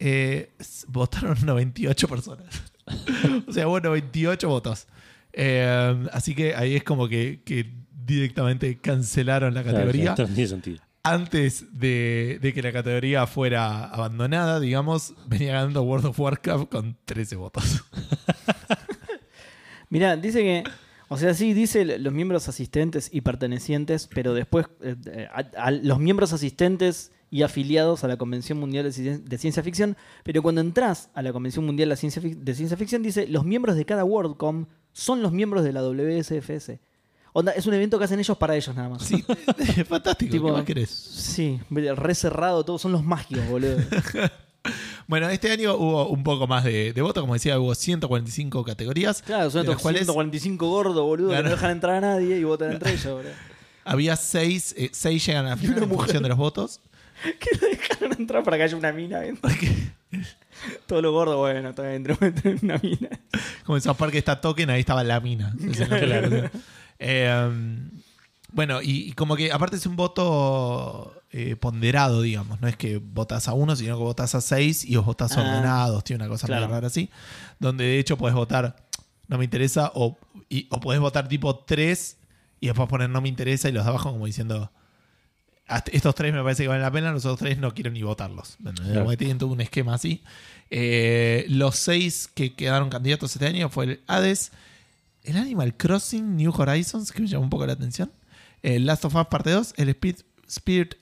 Eh, s- votaron 98 personas. o sea, hubo 98 votos. Eh, así que ahí es como que, que directamente cancelaron la
Claro,
categoría
esto no tiene sentido.
antes de, de que la categoría fuera abandonada, digamos, venía ganando World of Warcraft con 13 votos.
Mirá, dice que. O sea, sí, dice l- los miembros asistentes y pertenecientes, pero después eh, eh, a- a los miembros asistentes y afiliados a la Convención Mundial de, Cien- de Ciencia Ficción, pero cuando entras a la Convención Mundial de Ciencia, Fic- de Ciencia Ficción, dice los miembros de cada WorldCom son los miembros de la WSFS. Onda, es un evento que hacen ellos para ellos nada más.
Sí, fantástico.
Tipo-
¿Qué más querés?
Sí, re cerrado, todos son los mágicos, boludo.
Bueno, este año hubo un poco más de, de votos. Como decía, hubo 145 categorías.
Claro, son
de las
estos
cuales
145 gordos, boludo, que
Claro.
no dejan entrar a nadie y votan entre ellos, boludo.
había seis, eh, seis llegan a la final
una
en función
mujer.
de los votos.
Que lo dejaron entrar para que haya una mina adentro. Todo lo gordo, bueno, está adentro, meten una mina.
Como en South Park está Token, ahí estaba la mina. Es el nombre de la canción. Eh, bueno, y, y como que aparte es un voto eh, ponderado, digamos. No es que votas a uno, sino que votas a seis y os votas
Ah.
ordenados. Tiene una cosa muy
Claro.
rara así. Donde de hecho puedes votar no me interesa o, y- o puedes votar tipo tres y después poner no me interesa y los de abajo como diciendo... "Hasta Estos tres me parece que valen la pena, los otros tres no quiero ni votarlos. ¿entendés?
Claro.
Como que tienen todo un esquema así. Eh, los seis que quedaron candidatos este año fue el Hades, el Animal Crossing New Horizons, que me llamó un poco la atención, el Last of Us Parte 2, el Spirit, Spirit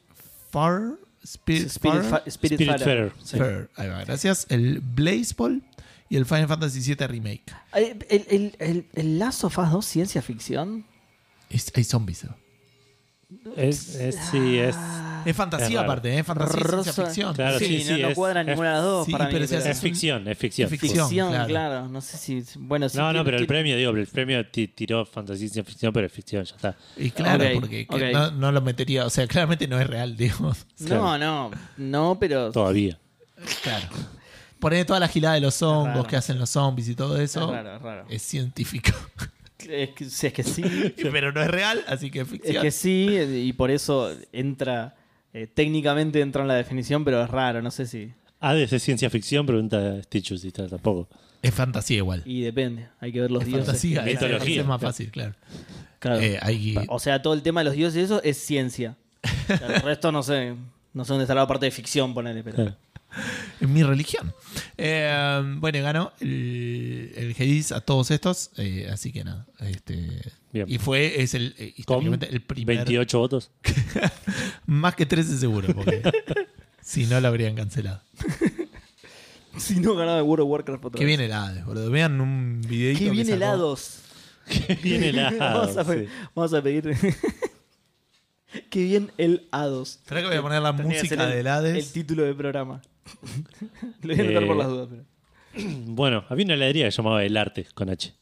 Far... Spirit,
Spirit,
Far-
fa- Spirit
Spirit
Farer.
Farer, sí.
Fair. Ahí va, gracias. El Blazeball y el Final Fantasy VII Remake.
Eh, ¿El, el, el, el Last of Us 2 ciencia ficción?
Es- hay zombies. ¿no?
Es, es- sí, es.
Es
Es
fantasía
raro.
aparte, ¿eh? fantasía es ciencia
Ah. Rosa-
ficción.
Claro,
sí,
sí,
no,
sí,
no
es-
cuadran
es-
ninguna de las dos
sí,
para mí.
pero se
pero-
hace
Es ficción, es ficción.
Es ficción.
ficción, claro.
claro.
No sé si. Bueno, sí,
No, no,
tiene-
pero el
tiene-
premio, digo, el premio ti- tiró fantasía y ciencia ficción, pero es ficción, ya está.
Y claro,
Ok,
porque que
ok.
No, no lo metería, o sea, claramente no es real, digamos.
No, no, no, pero.
Todavía.
Claro. Poner toda la gilada de los
Es raro.
hongos que hacen los zombies y todo eso
Es raro, es raro.
científico.
Es que, si es que sí.
Pero no es real, así que es
es
ficción.
que sí, eh, y por eso entra. eh, técnicamente entra en la definición, pero es raro, no sé si.
Hades es Ah, ciencia ficción, pregunta Stitchus y tal, tampoco.
Es fantasía igual.
Y depende, hay que ver los
Es
dioses.
fantasía,
que-
es,
mitología.
es más fácil, claro.
Claro. oh.
Eh, hay-
O sea, todo el tema de los dioses y eso es ciencia. El resto no sé. No sé dónde estará la parte de ficción, ponele, pero.
Claro.
en mi religión. Eh, bueno, ganó el, el Hades a todos estos, eh, así que nada. Este,
Bien.
Y fue, es el, eh,
Con
históricamente el primer.
28 votos.
Más que 13 seguro, porque si no lo habrían cancelado.
Si no ganaba World of Warcraft otra
Que
vez.
viene el Hades, boludo. Vean un videito.
Qué bien
que sacó.
helados.
Bien helado.
vamos, a, pe-
sí.
vamos a pedir. Qué bien helados.
Espera que voy a poner la
Tendría que
música
ser el-
del
El
Hades.
título del programa. Lo voy a anotar
Eh,
por las dudas. pero-
Bueno, había una heladería que llamaba El Arte con H.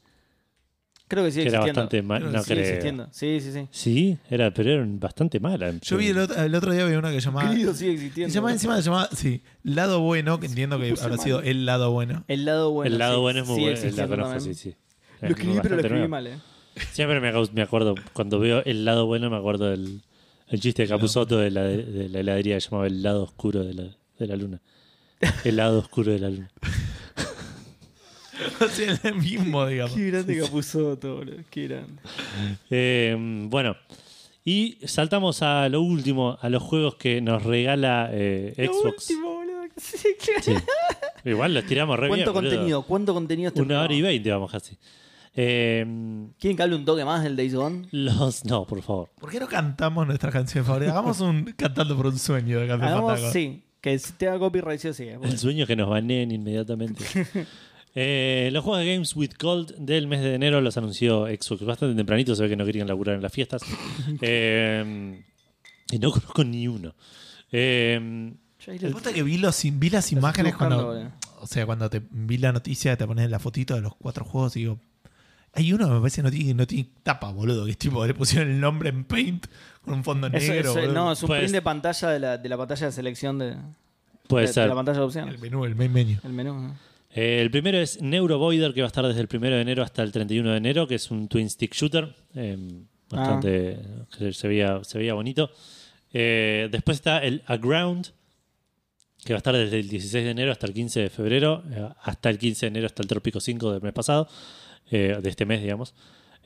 Creo que sigue
que era
existiendo.
bastante mala.
Creo
No
que
Sigue
creo.
existiendo. Sí, sí, sí.
Sí, era, pero era bastante mala.
Yo vi el otro, el otro día vi una que llamaba.
Querido, sigue
Se
existiendo.
llamaba encima, se llamaba, sí, Lado Bueno, que entiendo que habrá sido el lado bueno.
El lado bueno.
el lado
sí,
bueno es muy
sigue
bueno. La
existiendo
conozco, sí,
también.
sí.
Lo escribí, pero lo
Bastante
escribí
nueva.
mal, ¿eh?
Siempre me, acau- me acuerdo, cuando veo el lado bueno, me acuerdo del el chiste de Capuzoto de la, de la heladería que llamaba el lado oscuro de la, de la luna. El lado oscuro de la luna.
O sea, el mismo, digamos.
Qué grande Capuzoto, boludo. Qué grande.
Eh, bueno, y saltamos a lo último, a los juegos que nos regala eh, Xbox.
Lo último, boludo. Sí, claro.
Sí. Igual los tiramos re
¿Cuánto
bien, boludo.
contenido? ¿Cuánto contenido este
Una hora y
programa?
veinte, vamos casi. Eh,
¿Quieren que hable un toque más del Days Gone?
los. No, por favor.
¿Por qué no cantamos nuestras canciones favoritas? Hagamos un Cantando por un sueño de Café
Hagamos,
Fandango.
sí. Que si te haga copyright, sí o sí. eh, porque-
El sueño es que nos baneen inmediatamente. Eh, los juegos de Games with Gold del mes de enero los anunció Xbox bastante tempranito, se ve que no querían laburar en las fiestas. Eh, y no conozco ni uno. Eh,
Me gusta que vi, los, vi las imágenes
buscando,
cuando.
boludo.
O sea, cuando te vi la noticia, te pones la fotito de los cuatro juegos y digo. Hay uno que me parece no tiene, no tiene tapa, boludo. Que es tipo, le pusieron el nombre en paint con un fondo
Eso-
negro.
eso-
boludo.
no, es un
Pues-
print de pantalla de la, de la pantalla de selección de,
puede
de- de
ser.
la pantalla de
El
opciones.
menú, el main menu.
El menú. ¿no?
Eh, el primero es Neurovoider, que va a estar desde el 1 de enero hasta el 31 de enero, que es un twin stick shooter. eh, bastante. que se veía, se veía bonito. Eh, después está el Aground, que va a estar desde el 16 de enero hasta el 15 de febrero, eh, hasta el 15 de enero, hasta el Trópico 5 del mes pasado, eh, de este mes, digamos.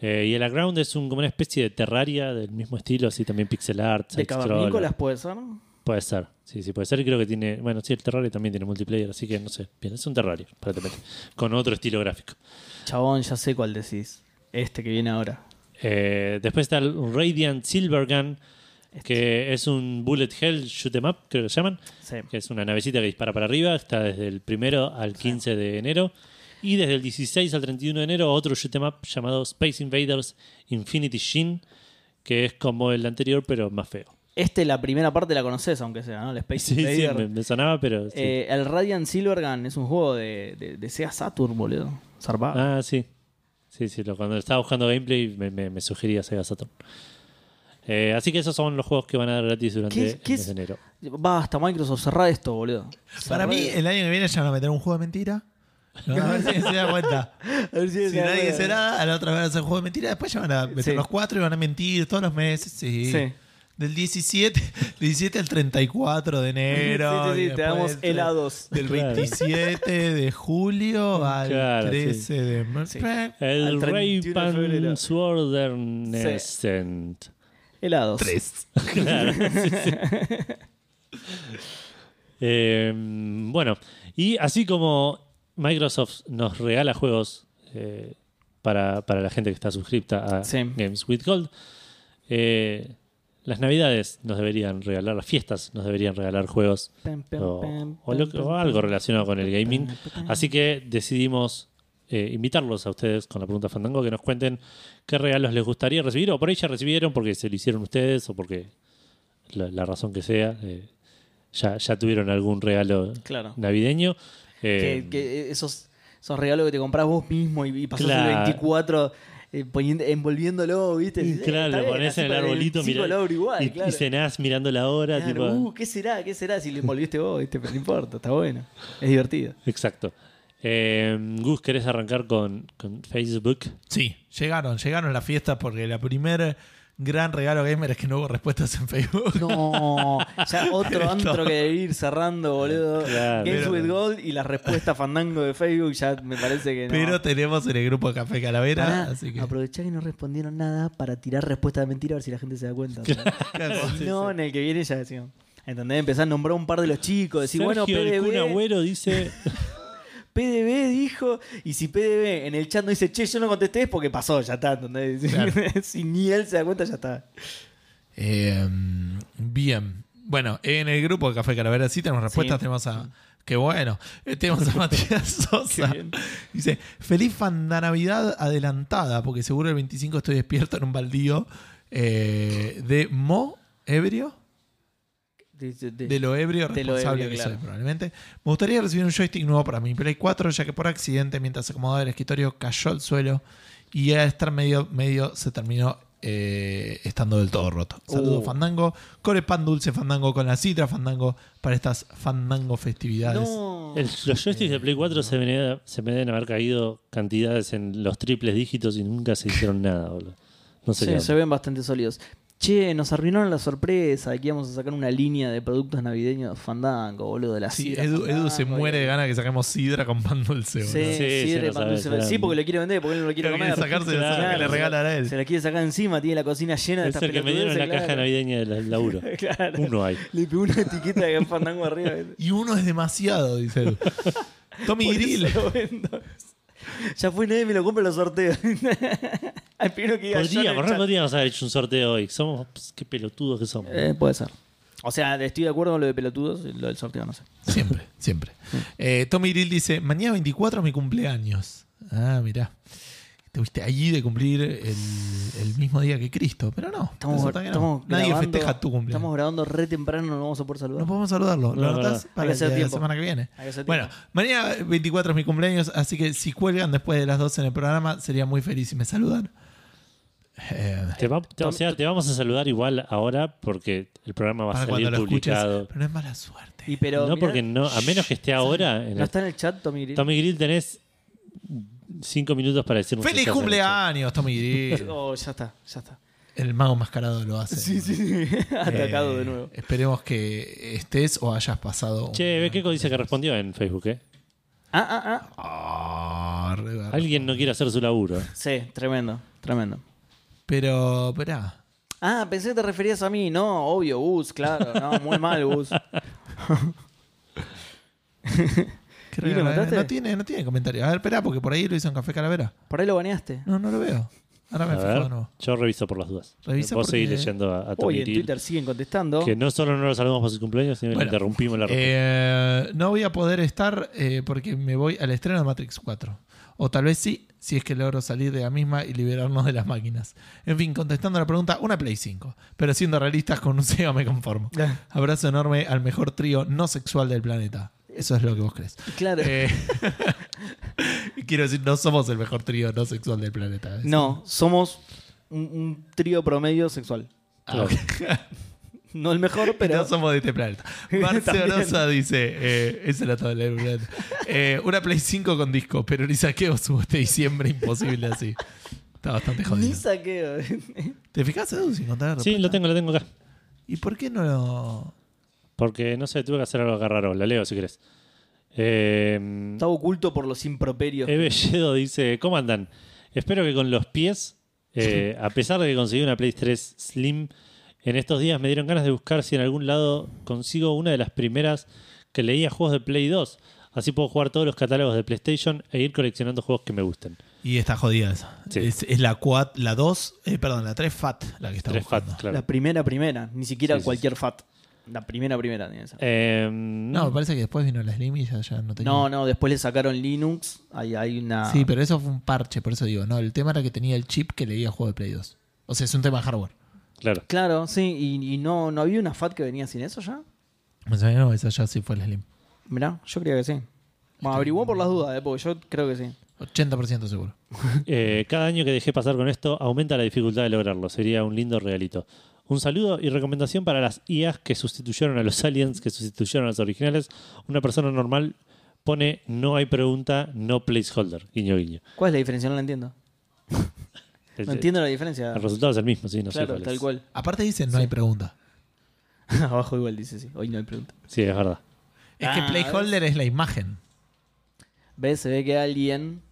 Eh, y el Aground es un, como una especie de terraria del mismo estilo, así también pixel art,
De
side scroller.
cavernícolas puede ser.
Puede ser, sí, sí, puede ser. Y Creo que tiene. Bueno, sí, el Terraria también tiene multiplayer, así que no sé. Bien, es un Terraria, aparentemente. Con otro estilo gráfico.
Chabón, ya sé cuál decís. Este que viene ahora.
Eh, después está el Radiant Silver Gun, que es un Bullet Hell Shoot 'em Up, creo que se llaman.
Sí.
Que es una navecita que dispara para arriba. Está desde el primero al 15 de enero. Y desde el 16 al 31 de enero, otro shoot 'em up llamado Space Invaders Infinity Shin, que es como el anterior, pero más feo.
Este, la primera parte la conoces, aunque sea, ¿no? El Space
Sí, sí,
Invader.
me, me sonaba, pero. sí.
Eh, el Radiant Silvergun es un juego de, de, de Sega Saturn, boludo. Zarpado.
Ah, sí. Sí, sí, lo- cuando estaba buscando gameplay me, me- me sugería Sega Saturn. Eh, así que esos son los juegos que van a dar gratis durante
¿Qué es-
el
qué
mes
es?
de enero.
Basta, Microsoft, cerrá esto, boludo.
Para mí, el año que viene ya van a meter un juego de mentira. Lo van a ver si se da cuenta.
A ver
eh, Si
se acuerda.
nadie dice nada, a la otra vez van a hacer juego de mentira. Después ya van a meter
Sí.
los cuatro y van a mentir todos los meses. Sí.
Sí.
Del 17, 17 al 34 de enero.
Sí, sí, sí,
y
te
después
damos
del tre-
helados.
Del
Claro.
27 de julio al
Claro, sí.
13 de eh, marzo.
Sí.
El
Al 31
Ray
de febrero.
Pan Swordernescent.
Helados.
Tres.
Claro, sí, sí. Eh, bueno, y así como Microsoft nos regala juegos eh, para, para la gente que está suscripta a
Sí.
Games with Gold, eh, las navidades nos deberían regalar, las fiestas nos deberían regalar juegos
Pam, pam,
o,
pam,
o lo-
pam,
o
pam,
algo
pam.
relacionado con el gaming.
pam, pam.
Así que decidimos eh, invitarlos a ustedes con la pregunta Fandango que nos cuenten qué regalos les gustaría recibir, o por ahí ya recibieron porque se lo hicieron ustedes, o porque la, la razón que sea, eh, ya, ya tuvieron algún regalo
Claro.
navideño. Eh,
Que, que esos, esos regalos que te compras vos mismo y, y pasás el
Claro.
24 eh, poniendo- envolviéndolo, ¿viste? Dices, eh,
Claro,
está
lo
bien,
pones
así
en el
para
arbolito
25
mirá-
lo abro igual,
y,
claro.
y cenás mirando la hora.
Claro,
tipo-
uh, ¿qué será? ¿Qué será? Si lo envolviste vos, ¿viste? Pero no importa, está bueno. Es divertido.
Exacto. Eh, Gus, ¿querés arrancar con, con Facebook?
Sí, llegaron, llegaron las fiestas porque la primer gran regalo gamer es que no hubo respuestas en Facebook.
No, ya otro antro que debe ir cerrando, boludo.
Claro.
Games
Pero-
with Gold y la respuesta fandango de Facebook ya me parece que no.
Pero tenemos en el grupo Café Calavera,
Pará,
así que.
aprovechá que no respondieron nada para tirar respuesta de mentira a ver si la gente se da cuenta. ¿sabes? Si no, en el que viene ya decimos. ¿Entendés? Empezás a nombrar un par de los chicos. Decís, bueno,
Sergio el Kun
PDB,
Agüero dice...
PDB dijo. Y si PDB en el chat no dice, che, yo no contesté, es porque pasó, ya está. ¿entendés?
Claro.
si ni él se da cuenta, ya está.
Eh, bien. Bueno, en el grupo de Café Calavera sí tenemos respuestas.
Sí.
Tenemos a. Qué bueno. Eh, Tenemos a Matías Sosa.
bien.
Dice: Feliz Fanda Navidad adelantada, porque seguro el 25 estoy despierto en un baldío eh, de Mo ebrio.
De, de- de-
De lo ebrio
De lo
responsable
ebrio,
que
claro.
soy, probablemente. Me gustaría recibir un joystick nuevo para mi Play 4, ya que por accidente, mientras se acomodaba el escritorio, cayó al suelo y a estar medio, medio se terminó eh, estando del todo roto. Saludos,
Uh.
Fandango. Core pan dulce, Fandango, con la citra, Fandango, para estas Fandango festividades.
No.
El- los joysticks de Play 4 se, me, se me deben haber caído cantidades en los triples dígitos y nunca se hicieron nada, boludo. No sé
Sí,
qué onda.
se ven bastante sólidos. Che, nos arruinaron la sorpresa de que íbamos a sacar una línea de productos navideños fandango, boludo, de la
Sí,
sidra
Edu, Edu se
Fandango,
muere de
y-
ganas que saquemos sidra con pan dulce.
Sí,
boludo.
Sí, sí,
sidra y
lo
pan
sabes,
dulce.
claro.
Sí, porque lo quiere vender, porque él no lo quiere
Lo quiere
comer.
sacarse, lo
Claro,
saca, le
se-
regala a
Se
él.
la quiere sacar encima, tiene la cocina llena de
Es
estas
el que me dieron la
pelotudeces,
caja
claro.
navideña del laburo.
Claro.
Uno hay.
Le pegó una etiqueta de fandango arriba.
Y uno es demasiado, dice Edu. Tommy
Por eso
Grill.
lo vendo. Ya fue nadie me lo compra en los sorteos. Al primero que diga yo en el
Podríamos, re
chat.
podríamos haber hecho un sorteo hoy. Somos, ps, qué pelotudos que somos.
Eh, puede ser. O sea, estoy de acuerdo con lo de pelotudos, lo del sorteo no sé.
Siempre, siempre. Eh, Tommy Grill dice: Mañana 24 es mi cumpleaños. Ah, mirá. Estuviste allí de cumplir el, el mismo día que Cristo, pero no.
Estamos,
resulta que no.
estamos
Nadie
grabando-
festeja tu cumpleaños.
Estamos grabando re temprano, no nos vamos a poder
No
saludar.
podemos saludarlo.
No,
¿Lo anotás
verdad.
Hay que
para el
hacer
día de la
tiempo.
semana que viene?
Hay que hacer
Bueno,
tiempo.
mañana 24 es mi cumpleaños, así que si cuelgan después de las 12 en el programa, sería muy feliz si me saludan. Eh,
Te va- te- o sea, te vamos a saludar igual ahora porque el programa va a
para cuando
salir
lo
publicado.
escuches. Pero no es mala suerte.
Y pero,
no,
mirá,
porque no, a menos que esté ahora. En
no
el-
está en el chat, Tommy Grill.
Tommy Grill tenés cinco minutos para decirnos. si
¡Feliz
estás en el chat.
cumpleaños, Tommy Grill!
Oh, ya está, ya está.
El mago mascarado lo hace.
Sí, sí, sí. Atacado
Eh,
de nuevo.
Esperemos que estés o hayas pasado.
Che,
un-
Bequeco dice que respondió en Facebook, ¿eh?
Ah, ah, ah.
Ah, re garra.
Alguien no quiere hacer su laburo.
Sí, tremendo, tremendo.
Pero, pará.
Ah, pensé que te referías a mí. No, obvio, Gus, claro. No, muy mal, Gus. ¿Y
¿Qué
lo
regalo?
notaste?
no, tiene, no tiene comentario. A ver, esperá, porque por ahí lo hizo en Café Calavera.
Por ahí lo baneaste.
No, no lo veo. Ahora
A
me fijo de
ver,
nuevo.
yo reviso por las dudas.
Revisa
Vos seguís
porque-
leyendo a, a Tommy
Hoy en
Till,
Twitter siguen contestando.
Que no solo no lo saludamos por su cumpleaños, sino que le
Bueno,
interrumpimos la respuesta.
Eh, no voy a poder estar eh, porque me voy al estreno de Matrix 4. O tal vez sí, si es que logro salir de la misma y liberarnos de las máquinas. En fin, contestando la pregunta, una Play 5. Pero siendo realistas, con un Sega me conformo. Abrazo enorme al mejor trío no sexual del planeta. Eso es lo que vos crees.
Claro.
Eh, quiero decir, no somos el mejor trío no sexual del planeta.
no, somos un, un trío promedio sexual.
Ah,
Claro.
No el mejor,
Pero...
pero.
somos de este planeta. Barcelosa
También.
dice, eh, esa era toda la planeta. Eh, una Play 5 con disco, pero ni saqueo subo este diciembre, imposible así. Está bastante
Ni
jodido.
saqueo.
¿Te fijas, Edu, sin contar?
Sí, lo tengo, lo tengo acá.
¿Y por qué no lo...?
Porque no sé, tuve que hacer algo acá raro. La leo si querés. Eh,
Estaba oculto por los improperios.
Ebelledo dice: ¿Cómo andan? Espero que con los pies, eh, a pesar de que conseguí una Play 3 Slim, en estos días me dieron ganas de buscar si en algún lado consigo una de las primeras que leía juegos de Play 2. Así puedo jugar todos los catálogos de PlayStation e ir coleccionando juegos que me gusten.
Y está jodida esa.
Sí.
Es, es la 4, la 2, eh, perdón, la 3 FAT la que está
Tres
buscando.
FAT, claro.
La primera, primera. Ni siquiera
Sí, sí,
cualquier FAT. La primera, primera. tenía esa.
Eh,
No, me parece que después vino la Slim y ya, ya no tenía.
No, no, después le sacaron Linux. Ahí hay una.
Sí, pero eso fue un parche, por eso digo. No, el tema era que tenía el chip que leía juego de Play 2. O sea, es un tema de hardware.
claro.
Claro, sí. ¿Y, y no, no había una FAT que venía sin eso ya?
Me sabía, no, esa ya sí fue la Slim.
Mirá, yo creía que sí. Bueno, averiguó por las dudas, eh, porque yo creo que sí.
80% seguro.
Eh, cada año que dejé pasar con esto aumenta la dificultad de lograrlo. Sería un lindo regalito. Un saludo y recomendación para las IAs que sustituyeron a los aliens, que sustituyeron a los originales. Una persona normal pone no hay pregunta, no placeholder. Guiño, guiño.
¿Cuál es la diferencia? No la entiendo.
El,
No entiendo la diferencia.
el resultado es el mismo, sí, no sé
claro,
cuál es.
tal cual.
Aparte dicen, no hay pregunta.
Abajo igual dice sí. Hoy no hay pregunta.
Sí, es verdad.
Es
Ah,
que Playholder es la imagen.
¿Ves? Se ve que alguien.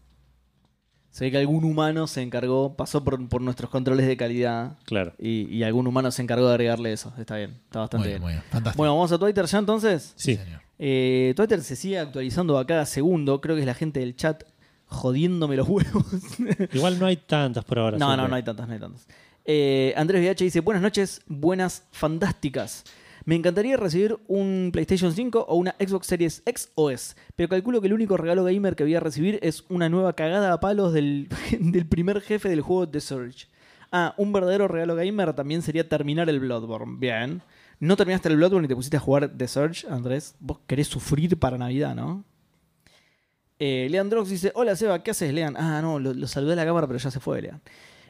Se ve que algún humano se encargó, pasó por, por nuestros controles de calidad.
Claro.
Y, y algún humano se encargó de agregarle eso. Está bien, está bastante
Muy bien,
bien.
muy bien. Fantástico.
Bueno, vamos a Twitter ya entonces.
Sí.
señor.
Eh, Twitter se sigue actualizando a cada segundo. Creo que es la gente del chat jodiéndome los huevos.
Igual no hay tantas por ahora.
no, no,
siempre.
no hay tantas, no hay tantas. Eh, Andrés VH dice: Buenas noches, buenas, fantásticas. Me encantaría recibir un PlayStation 5 o una Xbox Series X o S, pero calculo que el único regalo gamer que voy a recibir es una nueva cagada a palos del, del primer jefe del juego The Surge. Ah, un verdadero regalo gamer también sería terminar el Bloodborne. Bien. No terminaste el Bloodborne y te pusiste a jugar The Surge, Andrés. Vos querés sufrir para Navidad, ¿no? Eh, Leandrox dice: Hola Seba, ¿qué haces, Lean? Ah, no, lo, lo saludé a la cámara, pero ya se fue, Lean.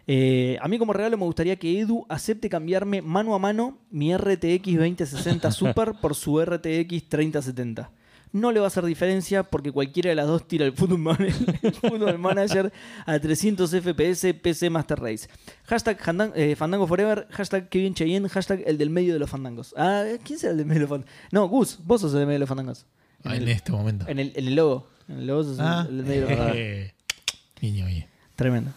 Eh, a mí como regalo me gustaría que Edu acepte cambiarme mano a mano mi RTX 2060 Super por su RTX 3070. No le va a hacer diferencia porque cualquiera de las dos tira el Football Manager, el Football Manager a 300 FPS PC Master Race. Hashtag Handan- eh, Fandango Forever, hashtag Kevin Cheyenne, hashtag el del medio de los fandangos. Ah, ¿quién será el del medio de los fandangos? No, Gus, vos sos el del medio de los fandangos. En
en
el-
este momento.
en el, en el logo. En el logo sos
Ah,
el del medio de los fandangos.
eh, niño, oye.
Tremendo.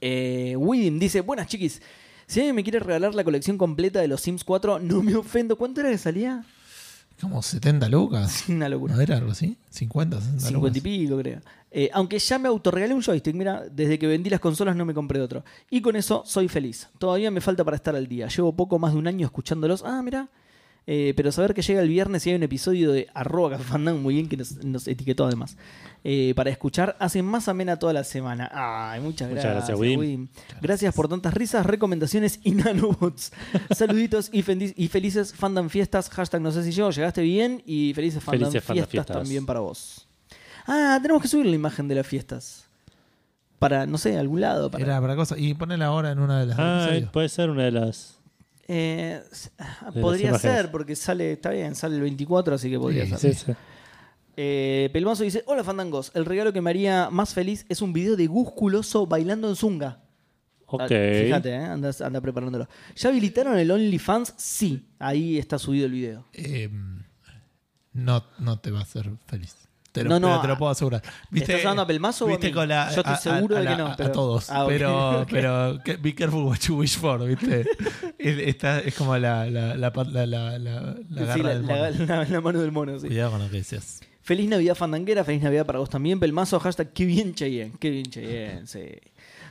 Eh, Widim dice, buenas chiquis. Si alguien me quiere regalar la colección completa de los Sims 4, no me ofendo. ¿Cuánto era que salía?
Como 70 lucas.
Una locura.
¿No era algo así? 50, 60
50 y
lucas.
pico, creo. Eh, aunque ya me autorregalé un joystick. Mira, desde que vendí las consolas no me compré otro. Y con eso soy feliz. Todavía me falta para estar al día. Llevo poco más de un año escuchándolos. Ah, mira. Eh, pero saber que llega el viernes y hay un episodio de arroba Café Fandango, muy bien que nos, nos etiquetó además. Eh, para escuchar, hace más amena toda la semana. Ay, muchas
Muchas
gracias.
gracias, Widim.
Widim. Gracias por tantas risas, recomendaciones y nanobots. Saluditos y, fendi- y felices fandom fiestas. Hashtag no sé si yo, llegaste bien y felices fandom
Felices fandom
fiestas,
fiestas.
también para vos. Ah, tenemos que subir la imagen de las fiestas. Para, no sé, algún lado. Para,
Era para cosa. Y ponela ahora en una de las.
Ah,
episodios.
puede ser una de las.
Eh, s- ah,
De las
podría
imágenes.
ser, porque sale, está bien, sale el 24, así que podría
Sí,
ser.
Sí, sí.
Eh, Pelmazo dice: Hola fandangos, el regalo que me haría más feliz es un video de Gusculoso bailando en Zunga.
Ok.
Ah, Fíjate, eh, anda, anda preparándolo. ¿Ya habilitaron el OnlyFans? Sí, ahí está subido el video.
Eh, no, no te va a hacer feliz. Te lo,
No, no,
pero te lo
a-
puedo asegurar.
¿Estás hablando a Pelmazo o a
viste
mí?
con la-
Yo estoy
a- a-
seguro
a
de que
la-
no,
A,
pero-
todos.
ah, ok,
pero,
ok.
pero que- be careful what you wish for, ¿viste? es, esta- es como la, la, la, pat- la, la, la- la garra
Sí, la,
del
la-
mono.
la- la mano del mono, sí.
Cuidado con lo que decías.
Feliz Navidad Fandanguera, feliz Navidad para vos también. Pelmazo, hashtag qué bien Cheyenne, qué bien Cheyenne, sí.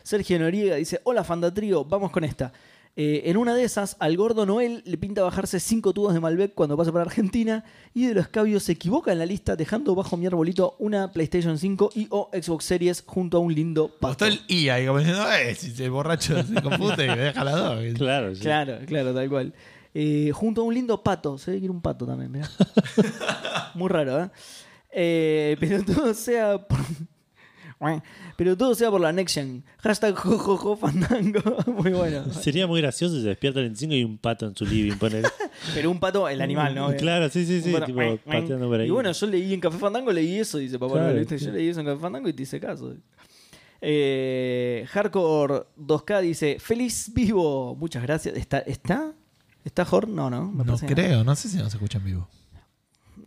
Sergio Noriega dice, hola Fandatrío, vamos con esta. Eh, en una de esas, al gordo Noel le pinta bajarse cinco tubos de Malbec cuando pasa por Argentina y de los cabios se equivoca en la lista dejando bajo mi arbolito una PlayStation 5 y o Xbox Series junto a un lindo pasto.
Postó el I ahí como diciendo, eh, si el borracho se confunde, deja la dos.
Claro, sí.
Claro, claro, tal cual. Eh, junto a un lindo pato. Se ve que era un pato también, mirá. Muy raro, ¿eh? Eh, Pero todo sea por, Pero todo sea por la Next Gen. Hashtag jojojo fandango. Muy bueno.
Sería muy gracioso si se despierta el 25 y hay un pato en su living. ponele.
Pero un pato, el animal, ¿no?
Mm, Claro, sí, sí, sí.
Un pato,
tipo,
"Mueng, mueng".
pateando por ahí.
Y bueno, yo leí en Café Fandango, leí eso, dice papá.
Claro,
Noel, ¿viste? Yo
sí.
leí eso en Café Fandango y te hice caso. Eh, Hardcore 2K dice, feliz vivo. Muchas gracias. ¿Está? ¿Está? ¿Está Horn? No, no. me
No
parece que no.
creo, no sé si nos escuchan vivo.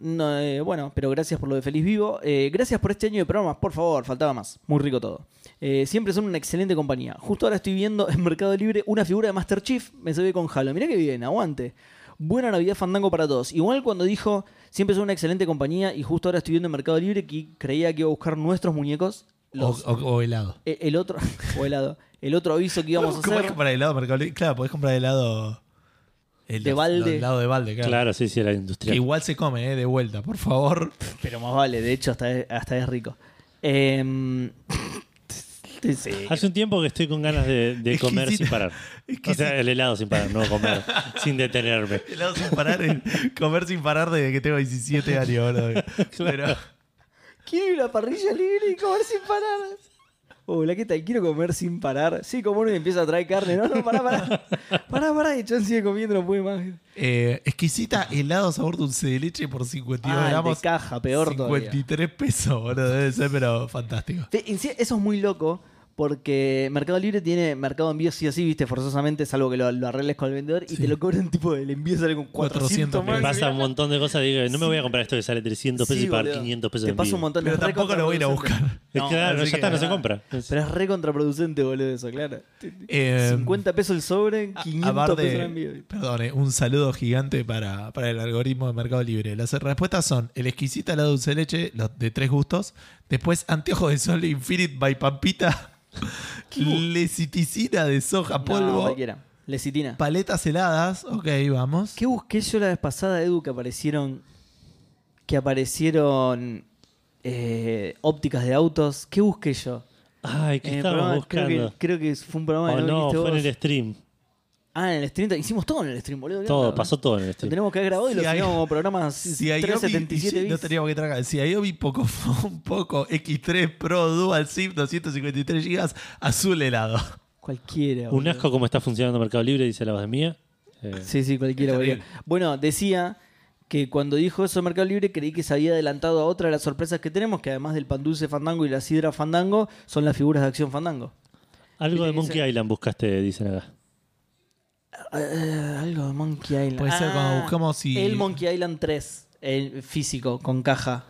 No, eh, bueno, pero gracias por lo de Feliz Vivo. Eh, gracias por este año de programas, por favor, faltaba más. Muy rico todo. Eh, siempre son una excelente compañía. Justo ahora estoy viendo en Mercado Libre una figura de Master Chief, me se ve con Halo. Mirá que bien, aguante. Buena Navidad Fandango para todos. Igual cuando dijo, siempre son una excelente compañía y justo ahora estoy viendo en Mercado Libre que creía que iba a buscar nuestros muñecos. Los,
O, o- o helado.
e- el otro, o helado, el otro aviso que íbamos a
¿Cómo es
hacer.
comprar helado? Mercado Libre? Claro, podés comprar helado. El
De balde.
Helado de balde, claro.
Claro, sí, sí, la
Que
industria.
igual se come, ¿eh? De vuelta, por favor.
Pero más vale, de hecho, hasta es, hasta es rico. Em, sí.
Hace un tiempo que estoy con ganas de, de comer
Exquisito.
sin parar. O sea, el helado sin parar, no comer, sin detenerme.
Helado sin parar, el- comer sin parar desde que tengo 17 años, boludo. Pero
Quiero ir a la parrilla libre y comer sin parar. Oh, Hola, ¿qué tal? Quiero comer sin parar. Sí, como uno y empieza a traer carne. No, no, pará, pará. Pará, pará. Y John sigue comiendo, no puede más.
eh, exquisita helado sabor dulce de leche por 52
Ah, el
gramos.
de caja, peor todavía.
53 pesos, boludo. Debe ser, pero fantástico.
Te- en sí, Eso es muy loco porque Mercado Libre tiene mercado de envío sí o sí, viste, forzosamente, salvo que lo, lo arregles con el vendedor y te lo cobran tipo, el envío sale con 400,
400
Me
más.
pasa un montón de cosas. Digo, no me voy a comprar esto que sale 300 pesos
Sí,
y pagar
boludo.
500 pesos
Te
de
pasa
envío.
un montón
Pero
es re
tampoco lo voy a ir a
contraproducente.
buscar.
Es claro,
así
ya está,
que-
no se compra. Es-
Pero es re contraproducente, boludo, eso, claro.
Eh,
50 pesos el sobre,
A-
500
aparte,
pesos el envío.
Perdón, eh, un saludo gigante para, para el algoritmo de Mercado Libre. Las respuestas son el exquisita helado dulce de leche, los de tres gustos. Después, anteojos de sol Infinite by Pampita. leciticina de soja
No,
polvo.
cualquiera. Lecitina.
paletas heladas. Ok, vamos.
¿Qué busqué yo la vez pasada, Edu, que aparecieron. que aparecieron. eh, ópticas de autos? ¿Qué busqué yo?
Ay,
En
¿qué
el programa-
estábamos
eh, creo que-
buscando?
Creo que, fue un programa
Oh,
de
no, fue en el stream.
Ah, en el stream. Hicimos todo en el stream, boludo.
Todo,
Claro.
pasó todo en el
Lo
stream.
tenemos que haber grabado y
Si
lo
hay-
teníamos como programa
Si hay
377
no
bis.
teníamos que tragar. Si hay poco, un poco X3 Pro Dual SIM 253 GB azul helado.
Cualquiera.
Un
boludo.
asco cómo está funcionando Mercado Libre, dice la voz de mía. Eh,
Sí, sí, cualquiera.
Es
boludo.
terrible.
Bueno, decía que cuando dijo eso de Mercado Libre creí que se había adelantado a otra de las sorpresas que tenemos, que además del pan dulce fandango y la sidra fandango, son las figuras de acción fandango.
Algo de
Dice-
Monkey Island buscaste, dicen acá.
Eh, algo de Monkey Island.
Puede ser cuando buscamos si-
Ah, El Monkey Island 3, el físico, con caja.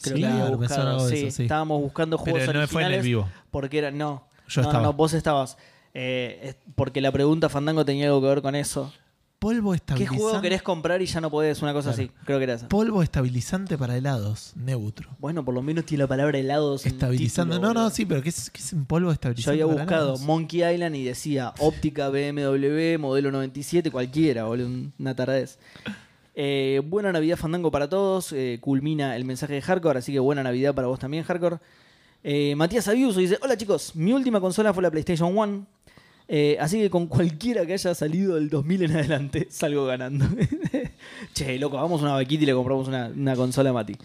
Creo
Sí,
que había
claro, me suena
buscado,
algo de
sí.
eso, sí.
Estábamos buscando
Pero
juegos
no
originales.
fue en el vivo.
Porque era... No.
Yo
no, no,
estaba.
no, vos estabas. Eh, es- porque la pregunta Fandango tenía algo que ver con eso.
Polvo
¿Qué
estabilizante.
juego querés comprar y ya no podés? Una cosa
Claro.
así. Creo que era esa.
Polvo estabilizante para helados, neutro.
Bueno, por lo menos tiene la palabra helados. en
Estabilizando.
título,
no, no,
boludo.
sí, pero ¿qué es, qué es un polvo
Yo
estabilizante?
había
para
buscado
helados?
Monkey Island y decía óptica BMW, modelo 97, cualquiera, boludo, una tardez. Eh, buena Navidad Fandango para todos. eh, culmina el mensaje de Hardcore, así que buena Navidad para vos también, Hardcore. Eh, Matías Abiuso dice: Hola chicos, mi última consola fue la PlayStation 1. eh, así que con cualquiera que haya salido del 2000 en adelante, salgo ganando. che, loco, vamos a una vaquita y le compramos una, una consola a Mati.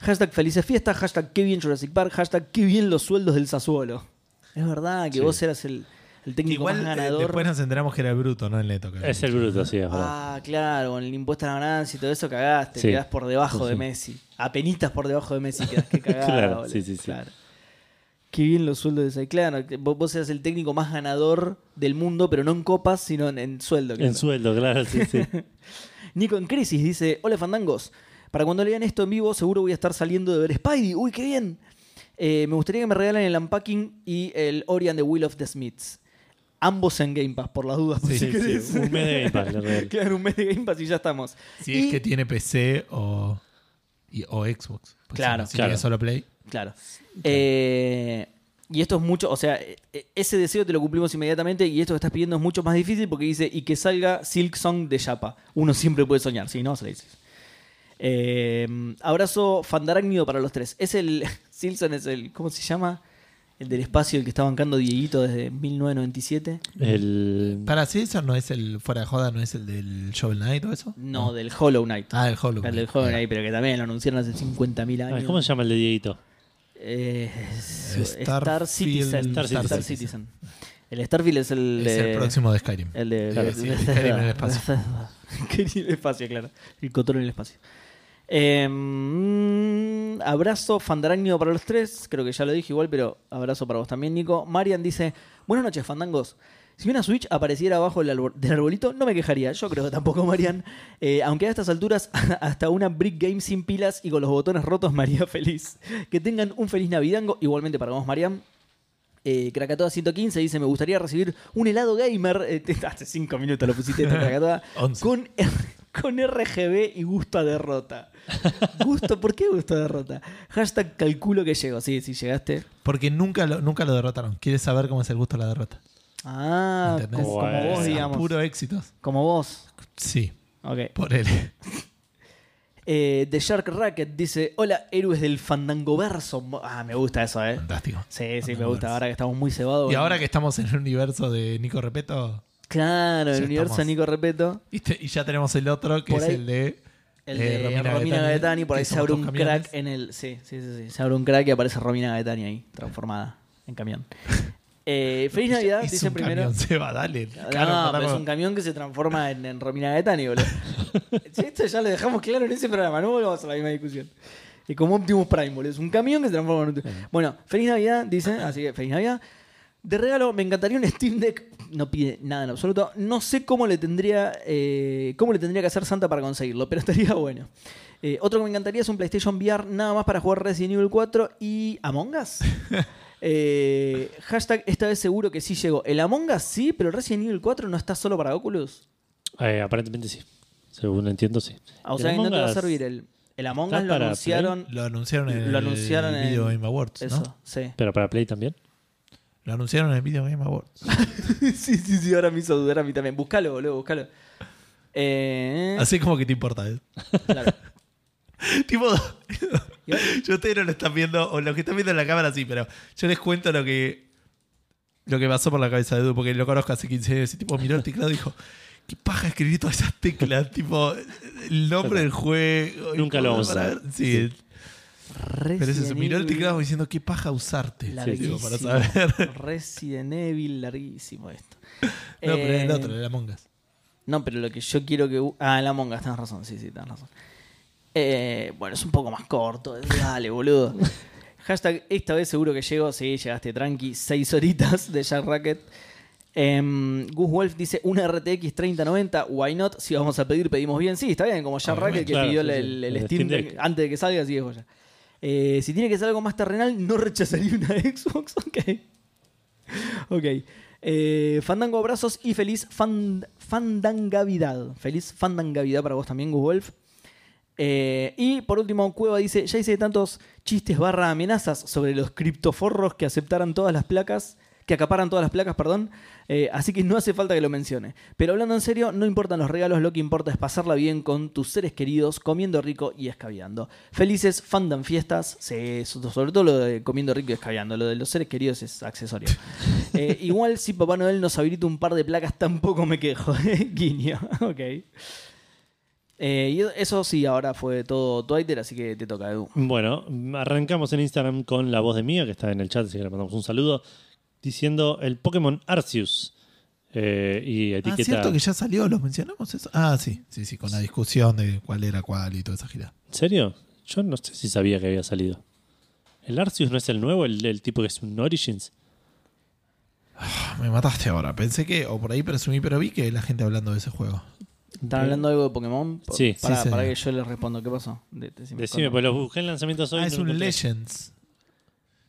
Hashtag felices fiestas, hashtag qué bien Jurassic Park, hashtag qué bien los sueldos del Sassuolo. Es verdad que
Sí.
vos eras el, el técnico
Igual
más
eh,
ganador.
después nos enteramos que era el bruto, no el neto. claro.
Es el bruto, sí, es verdad.
Ah, claro, con el impuesto a la ganancia y todo eso cagaste,
Sí.
quedás por debajo de
Sí.
Messi. Apenitas por debajo de Messi quedás, qué cagada.
Claro,
boludo,
sí, sí, sí.
claro. Qué bien los sueldos de ese. Claro, que vos, vos eras el técnico más ganador del mundo, pero no en copas, sino en, en sueldo. claro.
En sueldo, claro, sí, sí.
Nico en crisis dice, hola fandangos, para cuando lean esto en vivo seguro voy a estar saliendo de ver Spidey, uy, qué bien. Eh, me gustaría que me regalen el Unpacking y el Ori and the Will of the Smiths. Ambos en Game Pass, por las dudas, por
Sí,
si
sí,
querés.
sí, un mes de Game Pass, la real.
Quedan un mes de Game Pass y ya estamos.
Si
Y-
es que tiene PC o, y- o Xbox. Pues
Claro,
si
claro.
tiene solo Play.
Claro. Eh, y esto es mucho, o sea, e- e- ese deseo te lo cumplimos inmediatamente y esto que estás pidiendo es mucho más difícil porque dice, y que salga Silk Song de Chapa. Uno siempre puede soñar, si no, se le dice. Eh, abrazo fandarácnido para los tres. Es el, Silson es el, ¿cómo se llama? El del espacio, el que está bancando Dieguito desde 1997.
El...
Para si eso no es el fuera de joda, no es el del Shovel Knight o eso.
No, del Hollow Knight.
Ah, el Hollow
El del
Knight.
Hollow Knight, pero que también lo anunciaron hace 50.000
Ay,
años.
¿Cómo se llama el de Dieguito?
Eh, Star,
Starfield-
Citizen.
Star
Star,
Citizen.
Citizen. El Starfield es el.
Es
de-
el próximo de Skyrim.
El de.
Claro,
de-
sí,
de-
el Skyrim en el espacio.
Que ni el espacio, claro. El control en el espacio. Em, abrazo fandarácnido para los tres. Creo que ya lo dije igual, pero abrazo para vos también, Nico. Marian dice: Buenas noches, fandangos. Si una Switch apareciera abajo del, arbol- del arbolito, no me quejaría. Yo creo que tampoco, Marian. Eh, aunque a estas alturas, hasta una Brick Game sin pilas y con los botones rotos, María feliz. Que tengan un feliz Navidango. Igualmente para vos, Marian. Eh, Krakatoa 115 dice: Me gustaría recibir un helado gamer. Eh, te- hace 5 minutos lo pusiste, Krakatoa.
Once.
con, con RGB y gusto a derrota. Gusto, ¿Por qué gusto a derrota? Hashtag calculo que llego. Sí, sí, llegaste.
Porque nunca lo, nunca lo derrotaron. Quieres saber cómo es el gusto de la derrota.
Ah,
¿Entendés?
como, como
Bueno.
vos, digamos.
Puro éxitos.
Como vos.
Sí,
Ok.
por él.
Eh, The Shark Racket dice: Hola, héroes del fandangoverso. Ah, me gusta eso, eh.
Fantástico.
Sí, sí, me gusta. Ahora que estamos muy cebados.
Y ahora que estamos en el universo de Nico Repeto,
Claro, el
Ya
universo de
estamos.
Nico Repeto.
¿viste? y ya tenemos el otro, que
Por
es
ahí-
el de,
El
eh,
de Romina, Gaetani, por
que
ahí se
somos
abre
dos
un
camiones.
crack en el. Sí, sí, sí, sí. Se abre un crack y aparece Romina Gaetani ahí, transformada en camión. Eh, Feliz Navidad,
Es
dice
un
primero.
Camión, se va, dale.
No,
Claro,
no,
pará,
pero es
pará.
un camión que se transforma en, en Romina Gaetani, boludo. Sí, Esto ya lo dejamos claro en ese programa, no volvamos a la misma discusión. Y como Optimus Prime, boludo. Es un camión que se transforma en Optimus. Bueno, feliz Navidad, dice, así que feliz Navidad. De regalo, me encantaría un Steam Deck. No pide nada en absoluto. No sé cómo le tendría. eh, cómo le tendría que hacer Santa para conseguirlo, pero estaría bueno. Eh, otro que me encantaría es un PlayStation VR nada más para jugar Resident Evil 4 y Among Us. Eh, hashtag esta vez seguro que sí llegó. El Among Us sí, pero Resident Evil 4 no está solo para Oculus.
Eh, aparentemente sí. Según entiendo, sí.
Ah, O
El
sea que no
Among
te va a
Us,
servir el. El Among
¿Está
Us lo
para
anunciaron.
Lo anunciaron en
Lo anunciaron
el
en-
Video Game Awards,
Eso,
¿no?
sí.
Pero para Play también.
Lo anunciaron en el Video Game Awards.
sí, sí, sí, ahora me hizo dudar a mí también. Búscalo, boludo, búscalo. Eh,
Así como que te importa, ¿eh?
claro.
tipo, yo ustedes no lo están viendo, o los que están viendo en la cámara sí, pero yo les cuento lo que lo que pasó por la cabeza de Edu, porque lo conozco hace 15 años, y tipo miró el teclado y dijo, qué paja escribir todas esas teclas, tipo, el nombre del juego. y
Nunca lo vamos a
para
saber.
ver- Sí, pero es eso,
Resident
miró el
Evil,
teclado como diciendo, qué paja usarte,
larguísimo.
tipo, para saber.
Resident Evil, larguísimo esto.
No, pero
Eh,
el otro, el Among Us. Ah,
No, pero lo que yo quiero que. bu- Ah, la monga, tenés razón, sí, sí, tenés razón. Eh, bueno, es un poco más corto. Dale, boludo. Hashtag, esta vez seguro que llego. Sí, llegaste tranqui. Seis horitas de Jack Racket. Em, Gus Wolf dice una RTX 3090. Why not? Si vamos a pedir, pedimos bien. Sí, está bien, como Jack
Obviamente,
Racket que
claro,
pidió
sí,
el,
sí.
el- el
El
Steam,
Steam
Deck
Deck.
antes de que salga, así es joya. Eh, si tiene que ser algo más terrenal, no rechazaría una Xbox. Ok. Ok. Eh, fandango, abrazos y feliz fan- fandangavidad. Feliz fandangavidad para vos también, Gus Wolf. Eh, y por último, Cueva dice: Ya hice tantos chistes barra amenazas sobre los criptoforros que aceptaran todas las placas, que acaparan todas las placas, perdón. eh, así que no hace falta que lo mencione. Pero hablando en serio, no importan los regalos, lo que importa es pasarla bien con tus seres queridos, comiendo rico y escabeando. Felices fandan fiestas, sí, so- sobre todo lo de comiendo rico y escabeando, lo de los seres queridos es accesorio. Eh, igual si Papá Noel nos habilita un par de placas, tampoco me quejo, guiño, ok. Eh, y eso sí, ahora fue todo Twitter, así que te toca, Edu.
Bueno, arrancamos en Instagram con la voz de Mía, que está en el chat, así que le mandamos un saludo, diciendo el Pokémon Arceus. Eh, y
Ah,
etiqueta.
cierto que ya salió, los mencionamos eso. Ah, sí, sí, sí, con la discusión de cuál era cuál y toda esa gira.
¿En serio? Yo no sé si sabía que había salido. ¿El Arceus no es el nuevo, el, el tipo que es un Origins?
Ah, Me mataste ahora. Pensé que, o por ahí presumí, pero vi que la gente hablando de ese juego.
¿Están hablando algo de Pokémon? Por-
Sí.
Para,
Sí,
para
señor.
que yo les respondo, ¿qué pasó? De- decime,
Decime,
contame.
pues lo busqué en lanzamientos hoy.
Ah,
no
es
lo
un
encontré.
Legends.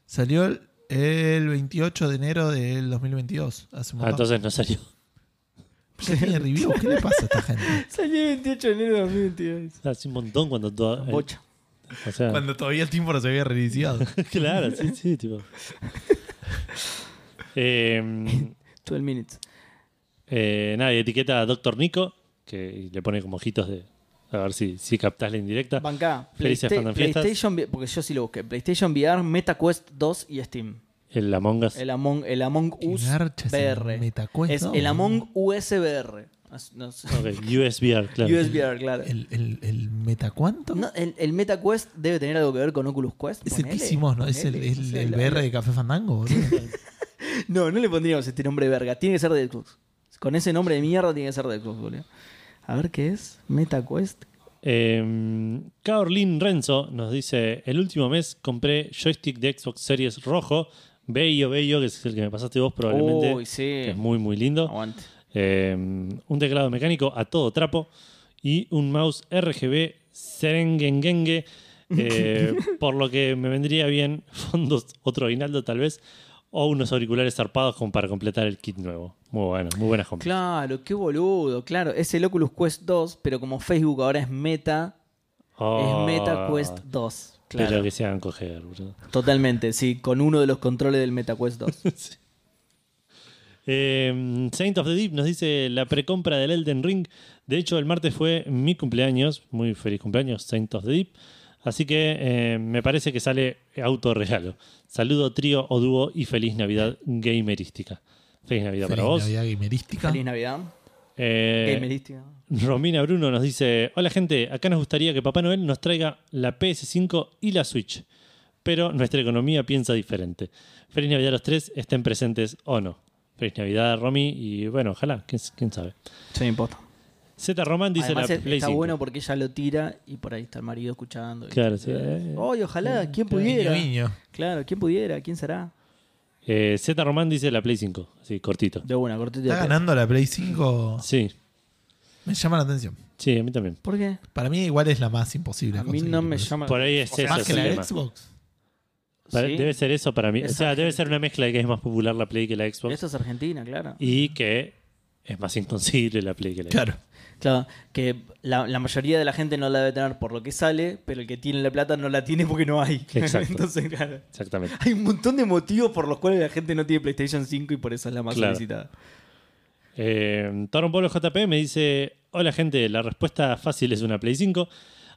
Salió el, el 28 de enero del 2022. Hace un
Ah,
montón.
entonces no salió.
Ya tiene review. ¿Qué le pasa a esta gente?
Salió el 28 de enero de 2022.
Hace un montón cuando todo. eh,
Bocha.
o sea,
Cuando todavía el tiempo no se había reiniciado.
claro, sí, sí, tipo. Eh,
12 minutes.
Eh, nada, y etiqueta a Doctor Nico, que le pone como ojitos de. A ver si, si captás la
Ah,
indirecta.
Bancá.
Felices
Playsta-
Fandan Fiestas.
PlayStation, V- porque yo sí lo busqué. PlayStation VR, MetaQuest 2 y Steam.
El Among Us.
El Among, el Among
Qué
Us
garcha ese
VR.
MetaQuest
Es
2,
el
boludo.
Among US VR. As- no sé.
Ok, USBR, claro.
USBR, claro.
¿El, el, el meta cuánto?
No, el, el MetaQuest debe tener algo que ver con Oculus Quest.
es el
ponele,
que hicimos, ¿no? Es el,
ponele,
el,
no sé,
el
la-
BR de Café Fandango, boludo.
No, no le pondríamos este nombre de verga. Tiene que ser de Xbox. Con ese nombre de mierda tiene que ser de Xbox, boludo. A ver qué es. MetaQuest.
Eh, Carolyn Renzo nos dice: El último mes compré joystick de Xbox Series rojo, bello, bello, que es el que me pasaste vos probablemente.
Uy, sí.
que es muy, muy lindo.
Aguante.
Eh, un teclado mecánico a todo trapo y un mouse RGB Serengengenge. eh, por lo que me vendría bien fondos, otro aguinaldo tal vez, o unos auriculares zarpados como para completar el kit nuevo. Muy bueno, muy buenas compras.
Claro, qué boludo. Claro, es el Oculus Quest 2, pero como Facebook ahora es Meta,
Oh,
es MetaQuest 2. Claro.
Pero que se hagan coger, boludo.
Totalmente, sí, con uno de los controles del MetaQuest 2.
Eh, Saint of the Deep nos dice la precompra del Elden Ring. De hecho, el martes fue mi cumpleaños. Muy feliz cumpleaños, Saint of the Deep. Así que eh, me parece que sale autorregalo. Saludo, trío o dúo y feliz Navidad gamerística. Feliz Navidad para
Feliz
vos.
Navidad gamerística.
Feliz Navidad.
Eh,
Gamerística.
Romina Bruno nos dice: Hola gente, acá nos gustaría que Papá Noel nos traiga la PS5 y la Switch. Pero nuestra economía piensa diferente. Feliz Navidad a los tres, estén presentes o no. Feliz Navidad, Romy, y bueno, ojalá, quién, quién sabe.
Sí, me importa.
Z Román dice
Además,
la
es-
Play
está
5.
bueno porque ella lo tira y por ahí está el marido escuchando.
Claro, sí. eh,
Ay, ojalá, ¿quién
Niño,
pudiera?
niño.
Claro, ¿quién pudiera? ¿Quién será?
Eh, Z Román dice la Play 5. Sí, cortito.
De una, cortito.
¿Está ganando la Play 5?
Sí,
Me llama la atención.
sí, a mí también.
¿Por qué?
Para mí igual es la más imposible.
A
de
mí
conseguir,
no me
boludo.
llama.
Por ahí es
O sea,
eso.
Más que
el
la
tema.
Xbox.
Para-
Sí.
Debe ser eso para mí. O
Esa
sea, debe ser una mezcla de que es más popular la Play que la Xbox
Eso es Argentina, claro.
y que es más inconcebible la Play que la Xbox.
Claro.
Claro, que la, la mayoría de la gente no la debe tener por lo que sale, pero el que tiene la plata no la tiene porque no hay.
Exacto.
Entonces, claro.
Exactamente.
Hay un montón de motivos por los cuales la gente no tiene PlayStation 5 y por eso es la más
Claro.
solicitada.
Eh, Taron Polo JP me dice: Hola, gente, la respuesta fácil es una Play 5.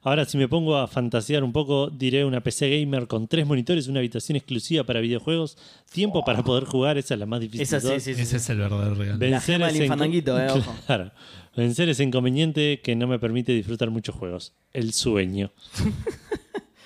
Ahora, si me pongo a fantasear un poco, diré una PC gamer con tres monitores, una habitación exclusiva para videojuegos, tiempo para poder jugar, esa es la más difícil.
Esa
de
sí,
todas.
sí, sí.
Ese es el verdadero regalo.
La gema del
ese inco-
infandanguito, eh, ojo.
Claro. Vencer ese inconveniente que no me permite disfrutar muchos juegos. El sueño.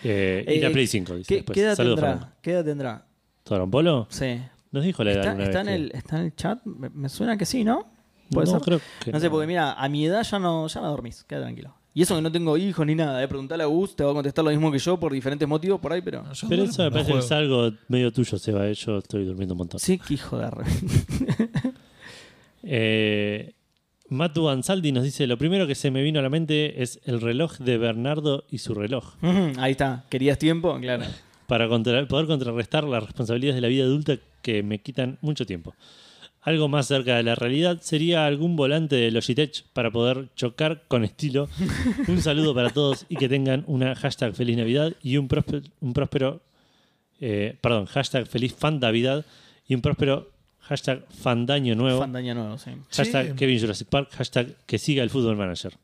Eh, y
Eh,
la Play 5, dice
¿Qué,
después.
qué edad
Saludos, Fernando.
tendrá? ¿Qué edad tendrá?
¿Taron Polo?
Sí.
Nos dijo la edad.
¿Está,
una
está en
vez que-
el, ¿Está en el chat? Me, me suena que sí, ¿no? ¿Puede
No,
ser?
creo que
no sé,
no.
porque mira, a mi edad ya no, ya no dormís, queda tranquilo. Y eso que no tengo hijos ni nada, eh. preguntarle a Gus, te va a contestar lo mismo que yo por diferentes motivos por ahí, pero.
No, yo
Pero
duermo,
eso me
no
parece que
juego.
es algo medio tuyo, Seba. eh, Yo estoy durmiendo un montón.
Sí, que hijo de re-
Eh, Matu Ansaldi nos dice: Lo primero que se me vino a la mente es el reloj de Bernardo y su reloj.
Ujú, Ahí está, ¿querías tiempo? Claro.
Para contra- poder contrarrestar las responsabilidades de la vida adulta que me quitan mucho tiempo. Algo más cerca de la realidad sería algún volante de Logitech para poder chocar con estilo. Un saludo para todos y que tengan una hashtag Feliz Navidad y un próspero, un próspero eh, perdón, hashtag Feliz Fan Navidad y un próspero hashtag Fandaño Nuevo.
Fandaña nuevo, sí.
Hashtag
Sí. em-
Kevin Jurassic Park, hashtag que siga el fútbol manager.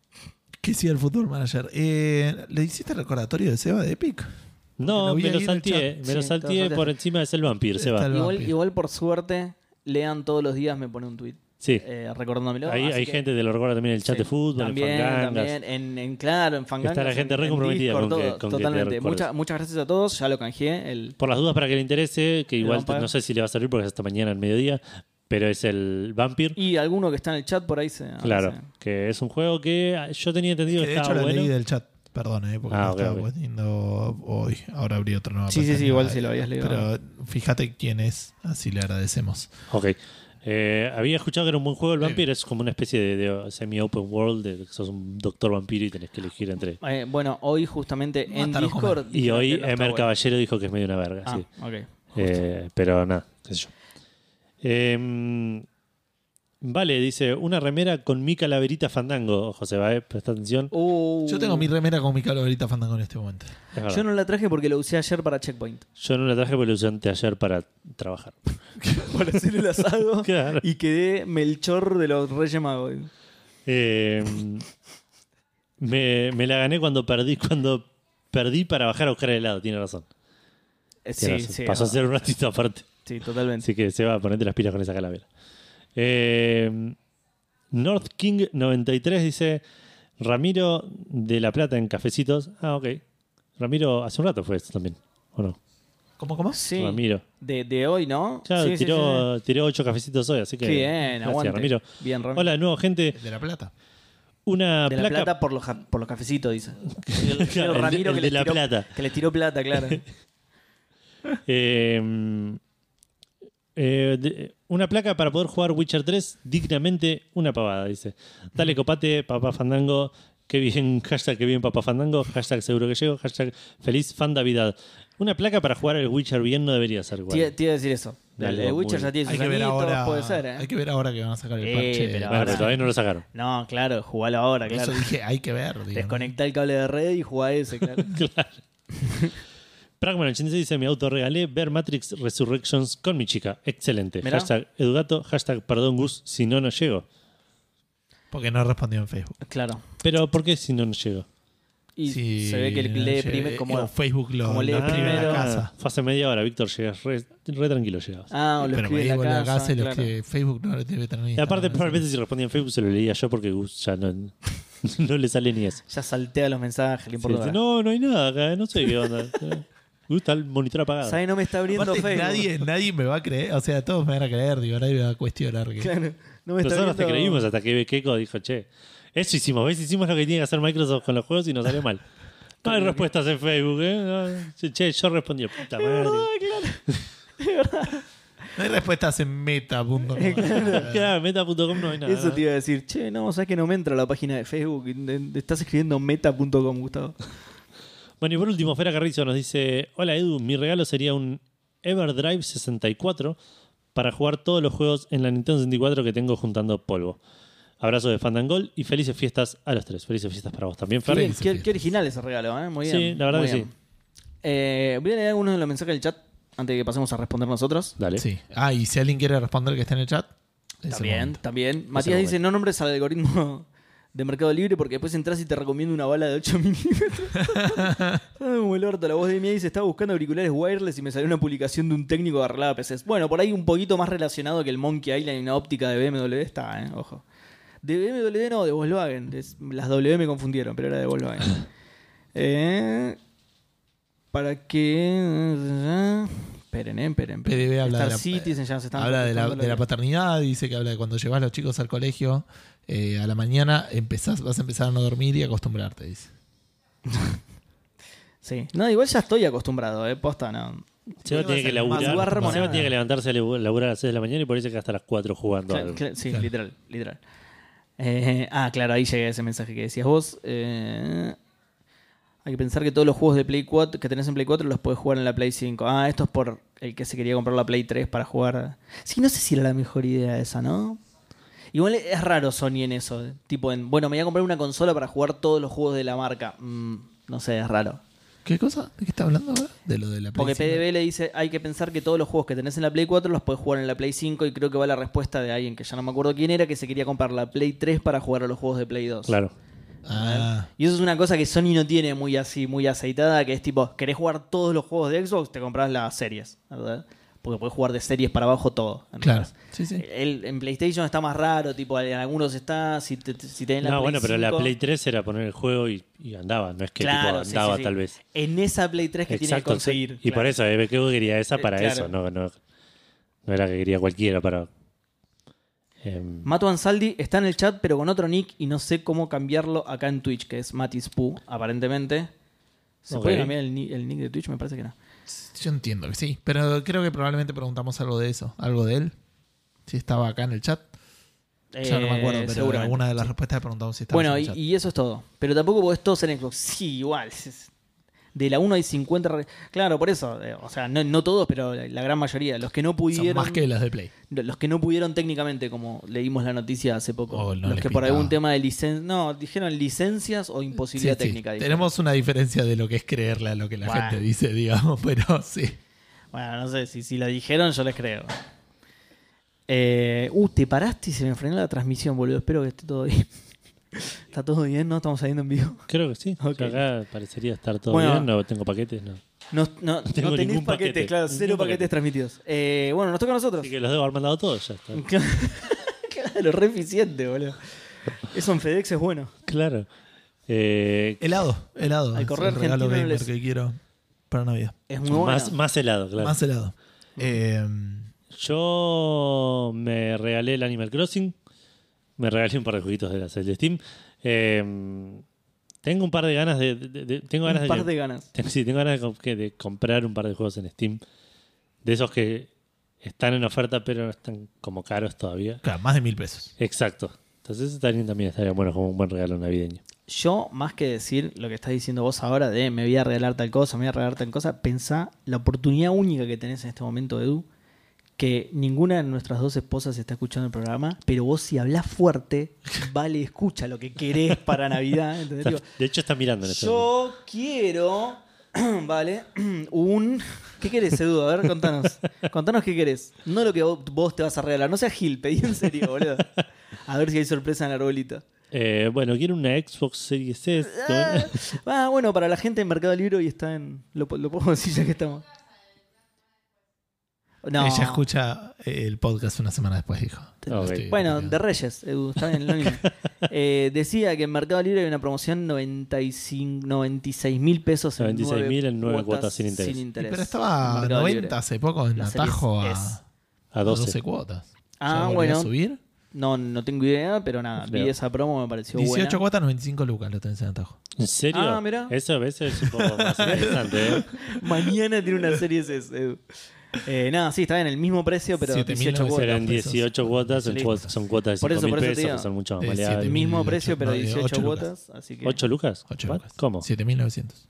¿Qué sigue el Football Manager? Eh, ¿Le hiciste recordatorio de Seba de Epic?
No,
Lo vi
me
ahí
lo
en el
salteé, me
Sí,
lo
te lo
salteé
salteaste.
por encima de ser vampiro, se
Está
va.
el-
Igual,
vampiro.
igual por suerte, lean todos los días, me pone un tweet
Sí,
eh, recordándomelo.
hay,
así
hay
que-
gente que lo recuerda también en el chat
Sí,
de fútbol,
también,
en fangangas.
también, en, en- claro, en Fangangas.
Está la gente
en-
re
en
comprometida
Discord,
con que-
todo,
con que te
Totalmente.
recuerdes.
Mucha- muchas gracias a todos, ya lo canjeé. El,
Por las dudas para que le interese, que igual
vampiro.
no sé si le va a servir porque es hasta mañana al mediodía, pero es el vampiro.
y alguno que está en el chat por ahí se.
Claro,
se-
que es un juego que ah, yo tenía entendido
Que
que
de hecho
estaba
la leí
bueno.
del chat. Perdón, eh, porque
Ah,
lo
ok,
estaba
ok.
poniendo hoy. Ahora abrí otra nueva
Sí, sí, sí,
pestaña.
igual si lo habías leído.
Pero fíjate quién es, así le agradecemos.
Ok. Eh, había escuchado que era un buen juego el
Sí.
vampiro, es como una especie de, de semi-open world, de que sos un doctor vampiro y tenés que elegir entre.
Eh, bueno, hoy justamente en
Mataron a
Discord.
Y
dijeron
hoy
que no está
Emer
bueno.
Caballero dijo que es medio una verga.
Ah,
sí.
ok.
Eh, pero nada, qué sé yo. Eh, vale, dice, una remera con mi calaverita fandango. José Baez, presta atención.
Uh,
Yo tengo mi remera con mi calaverita fandango en este momento.
Es verdad.
Yo no la traje porque la usé ayer para Checkpoint.
la traje porque la usé anteayer para trabajar.
para hacer el asado.
Claro.
Y quedé Melchor de los Reyes Magos.
Eh, me, me la gané cuando perdí, cuando perdí para bajar a buscar el helado, tiene razón.
Eh,
Tiene
Sí,
razón.
sí.
Pasó a ser un ratito aparte.
Sí, totalmente.
Así que se va a ponerte las pilas con esa calavera. Eh, North King 93 dice Ramiro de la Plata en cafecitos. Ah, ok. Ramiro hace un rato fue esto también, ¿o no?
¿Cómo, cómo?
Sí.
Ramiro.
De, de hoy, ¿no?
Claro,
Sí, sí,
tiró,
sí,
tiró ocho cafecitos hoy, así
sí.
que.
Qué bien,
gracias,
aguante.
Ramiro.
Bien, Ramiro.
Hola de nuevo, gente.
El de la plata.
Una
de la
placa.
plata por los, ja- por los cafecitos, dice. El,
Claro, el de- el de
les
La
tiró-
Plata.
Que les tiró plata, claro.
eh, eh, de- una placa para poder jugar Witcher 3 dignamente, una pavada, dice. Dale copate, papá Fandango. Qué bien, hashtag que bien papá Fandango, hashtag seguro que llego, hashtag feliz fandavidad. Una placa para jugar el Witcher bien no debería ser,
Te iba-
igual.
te iba a decir eso.
Dale,
el de
muy
Witcher ya
bien.
tiene
Hay
sus
que, ver
añitos,
ahora,
puede ser, ¿eh?
hay que ver ahora que van a sacar el
Eh,
parche.
pero
Bueno, pero
ahora-
todavía no lo sacaron.
No, claro, jugalo ahora,
Por eso
claro.
dije, hay que ver. digo, ¿no?
Desconectá el cable de red y jugá ese, claro.
Claro. Pragman86 dice: Mi auto regalé ver Matrix Resurrections con mi chica. Excelente.
Mirá.
Hashtag Edugato, hashtag perdón Gus, si no, no llego.
Porque no respondió en Facebook.
claro.
Pero, ¿por qué si no, no llego?
Y
Sí,
se ve que lee
eh,
primero
o
como.
Facebook lo,
como
lo
lee
escribe en
primero.
la casa.
Fue hace media hora, Víctor, llegas re, re tranquilo. Llegabas.
Ah, o lo
pero me
escribe en la
digo en
casa.
la casa y lo
claro.
escribe. Facebook no lo debe tener ni
ah,
y aparte,
Instagram, no sé.
probablemente si respondía en Facebook se lo leía yo porque Gus ya no, no le sale ni eso.
Ya saltea los mensajes, le
Sí,
importa.
dice,
nada.
no, no hay nada acá, no sé qué onda. Gus está el monitor apagado.
¿Sabe? No me está abriendo
Aparte,
Facebook.
nadie, nadie me va a creer. O sea, todos me van a creer. Digo, nadie me va a cuestionar. que-
Claro, no me está
Nosotros te
abriendo-
creímos hasta que Keiko dijo, che, eso hicimos, ¿ves? Hicimos lo que tiene que hacer Microsoft con los juegos y nos salió mal. No hay respuestas en Facebook, ¿eh? No. Sí, Che, yo respondí, puta madre.
Ah,
Ah,
No hay respuestas en meta.com.
Claro, meta.com no hay nada.
Eso te iba a decir, che, no, sabes que no me entra la página de Facebook. De- de- Estás escribiendo meta.com, Gustavo.
Bueno, y por último, Fera Carrizo nos dice: Hola Edu, mi regalo sería un Everdrive 64 para jugar todos los juegos en la Nintendo 64 que tengo juntando polvo. Abrazo de Fandangol y felices fiestas a los tres. Felices fiestas para vos también,
Qué,
Fer.
bien,
Felices
qué-
fiestas.
qué original ese regalo, ¿eh? Muy bien.
Sí, la verdad
muy
que
bien.
sí.
Eh, voy a leer algunos de los mensajes del chat antes de que pasemos a responder nosotros.
Dale.
Sí. Ah, y si alguien quiere responder que está en el chat. es el
También,
momento.
también. Matías dice, no nombres al algoritmo de Mercado Libre porque después entras y te recomiendo una bala de 8 milímetros. Ay, como el orto, la voz de Mía dice, estaba buscando auriculares wireless y me salió una publicación de un técnico de arreglada PCs. Bueno, por ahí un poquito más relacionado que el Monkey Island y una óptica de BMW está, ¿eh? Ojo. De BMW no, de Volkswagen. Es- las W me confundieron, pero era de Volkswagen. eh, para que... Esperen, eh, esperen.
PDB habla de
Star
la-
Citizen ya se están
habla de la,
contestando
de la
los-
paternidad, dice que habla de cuando llevas a los chicos al colegio eh, a la mañana, empezás, vas a empezar a no dormir y acostumbrarte, dice.
Sí. No, igual ya estoy acostumbrado, eh. Posta, no.
Seba tiene que laburar.
Madrugar
Seba
remonada.
tiene que levantarse a labu- laburar a las 6 de la mañana y por eso que hasta las 4 jugando.
Cla-
algo.
cla- sí,
Claro.
literal, literal. Eh, ah, claro, ahí llegué a ese mensaje que decías vos. Eh, hay que pensar que todos los juegos de Play 4 que tenés en Play 4 los podés jugar en la Play 5. Ah, esto es por el que se quería comprar la Play 3 para jugar. Sí, no sé si era la mejor idea esa, ¿no? Igual es raro Sony en eso. eh. Tipo, en, bueno, me voy a comprar una consola para jugar todos los juegos de la marca. Mm, no sé, es raro.
¿Qué cosa? ¿De qué está hablando ahora? De lo de la
Porque
Play cinco.
PDB le dice, hay que pensar que todos los juegos que tenés en la Play 4 los podés jugar en la Play 5 y creo que va la respuesta de alguien que ya no me acuerdo quién era que se quería comprar la Play 3 para jugar a los juegos de Play 2.
Claro.
Ah,
Y eso es una cosa que Sony no tiene muy así, muy aceitada, que es tipo, querés jugar todos los juegos de Xbox, te compras las series, ¿verdad? Porque podés jugar de series para abajo todo.
claro.
¿entendés?
Sí, sí.
El- en PlayStation está más raro, tipo, en algunos está, si te, si tenés la
No,
Play
bueno, pero la
5,
Play 3 era poner el juego y, y andaba, no es que
claro,
tipo
sí,
andaba
sí, sí.
tal vez.
En esa Play 3 que tiene que
Exacto, sí.
conseguir.
Y por
claro.
eso, eh, que quería esa para
claro.
eso, no, no, no era que quería cualquiera para. em,
Mato Ansaldi está en el chat, pero con otro nick y no sé cómo cambiarlo acá en Twitch, que es Matis Pu, aparentemente. ¿Se
Ok.
puede cambiar el, ni- el nick de Twitch? Me parece que no.
Yo entiendo que sí, pero creo que probablemente preguntamos algo de eso, algo de él. Si estaba acá en el chat. Ya no me
Eh,
acuerdo, pero
seguramente.
alguna de las respuestas le preguntamos si estaba
Bueno,
en el
y,
chat.
y eso es todo. Pero tampoco podés todos en Xbox. Sí, igual. Es- es- De la 1 hay 50. re- Claro, por eso. eh, O sea, no, no todos, pero la gran mayoría. Los que no
Son
pudieron.
más que las de Play.
Los que no pudieron técnicamente, como leímos la noticia hace poco.
Oh, no
los
les
que por
pintaba.
algún tema de licencia. No, dijeron licencias o imposibilidad
Sí, sí.
técnica. dijeron.
Tenemos una diferencia de lo que es creerle a lo que la
Bueno.
gente dice, digamos, pero sí.
Bueno, no sé, si, si la dijeron, yo les creo. Eh, uh, te paraste y se me frenó la transmisión, boludo. Espero que esté todo bien. ¿Está todo bien? ¿No? ¿Estamos saliendo en vivo?
creo que sí. O sea,
Ok.
acá parecería estar todo
Bueno.
bien, no tengo paquetes, no.
No, no, no
tengo
tenés paquetes,
ningún paquete.
claro, cero
Ningún
paquetes
paquete.
transmitidos. Eh, bueno, nos toca a nosotros.
Así que los debo haber mandado todos ya. Está.
Claro. Lo re eficiente, boludo. Eso en FedEx es bueno.
Claro. Eh,
Helado, helado.
Al
Es
correr
el regalo
argentino no
gamer
les-
que quiero para Navidad.
Es muy bueno.
más, más helado, claro.
Más helado. Eh,
Yo me regalé el Animal Crossing. Me regalé un par de jueguitos de la serie de Steam. Eh, tengo un par de ganas de. de- de- tengo ganas
Un par
que-
de ganas.
Ten- Sí, tengo ganas de, com- que- de comprar un par de juegos en Steam. De esos que están en oferta, pero no están como caros todavía.
claro, más de mil pesos.
Exacto. Entonces, eso también, también estaría bueno como un buen regalo navideño.
Yo, más que decir lo que estás diciendo vos ahora de me voy a regalar tal cosa, me voy a regalar tal cosa, pensá la oportunidad única que tenés en este momento, Edu, que ninguna de nuestras dos esposas está escuchando el programa, pero vos si hablás fuerte, vale, escucha lo que querés para Navidad. ¿entendés? Digo,
de hecho, está mirando en este momento.
yo quiero, vale, un... ¿Qué querés, Edu? A ver, contanos. Contanos qué querés. No lo que vos- vos te vas a regalar. No seas Gil, pedí en serio, boludo. A ver si hay sorpresa en el arbolito.
Eh, bueno, quiero una Xbox Series S.
Ah, ah, bueno, para la gente en Mercado Libre hoy está en. Lo, po- lo podemos decir ya que estamos. No.
Ella escucha eh, el podcast una semana después, dijo. No
Ok.
estoy
Bueno,
entendiendo.
de Reyes, Edu, está bien, lo mismo. Eh, decía que en Mercado Libre hay una promoción 95, 96 mil pesos en
96.000
nueve
en nueve cuotas sin interés.
Pero estaba
Mercado
90
Libre.
hace poco en
La serie
atajo a,
S.
a
A
12.
12.
cuotas.
Ah,
¿Ya volvió
bueno.
a subir?
No, no tengo idea, pero nada, vi
Claro.
esa promo, me pareció
18
buena.
cuotas, 95 lucas lo tenés en atajo.
¿En serio?
Ah, mirá.
Eso a veces es un poco más interesante, ¿eh?
Mañana tiene una serie ese, Edu. Eh, nada, sí, está en el mismo precio, pero 18
7.900
cuotas.
Serán
pesos.
18 cuotas, son
Sí.
cuotas, son cuotas de
Por eso,
5 mil
por eso te
pesos,
digo.
que son mucho más
Eh,
maleables.
siete mil.
Mismo precio, pero
no, eh,
18
ocho
cuotas. Así que...
8 lucas.
8
What?
lucas.
¿Cómo?
7900.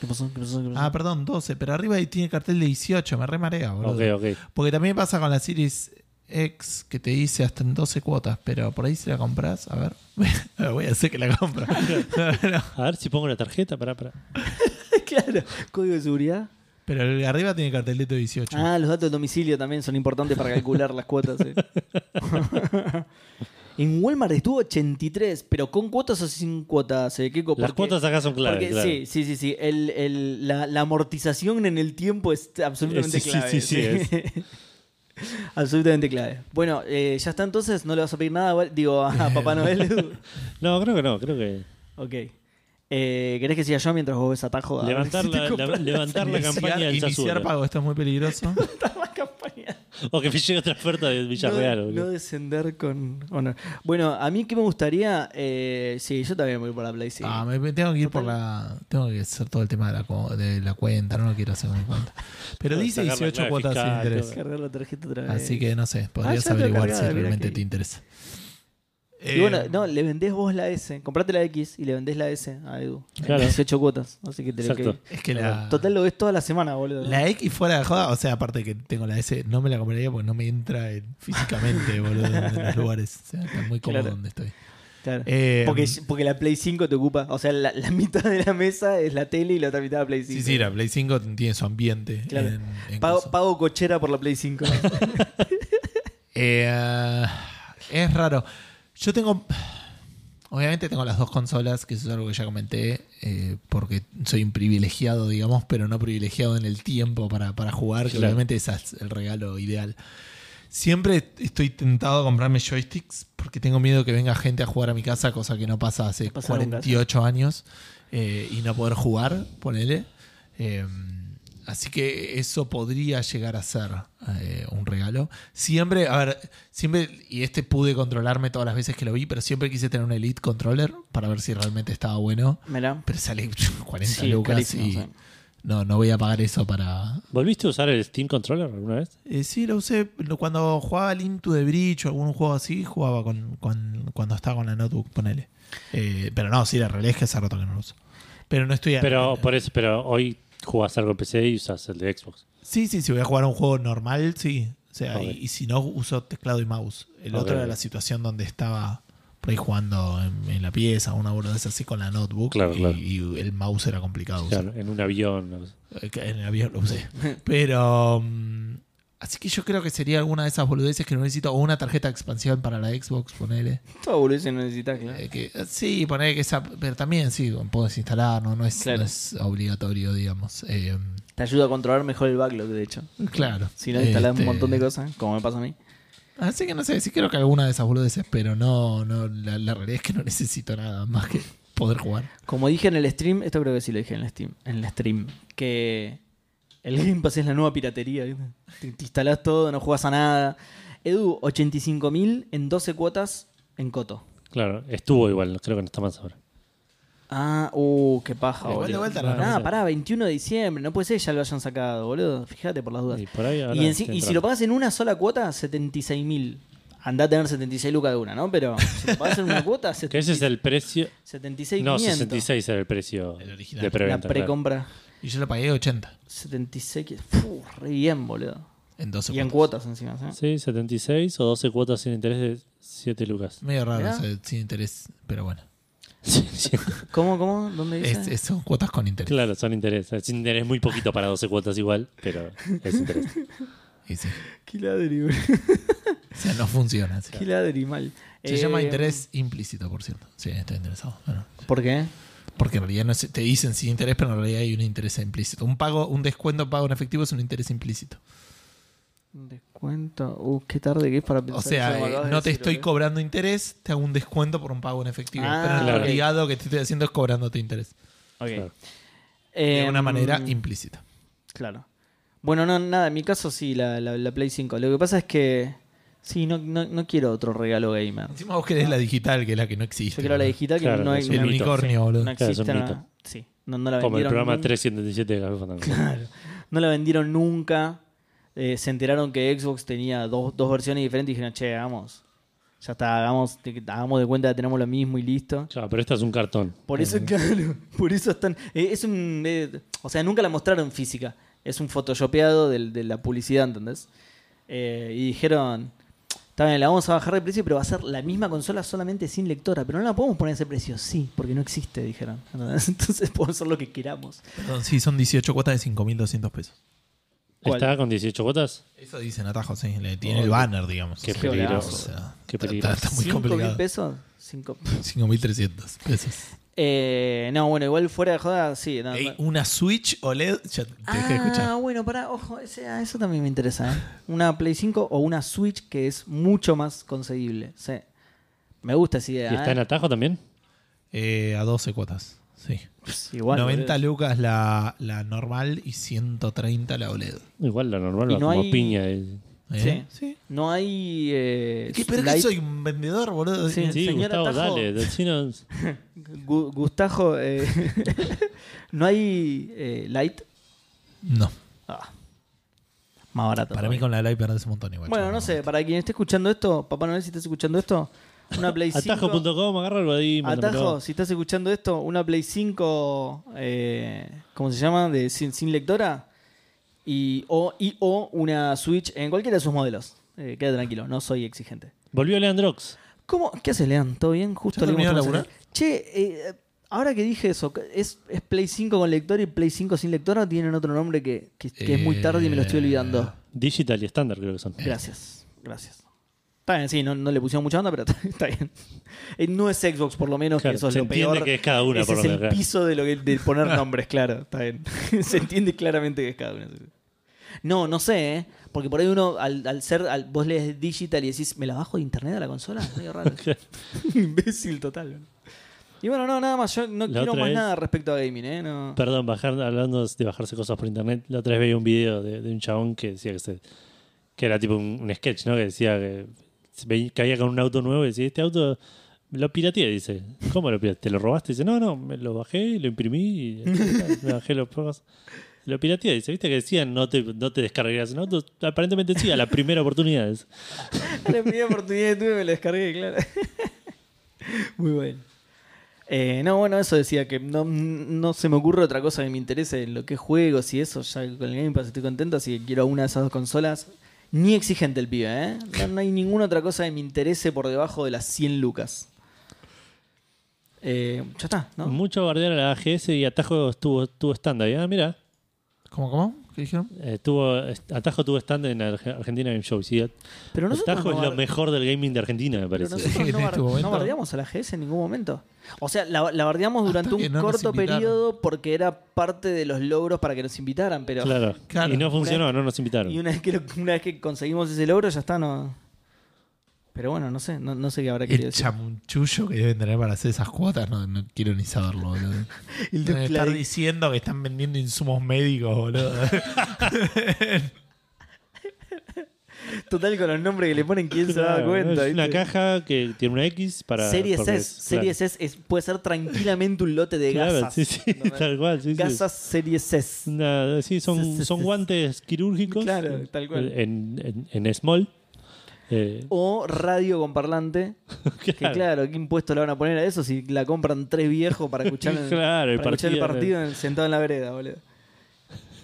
¿Qué pasó? ¿Qué pasó? ¿Qué pasó?
Ah, perdón, 12. Pero arriba ahí tiene cartel de 18. Me remarea, boludo.
ok, ok.
Porque también pasa con la Series X que te dice hasta en 12 cuotas. Pero por ahí si la compras, a ver. Voy a hacer que la compra. Pero-
A ver si pongo una tarjeta, pará, pará.
claro, código de seguridad.
pero el de arriba tiene cartelito 18.
Ah, los datos de domicilio también son importantes para calcular las cuotas. eh. en Walmart estuvo 83, pero con cuotas o sin cuotas, eh, Keiko?
Las
Porque-
cuotas acá son claves,
porque-
claro.
Sí, sí, sí, sí. El- el- la, la amortización en el tiempo es absolutamente
Eh, sí, sí,
clave.
sí, sí,
absolutamente clave. Bueno, eh, ya está entonces, no le vas a pedir nada, Val- digo, a Papá Noel. Edu?
No, creo que no, creo que.
ok. Eh, ¿Querés que siga yo mientras vos ves atajo? A ver
Levantar
si te
la,
compras
la- levantar la
Iniciar-
campaña del
Iniciar
Sassuolo.
pago, esto es muy peligroso.
la campaña.
O que me llegue otra oferta de Villarreal.
No,
boludo.
no descender con honor. Bueno, a mí que me gustaría. Eh, sí, yo también voy por la Play cinco.
Ah, me, me tengo que ir por la. Tengo que hacer todo el tema de la, co- de la cuenta, no lo quiero hacer con mi cuenta. Pero
Tengo que
dice
sacar la
18
clave
cuotas sin
fiscal,
interés.
todo.
Cargar la tarjeta otra vez.
Así Ah, que no sé,
ya
podrías
tengo
averiguar
cargada,
si
mira
realmente
que-
te interesa.
Y bueno,
Eh,
no, le vendés vos la S. Comprate la X y le vendés la S a Edu.
Claro.
18 cuotas. Así que te lo
Exacto.
que.
es que la,
Total lo ves toda la semana, boludo.
la X fuera de joda, o sea, aparte que tengo la S, no me la compraría porque no me entra en- físicamente, boludo, en los lugares. O sea, está muy cómodo
Claro.
donde estoy.
Claro.
Eh,
porque, porque la Play 5 te ocupa. O sea, la, la mitad de la mesa es la tele y la otra mitad la Play 5.
Sí, sí, la Play 5 tiene su ambiente.
Claro.
en- en
Pago,
coso.
pago cochera por la Play 5.
Eh, es raro. Yo tengo. Obviamente tengo las dos consolas, que eso es algo que ya comenté, eh, porque soy un privilegiado, digamos, pero no privilegiado en el tiempo para, para jugar, que
Claro.
obviamente ese es el regalo ideal. Siempre estoy tentado a comprarme joysticks, porque tengo miedo que venga gente a jugar a mi casa, cosa que no pasa hace
Pasa nunca,
48 años, eh, y no poder jugar, ponele. Eh, así que eso podría llegar a ser eh, un regalo. Siempre, a ver, siempre, y este pude controlarme todas las veces que lo vi, pero siempre quise tener un Elite Controller para ver si realmente estaba bueno.
Mirá.
Pero sale 40
Sí,
lucas
carísimo,
y
sí.
no, no voy a pagar eso para...
¿Volviste a usar el Steam Controller alguna vez?
Eh, sí, lo usé lo- cuando jugaba al Into the Breach o algún juego así, jugaba con, con- cuando estaba con la notebook, ponele. Eh, pero no, sí, la realidad es que hace rato que no lo uso. Pero no estoy...
Pero por eso, pero hoy jugás algo en PC y usás el de Xbox.
Sí, sí, si voy a jugar un juego normal, sí. O sea, y-
Ok.
y, si no, uso teclado y mouse. El
Ok,
otro era
ok.
la situación donde estaba por ahí jugando en, en la pieza, una boludez así con la notebook.
Claro,
y,
claro.
y el mouse era complicado usar.
Claro, en un avión. no sé.
Eh, que En el avión lo usé. Pero. mm, así que yo creo que sería alguna de esas boludeces que no necesito. O una tarjeta de expansión para la Xbox, ponele.
Todo boludo no necesitas, claro.
Eh, que, eh, sí, ponele que esa. Pero también, sí, puedo desinstalar, no, no, es,
Claro.
no es obligatorio, digamos. Eh,
Te ayuda a controlar mejor el backlog, de hecho.
claro.
Si no instalás
Este,
un montón de cosas, como me pasa a mí.
Así que no sé, sí creo que alguna de esas boludeces, pero no, no la, la realidad es que no necesito nada más que poder jugar.
Como dije en el stream, esto creo que sí lo dije en el stream, en el stream que el Game Pass es la nueva piratería. ¿viste? Te, te instalás todo, no jugás a nada. Edu, 85.000 en 12 cuotas en Coto.
Claro, estuvo igual, creo que no está más ahora.
Ah, uh, qué paja,
Igual de
boludo.
vuelta la
Ah,
camisa.
pará, 21 de diciembre. No puede ser que ya lo hayan sacado, boludo. Fíjate por las dudas.
Y por ahí ahora
Y, en sí-
está
y si
entrando.
lo pagas en una sola cuota, 76.000. Andá a tener 76 lucas de una, ¿no? Pero si lo pagas en una cuota,
Que ese es
76.500.
el precio.
76,
No, 66 era el precio
El original.
de
La
preventa. claro.
precompra.
Y yo lo pagué 80
76. que- Fu, re bien, boludo.
en 12
Y en
cuotas.
cuotas encima, ¿eh? ¿sí?
Sí, 76 o 12 cuotas sin interés de 7 lucas.
Medio raro,
Mirá.
o sea, sin interés, pero bueno.
Sí, sí.
¿Cómo, cómo? ¿Dónde dice?
Es- es- son cuotas con interés.
Claro, son intereses. Sin interés muy poquito para 12 cuotas igual, pero es interés.
Y sí.
Quiladri, boludo.
O sea, no funciona. así.
Quiladri, mal.
Se
Eh,
llama interés implícito, por cierto. Sí, estoy interesado. Bueno,
¿Por qué?
porque en realidad no es- te dicen sin interés, pero en realidad hay un interés implícito. Un pago, un descuento pago en efectivo es un interés implícito.
Descuento. Uh, qué tarde que es para pensar.
O sea,
eso, me
eh,
acabas de
no te
decir,
estoy
boludo.
cobrando interés, te hago un descuento por un pago en efectivo.
Ah,
pero en
claro.
realidad lo que te estoy haciendo es cobrándote interés.
Ok.
Claro.
De una
Em,
manera implícita.
Claro. Bueno, no, nada, en mi caso sí, la, la, la Play 5. Lo que pasa es que. Sí, no, no, no quiero otro regalo gamer.
Encima vos querés la digital, que es la que no
Yo
existe.
quiero la
boludo.
digital que
Claro,
no,
es
no-
un
El
mito,
unicornio, boludo.
no
Claro, es
existe.
un
no-
mito.
sí, no, no la
Como el
vendieron.
programa
nun-
377 de Café Fandango.
Claro. No la vendieron nunca. Eh, se enteraron que Xbox tenía dos, dos versiones diferentes y dijeron, che, hagamos. Ya está, hagamos, te- hagamos de cuenta que tenemos lo mismo y listo.
Claro, pero esta es un cartón.
Por eso,
Eh.
claro, por eso están. eh, es un. eh, o sea, nunca la mostraron física. Es un photoshopeado del- de, la publicidad, ¿entendés? Eh, y dijeron. Está bien, la vamos a bajar de precio, pero va a ser la misma consola solamente sin lectora. Pero no la podemos poner a ese precio, sí, porque no existe, dijeron. ¿entendés? Entonces podemos hacer lo que queramos.
Perdón, sí, son 18 cuotas de 5.200 pesos.
¿Cuál?
¿Está con 18 cuotas?
Eso dicen atajos, sí. Le tiene el banner, digamos.
Qué
Sí,
peligroso.
o sea,
Qué
está-
peligroso.
Está, está muy
¿Cinco mil
complicado.
pesos? Cinco.
5.300 pesos.
Eh, no, bueno, igual fuera de joda, sí. no,
Ey,
no.
una Switch OLED, ya te dejé de
Ah,
escuchar.
bueno, pará, ojo, ese- ah, eso también me interesa. ¿eh? Una Play 5 o una Switch que es mucho más conseguible. sí. Me gusta esa idea.
¿Y está
¿eh?
en atajo también?
Eh, a 12 cuotas, sí.
Pss, igual,
90
boludo.
lucas la, la normal y 130 la OLED.
Igual la normal
Y
va
no
como
hay-
piña. eh.
¿Eh?
Sí. No hay. eh,
¿Qué, pero que
light-
soy un vendedor, boludo.
Sí.
Sí,
señor
Gustavo,
Atajo.
dale. decinos.
Gu- Gustajo, eh, no hay eh, light.
No,
Ah, más barato.
para mí con la live perdés un montón igual.
Bueno,
chaval,
no sé, para quien esté escuchando esto, Papá Noel, si estás escuchando esto, una Play 5.
Atajo.com, agárralo ahí. mándamelo.
Atajo, si estás escuchando esto, una Play 5, eh, ¿cómo se llama? De, sin, sin lectora. Y o, y o una Switch en cualquiera de sus modelos. Eh, queda tranquilo, no soy exigente.
Volvió Leandrox.
¿Cómo? ¿Qué haces, Lean? ¿Todo bien? Justo
¿Ya terminó de
un
laburar?
mensaje. Che, eh, ahora que dije eso, ¿es, es Play 5 con lectora y Play 5 sin lectora o tienen otro nombre que, que- que es muy tarde y me lo estoy
Eh,
olvidando?
Digital y estándar creo que son.
Gracias, gracias. Está bien, sí, no, no le pusieron mucha onda, pero está, está bien. Eh, No es Xbox, por lo menos,
Claro,
que eso es
se
lo
entiende
peor.
que es cada una,
Ese
por lo
es
menos,
el
claro.
piso de, lo que, de poner nombres, claro, está bien. se entiende claramente que es cada una. No, no sé, ¿eh? porque por ahí uno, al, al ser, al- vos lees digital y decís, ¿me la bajo de internet a la consola? Es medio raro. Imbécil total. boludo. Y bueno, no, nada más, yo no
La
quiero
otra
más
vez-
nada respecto a gaming, ¿eh? No.
Perdón, bajar, hablando de bajarse cosas por internet, la otra vez veía un video de, de un chabón que decía que, se- que era tipo un, un sketch, ¿no? Que decía que se ve- caía con un auto nuevo y decía, este auto lo pirateé, dice. ¿Cómo lo pirateé? ¿Te lo robaste? Dice, no, no, me lo bajé, lo imprimí, y me bajé los programas. Lo pirateé, dice, viste que decían no te, no te descargarías un auto. Aparentemente sí, a la primera oportunidad. dice.
la primera oportunidad que tuve me la descargué, claro. Muy bueno. Eh, no, bueno, eso decía que no, no se me ocurre otra cosa que me interese en lo que es juegos y eso. Ya con el Game Pass estoy contento, así que quiero una de esas dos consolas. Ni exigente el pibe, ¿eh? No, no hay ninguna otra cosa que me interese por debajo de las 100 lucas. Eh, ya está, ¿no?
Mucho bardear a la AGS y Atajo estuvo, estuvo estándar. Y, Ah, mira,
¿Cómo, cómo? ¿Qué dijeron?
eh, tuvo, Atajo tuvo estándar en Arge- Argentina Game Show. Sí,
Pero nosotros
Atajo
no
es lo
bar-
mejor del gaming de Argentina, me
pero
parece.
nosotros no,
En este
bar- no
momento.
bardeamos a la GS en ningún momento. O sea, la, la bardeamos
Hasta
durante
que
un
no nos
corto
invitaron.
periodo porque era parte de los logros para que nos invitaran, pero...
Claro.
Claro.
Y no funcionó, no nos invitaron.
Y una vez, que lo- una vez que conseguimos ese logro, ya está, no. Pero bueno, no sé, no, no sé qué habrá querido
El
decir.
chamunchullo que deben tener para hacer esas cuotas, no, no quiero ni saberlo, boludo.
El
Deben
de
estar
Clarín.
diciendo que están vendiendo insumos médicos, boludo.
Total, con los nombres que le ponen, ¿quién se va a dar
Claro,
cuenta?
Es una
¿viste?
caja que tiene una X para.
Series S,
porque es-
Series S es- puede ser tranquilamente un lote de
claro. Claro,
gasas.
sí, sí,
¿entendés?
tal cual. Sí, sí.
Gasas Series S.
Nada,
Sí, sí,
sí, son, son
sí.
guantes quirúrgicos.
Claro, tal cual.
En, en, en small. Eh,
O radio con parlante. Oh, Que
claro.
claro, ¿qué impuesto le van a poner a eso si la compran tres viejos para escuchar, en-
Claro, el
para escuchar el
partido.
partido en- sentado en la vereda, boludo?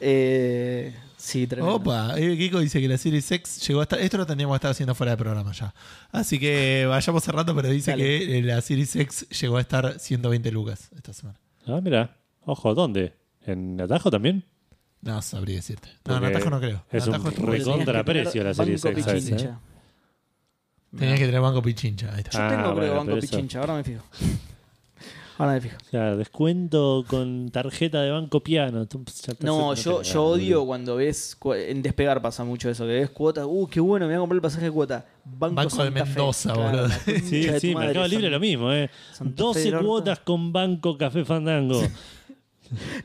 Eh, sí, tremendo.
Opa, eh, Kiko dice que la Series X llegó hasta. Esto lo tendríamos que estar haciendo fuera de programa ya. Así que vayamos cerrando, pero dice
Dale.
que eh, la Series X llegó a estar 120 lucas esta semana.
Ah, mira. Ojo, ¿dónde? ¿En Atajo también?
No sabría decirte. No, en
Porque
Atajo no creo. En
es un
Atajo estuvo-
Porque tenías que
recontra
tener
precio la
Banco
serie seis, ¿sabes,
Pichincha.
eh?
Tenías que tener banco Pichincha. Ahí está.
Yo
Ah,
tengo, creo,
bueno,
Banco
pero eso-
Pichincha, ahora me fijo. Ahora me fijo.
O sea, descuento con tarjeta de banco piano. Tú, pues, ya te
No,
hace-
yo,
te-
yo odio cuando ves. cu- En despegar pasa mucho eso, que ves cuotas. Uh, qué bueno, me voy a comprar el pasaje de cuota. Banco,
Banco de
Santa Fe,
Mendoza,
claro,
boludo.
la concha
Sí,
de tu
sí,
madre,
Mercado
San-
Libre lo mismo, ¿eh?
Santa Fe
12
del Orto.
cuotas con Banco Café Fandango.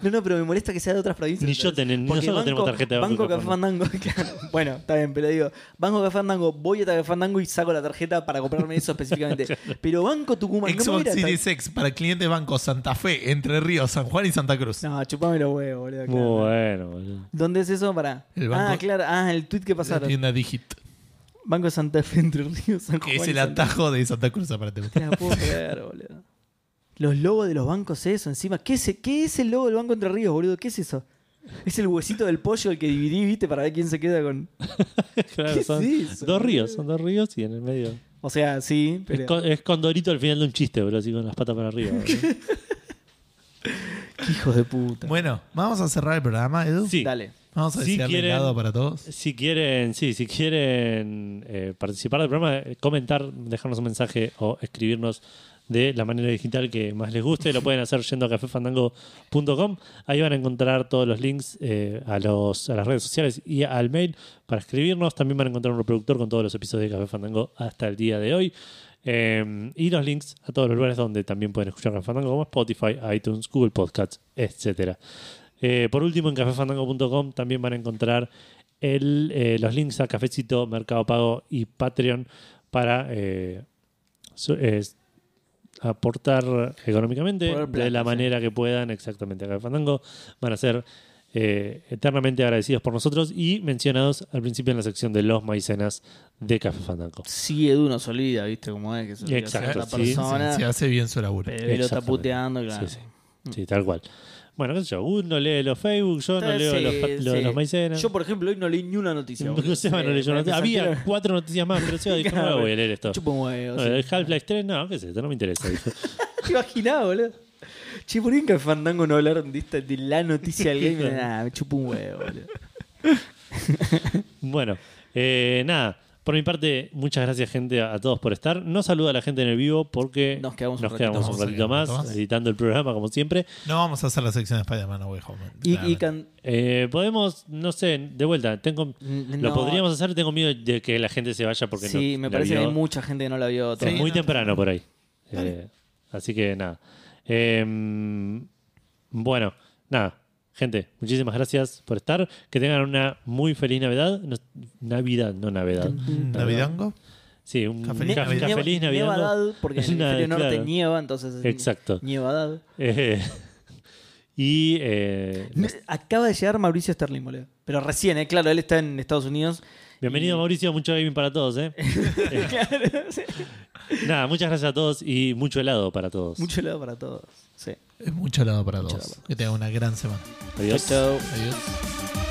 No, no, pero me molesta que sea de otras provincias.
Ni yo
¿entendés?
tenen-
Porque
nosotros tenemos tarjeta de Banco
Banco Café Fandango. claro. Bueno, está bien, pero digo, Banco Café Fandango, voy a Café Fandango y saco la tarjeta para comprarme eso específicamente. Pero Banco Tucumán, no me voy
Xbox
a ir a-
Series X para clientes banco Santa Fe, Entre Ríos, San Juan y Santa Cruz.
No, chupame los huevos, boludo.
Muy
claro.
bueno, boludo.
¿Dónde es eso? Para.
El banco-
Ah, claro, ah, el tweet que
la
pasaron.
tienda Digit.
Banco Santa Fe entre Ríos, San Juan.
Que es
y
el
Santa
atajo de Santa Cruz,
Te
aparentemente.
la puedo creer, boludo. Los logos de los bancos, eso, encima. ¿Qué es, ¿Qué es el logo del Banco Entre Ríos, boludo? ¿Qué es eso? Es el huesito del pollo el que dividí, viste, para ver quién se queda con.
Claro,
¿Qué
son
es eso?
dos ríos, son dos ríos y en el medio.
O sea, sí,
Es,
pero.
con, es Condorito al final de un chiste, boludo, así con las patas para arriba. boludo.
Qué hijos de puta.
Bueno, vamos a cerrar el programa, Edu.
Sí.
Dale.
Vamos a
Si
desearle
quieren-
helado para todos.
Si quieren, sí, si quieren eh, participar del programa, eh, comentar, dejarnos un mensaje o escribirnos de la manera digital que más les guste, lo pueden hacer yendo a cafefandango.com. Ahí van a encontrar todos los links eh, a, los, a las redes sociales y al mail para escribirnos. También van a encontrar un reproductor con todos los episodios de Café Fandango hasta el día de hoy. Eh, y los links a todos los lugares donde también pueden escuchar Café Fandango, como Spotify, iTunes, Google Podcasts, etcétera. Eh, por último, en cafefandango.com también van a encontrar el, eh, los links a Cafecito, Mercado Pago y Patreon para eh, su- es- aportar económicamente
Poner plata,
de la
sí.
manera que puedan exactamente a Café Fandango. Van a ser eh, eternamente agradecidos por nosotros y mencionados al principio en la sección de los maicenas de Café Fandango.
Sí, Edu nos olvida, viste, cómo es que se olvida
Exacto,
hacer la
sí,
persona.
Se hace bien su laburo.
pero está
Exactamente.
puteando, claro.
Sí, sí. Sí, tal cual. Bueno, qué sé yo, Gus no lee los Facebook, yo no
Entonces,
leo los,
Eh, sí,
lo de
sí.
los maicenas.
Yo, por ejemplo, hoy no leí ni una noticia.
No,
boludo.
Seba no
Eh,
leyó
me-
noticias.
me
Había
sentí-
cuatro noticias más, pero Seba dijo,
Claro,
no voy a leer esto.
Chupa un huevo,
No,
sí.
el Half-Life 3, no, qué sé, esto no me interesa. dijo.
¿Te imaginás, boludo? Che, ¿por qué en Café Fandango no hablaron de, esta, de la noticia del game? Nah, me chupo un huevo, boludo.
bueno, eh, nada. Por mi parte, muchas gracias, gente, a todos por estar. No saluda a la gente en el vivo porque
Nos quedamos un ratito
quedamos
más.
un ratito más,
Vamos a quedar.
editando el programa, como siempre.
No vamos a hacer la sección de Spider-Man No Way Home.
Y, y
claramente.
can-
Eh, podemos, no sé, de vuelta, tengo,
N-
lo
Mm, no.
podríamos hacer, tengo miedo de que la gente se vaya porque
Sí,
no
me
la
parece
vio.
que hay mucha gente que no la vio.
Es
todavía.
muy
no,
temprano por ahí. Eh, así que nada. Eh, bueno, nada. Gente, muchísimas gracias por estar. Que tengan una muy feliz Navidad. No- Navidad, no Navidad.
Mm,
Mm,
¿Navidango?
Sí, un
Cafelín,
ca-
Navidad.
Nieva-
feliz Navidad.
Nevadad, porque en el
Una-
hemisferio norte
claro.
nieva, entonces.
Exacto.
Nievadad.
Eh, y eh,
Acaba de llegar Mauricio Sterling, boludo. Pero recién, eh, claro, él está en Estados Unidos.
bienvenido Mauricio, mucho gaming para todos. eh.
Claro, sí.
Nada, muchas gracias a todos y mucho helado para todos.
Mucho lado para todos. Sí.
Es mucho helado para
Mucho
todos.
helado.
Que tengan una gran semana.
Adiós.
Chau, chau.
Adiós.